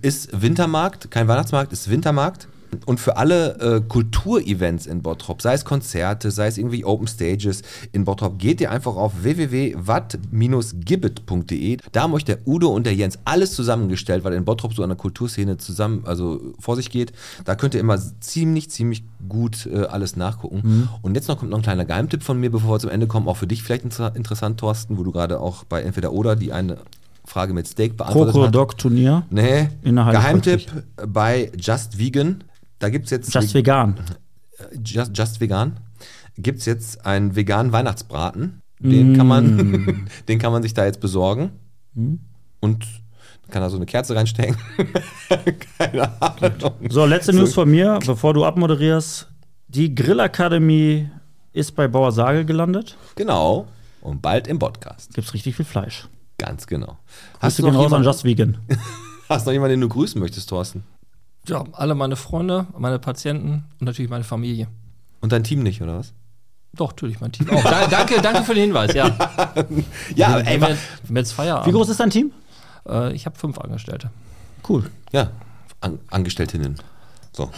S1: Ist Wintermarkt, kein Weihnachtsmarkt, ist Wintermarkt. Und für alle äh, Kulturevents in Bottrop, sei es Konzerte, sei es irgendwie Open Stages in Bottrop, geht ihr einfach auf www.watt-gibbet.de. Da haben euch der Udo und der Jens alles zusammengestellt, weil in Bottrop so eine Kulturszene zusammen, also vor sich geht. Da könnt ihr immer ziemlich, ziemlich gut äh, alles nachgucken. Und jetzt noch kommt noch ein kleiner Geheimtipp von mir, bevor wir zum Ende kommen, auch für dich vielleicht inter interessant, Thorsten, wo du gerade auch bei entweder oder die eine Frage mit Steak beantwortet hast.
S2: Krokodok-Turnier.
S1: Nee,
S2: Innerhalb
S1: Geheimtipp bei Just Vegan. Da gibt es jetzt
S2: Just vegan.
S1: Just, Just Vegan gibt es jetzt einen veganen
S2: Mm. Hm.
S1: Weihnachtsbraten. Den, kann man, den kann man sich da jetzt besorgen. Und kann da so eine Kerze reinstecken. Keine Ahnung.
S2: So, letzte News von mir, bevor du abmoderierst. Die Grillakademie ist bei Bauer Sagel gelandet.
S1: Genau. Und bald im Podcast.
S2: Gibt's richtig viel Fleisch.
S1: Ganz genau.
S2: Hast
S1: Hast du,
S2: gehen
S1: noch
S2: raus an
S1: jemanden,
S2: Just Vegan.
S1: hast du noch jemanden, den du grüßen möchtest, Thorsten?
S4: Ja, alle meine Freunde, meine Patienten und natürlich meine Familie.
S1: Und dein Team nicht, oder was?
S4: Doch, natürlich, mein Team auch. Da, danke, danke für den Hinweis, ja.
S1: Ja,
S4: Ey, wir, wir jetzt Feierabend.
S2: Wie groß ist dein Team?
S4: Äh, ich habe fünf Angestellte.
S2: Cool.
S1: Ja, An Angestelltinnen. So.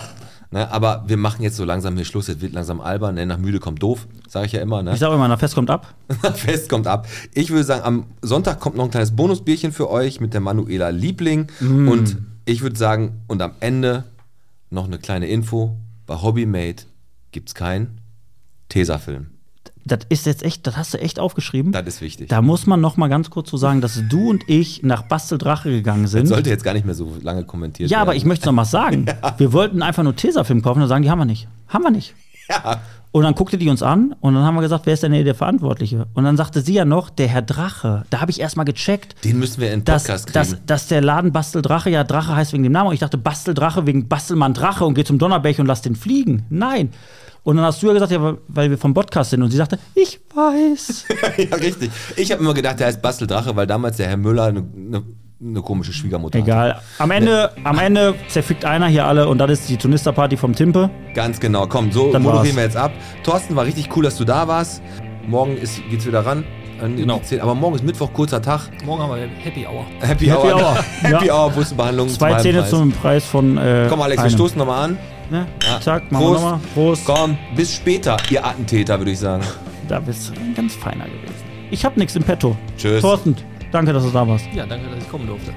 S1: Ne, aber wir machen jetzt so langsam hier Schluss. Es wird langsam albern. Ne, nach müde kommt doof, sage ich ja immer. Ne?
S2: Ich sage immer, na, Fest kommt ab.
S1: Fest kommt ab. Ich würde sagen, am Sonntag kommt noch ein kleines Bonusbierchen für euch mit der Manuela Liebling.
S2: Mm.
S1: Und ich würde sagen, und am Ende noch eine kleine Info. Bei Hobbymate gibt es keinen Tesafilm.
S2: Das ist jetzt echt, das hast du echt aufgeschrieben.
S1: Das ist wichtig.
S2: da muss man noch mal ganz kurz zu so sagen, dass du und ich nach Basteldrache gegangen sind.
S1: Sollte jetzt gar nicht mehr so lange kommentiert
S2: ja,
S1: werden.
S2: aber ich möchte es noch mal sagen. Wir wollten einfach nur Tesafilm kaufen und sagen, die haben wir nicht. Haben wir nicht.
S1: Ja.
S2: Und dann guckte die uns an und dann haben wir gesagt, wer ist denn hier der Verantwortliche? Und dann sagte sie ja noch, der Herr Drache. Da habe ich erst mal gecheckt,
S1: Den müssen wir in den
S2: dass,
S1: Podcast
S2: dass,
S1: kriegen.
S2: dass der Laden Basteldrache, ja, Drache heißt wegen dem Namen. Und ich dachte, Basteldrache wegen Bastelmann Drache und geh zum Donnerberg und lass den fliegen. Nein. Und dann hast du ja gesagt, ja, weil- weil wir vom Podcast sind. Und sie sagte, ich weiß.
S1: ja, richtig. Ich habe immer gedacht, der heißt Basteldrache, weil damals der Herr Müller eine, eine, eine komische Schwiegermutter hatte.
S2: Egal. Am Ende, am Ende zerfickt einer hier alle und das ist die Turnisterparty vom Timpe.
S1: Ganz genau. Komm, so
S2: Dann
S1: moderieren
S2: war's.
S1: wir jetzt ab. Thorsten, war richtig cool, dass du da warst. Morgen ist, geht's wieder ran. an die
S4: Genau.
S1: 10. Aber morgen ist Mittwoch, kurzer Tag.
S4: Morgen haben wir Happy Hour.
S1: Happy,
S2: Happy
S1: Hour.
S2: Hour.
S1: Happy
S2: Ja.
S1: Hour, Busbehandlung.
S2: Zwei
S1: zum
S2: Zähne
S1: halben
S2: zum Preis von. Äh,
S1: Preis. Komm, Alex, wir
S2: einem.
S1: stoßen nochmal an.
S2: Ne? Zack, machen wir
S1: Prost.
S2: nochmal. Prost.
S1: Komm, bis später, ihr Attentäter, würde ich sagen.
S2: Da bist du ganz feiner gewesen. Ich hab nichts im Petto.
S1: Tschüss.
S2: Thorsten, danke, dass du da warst.
S4: Ja, danke, dass ich kommen durfte.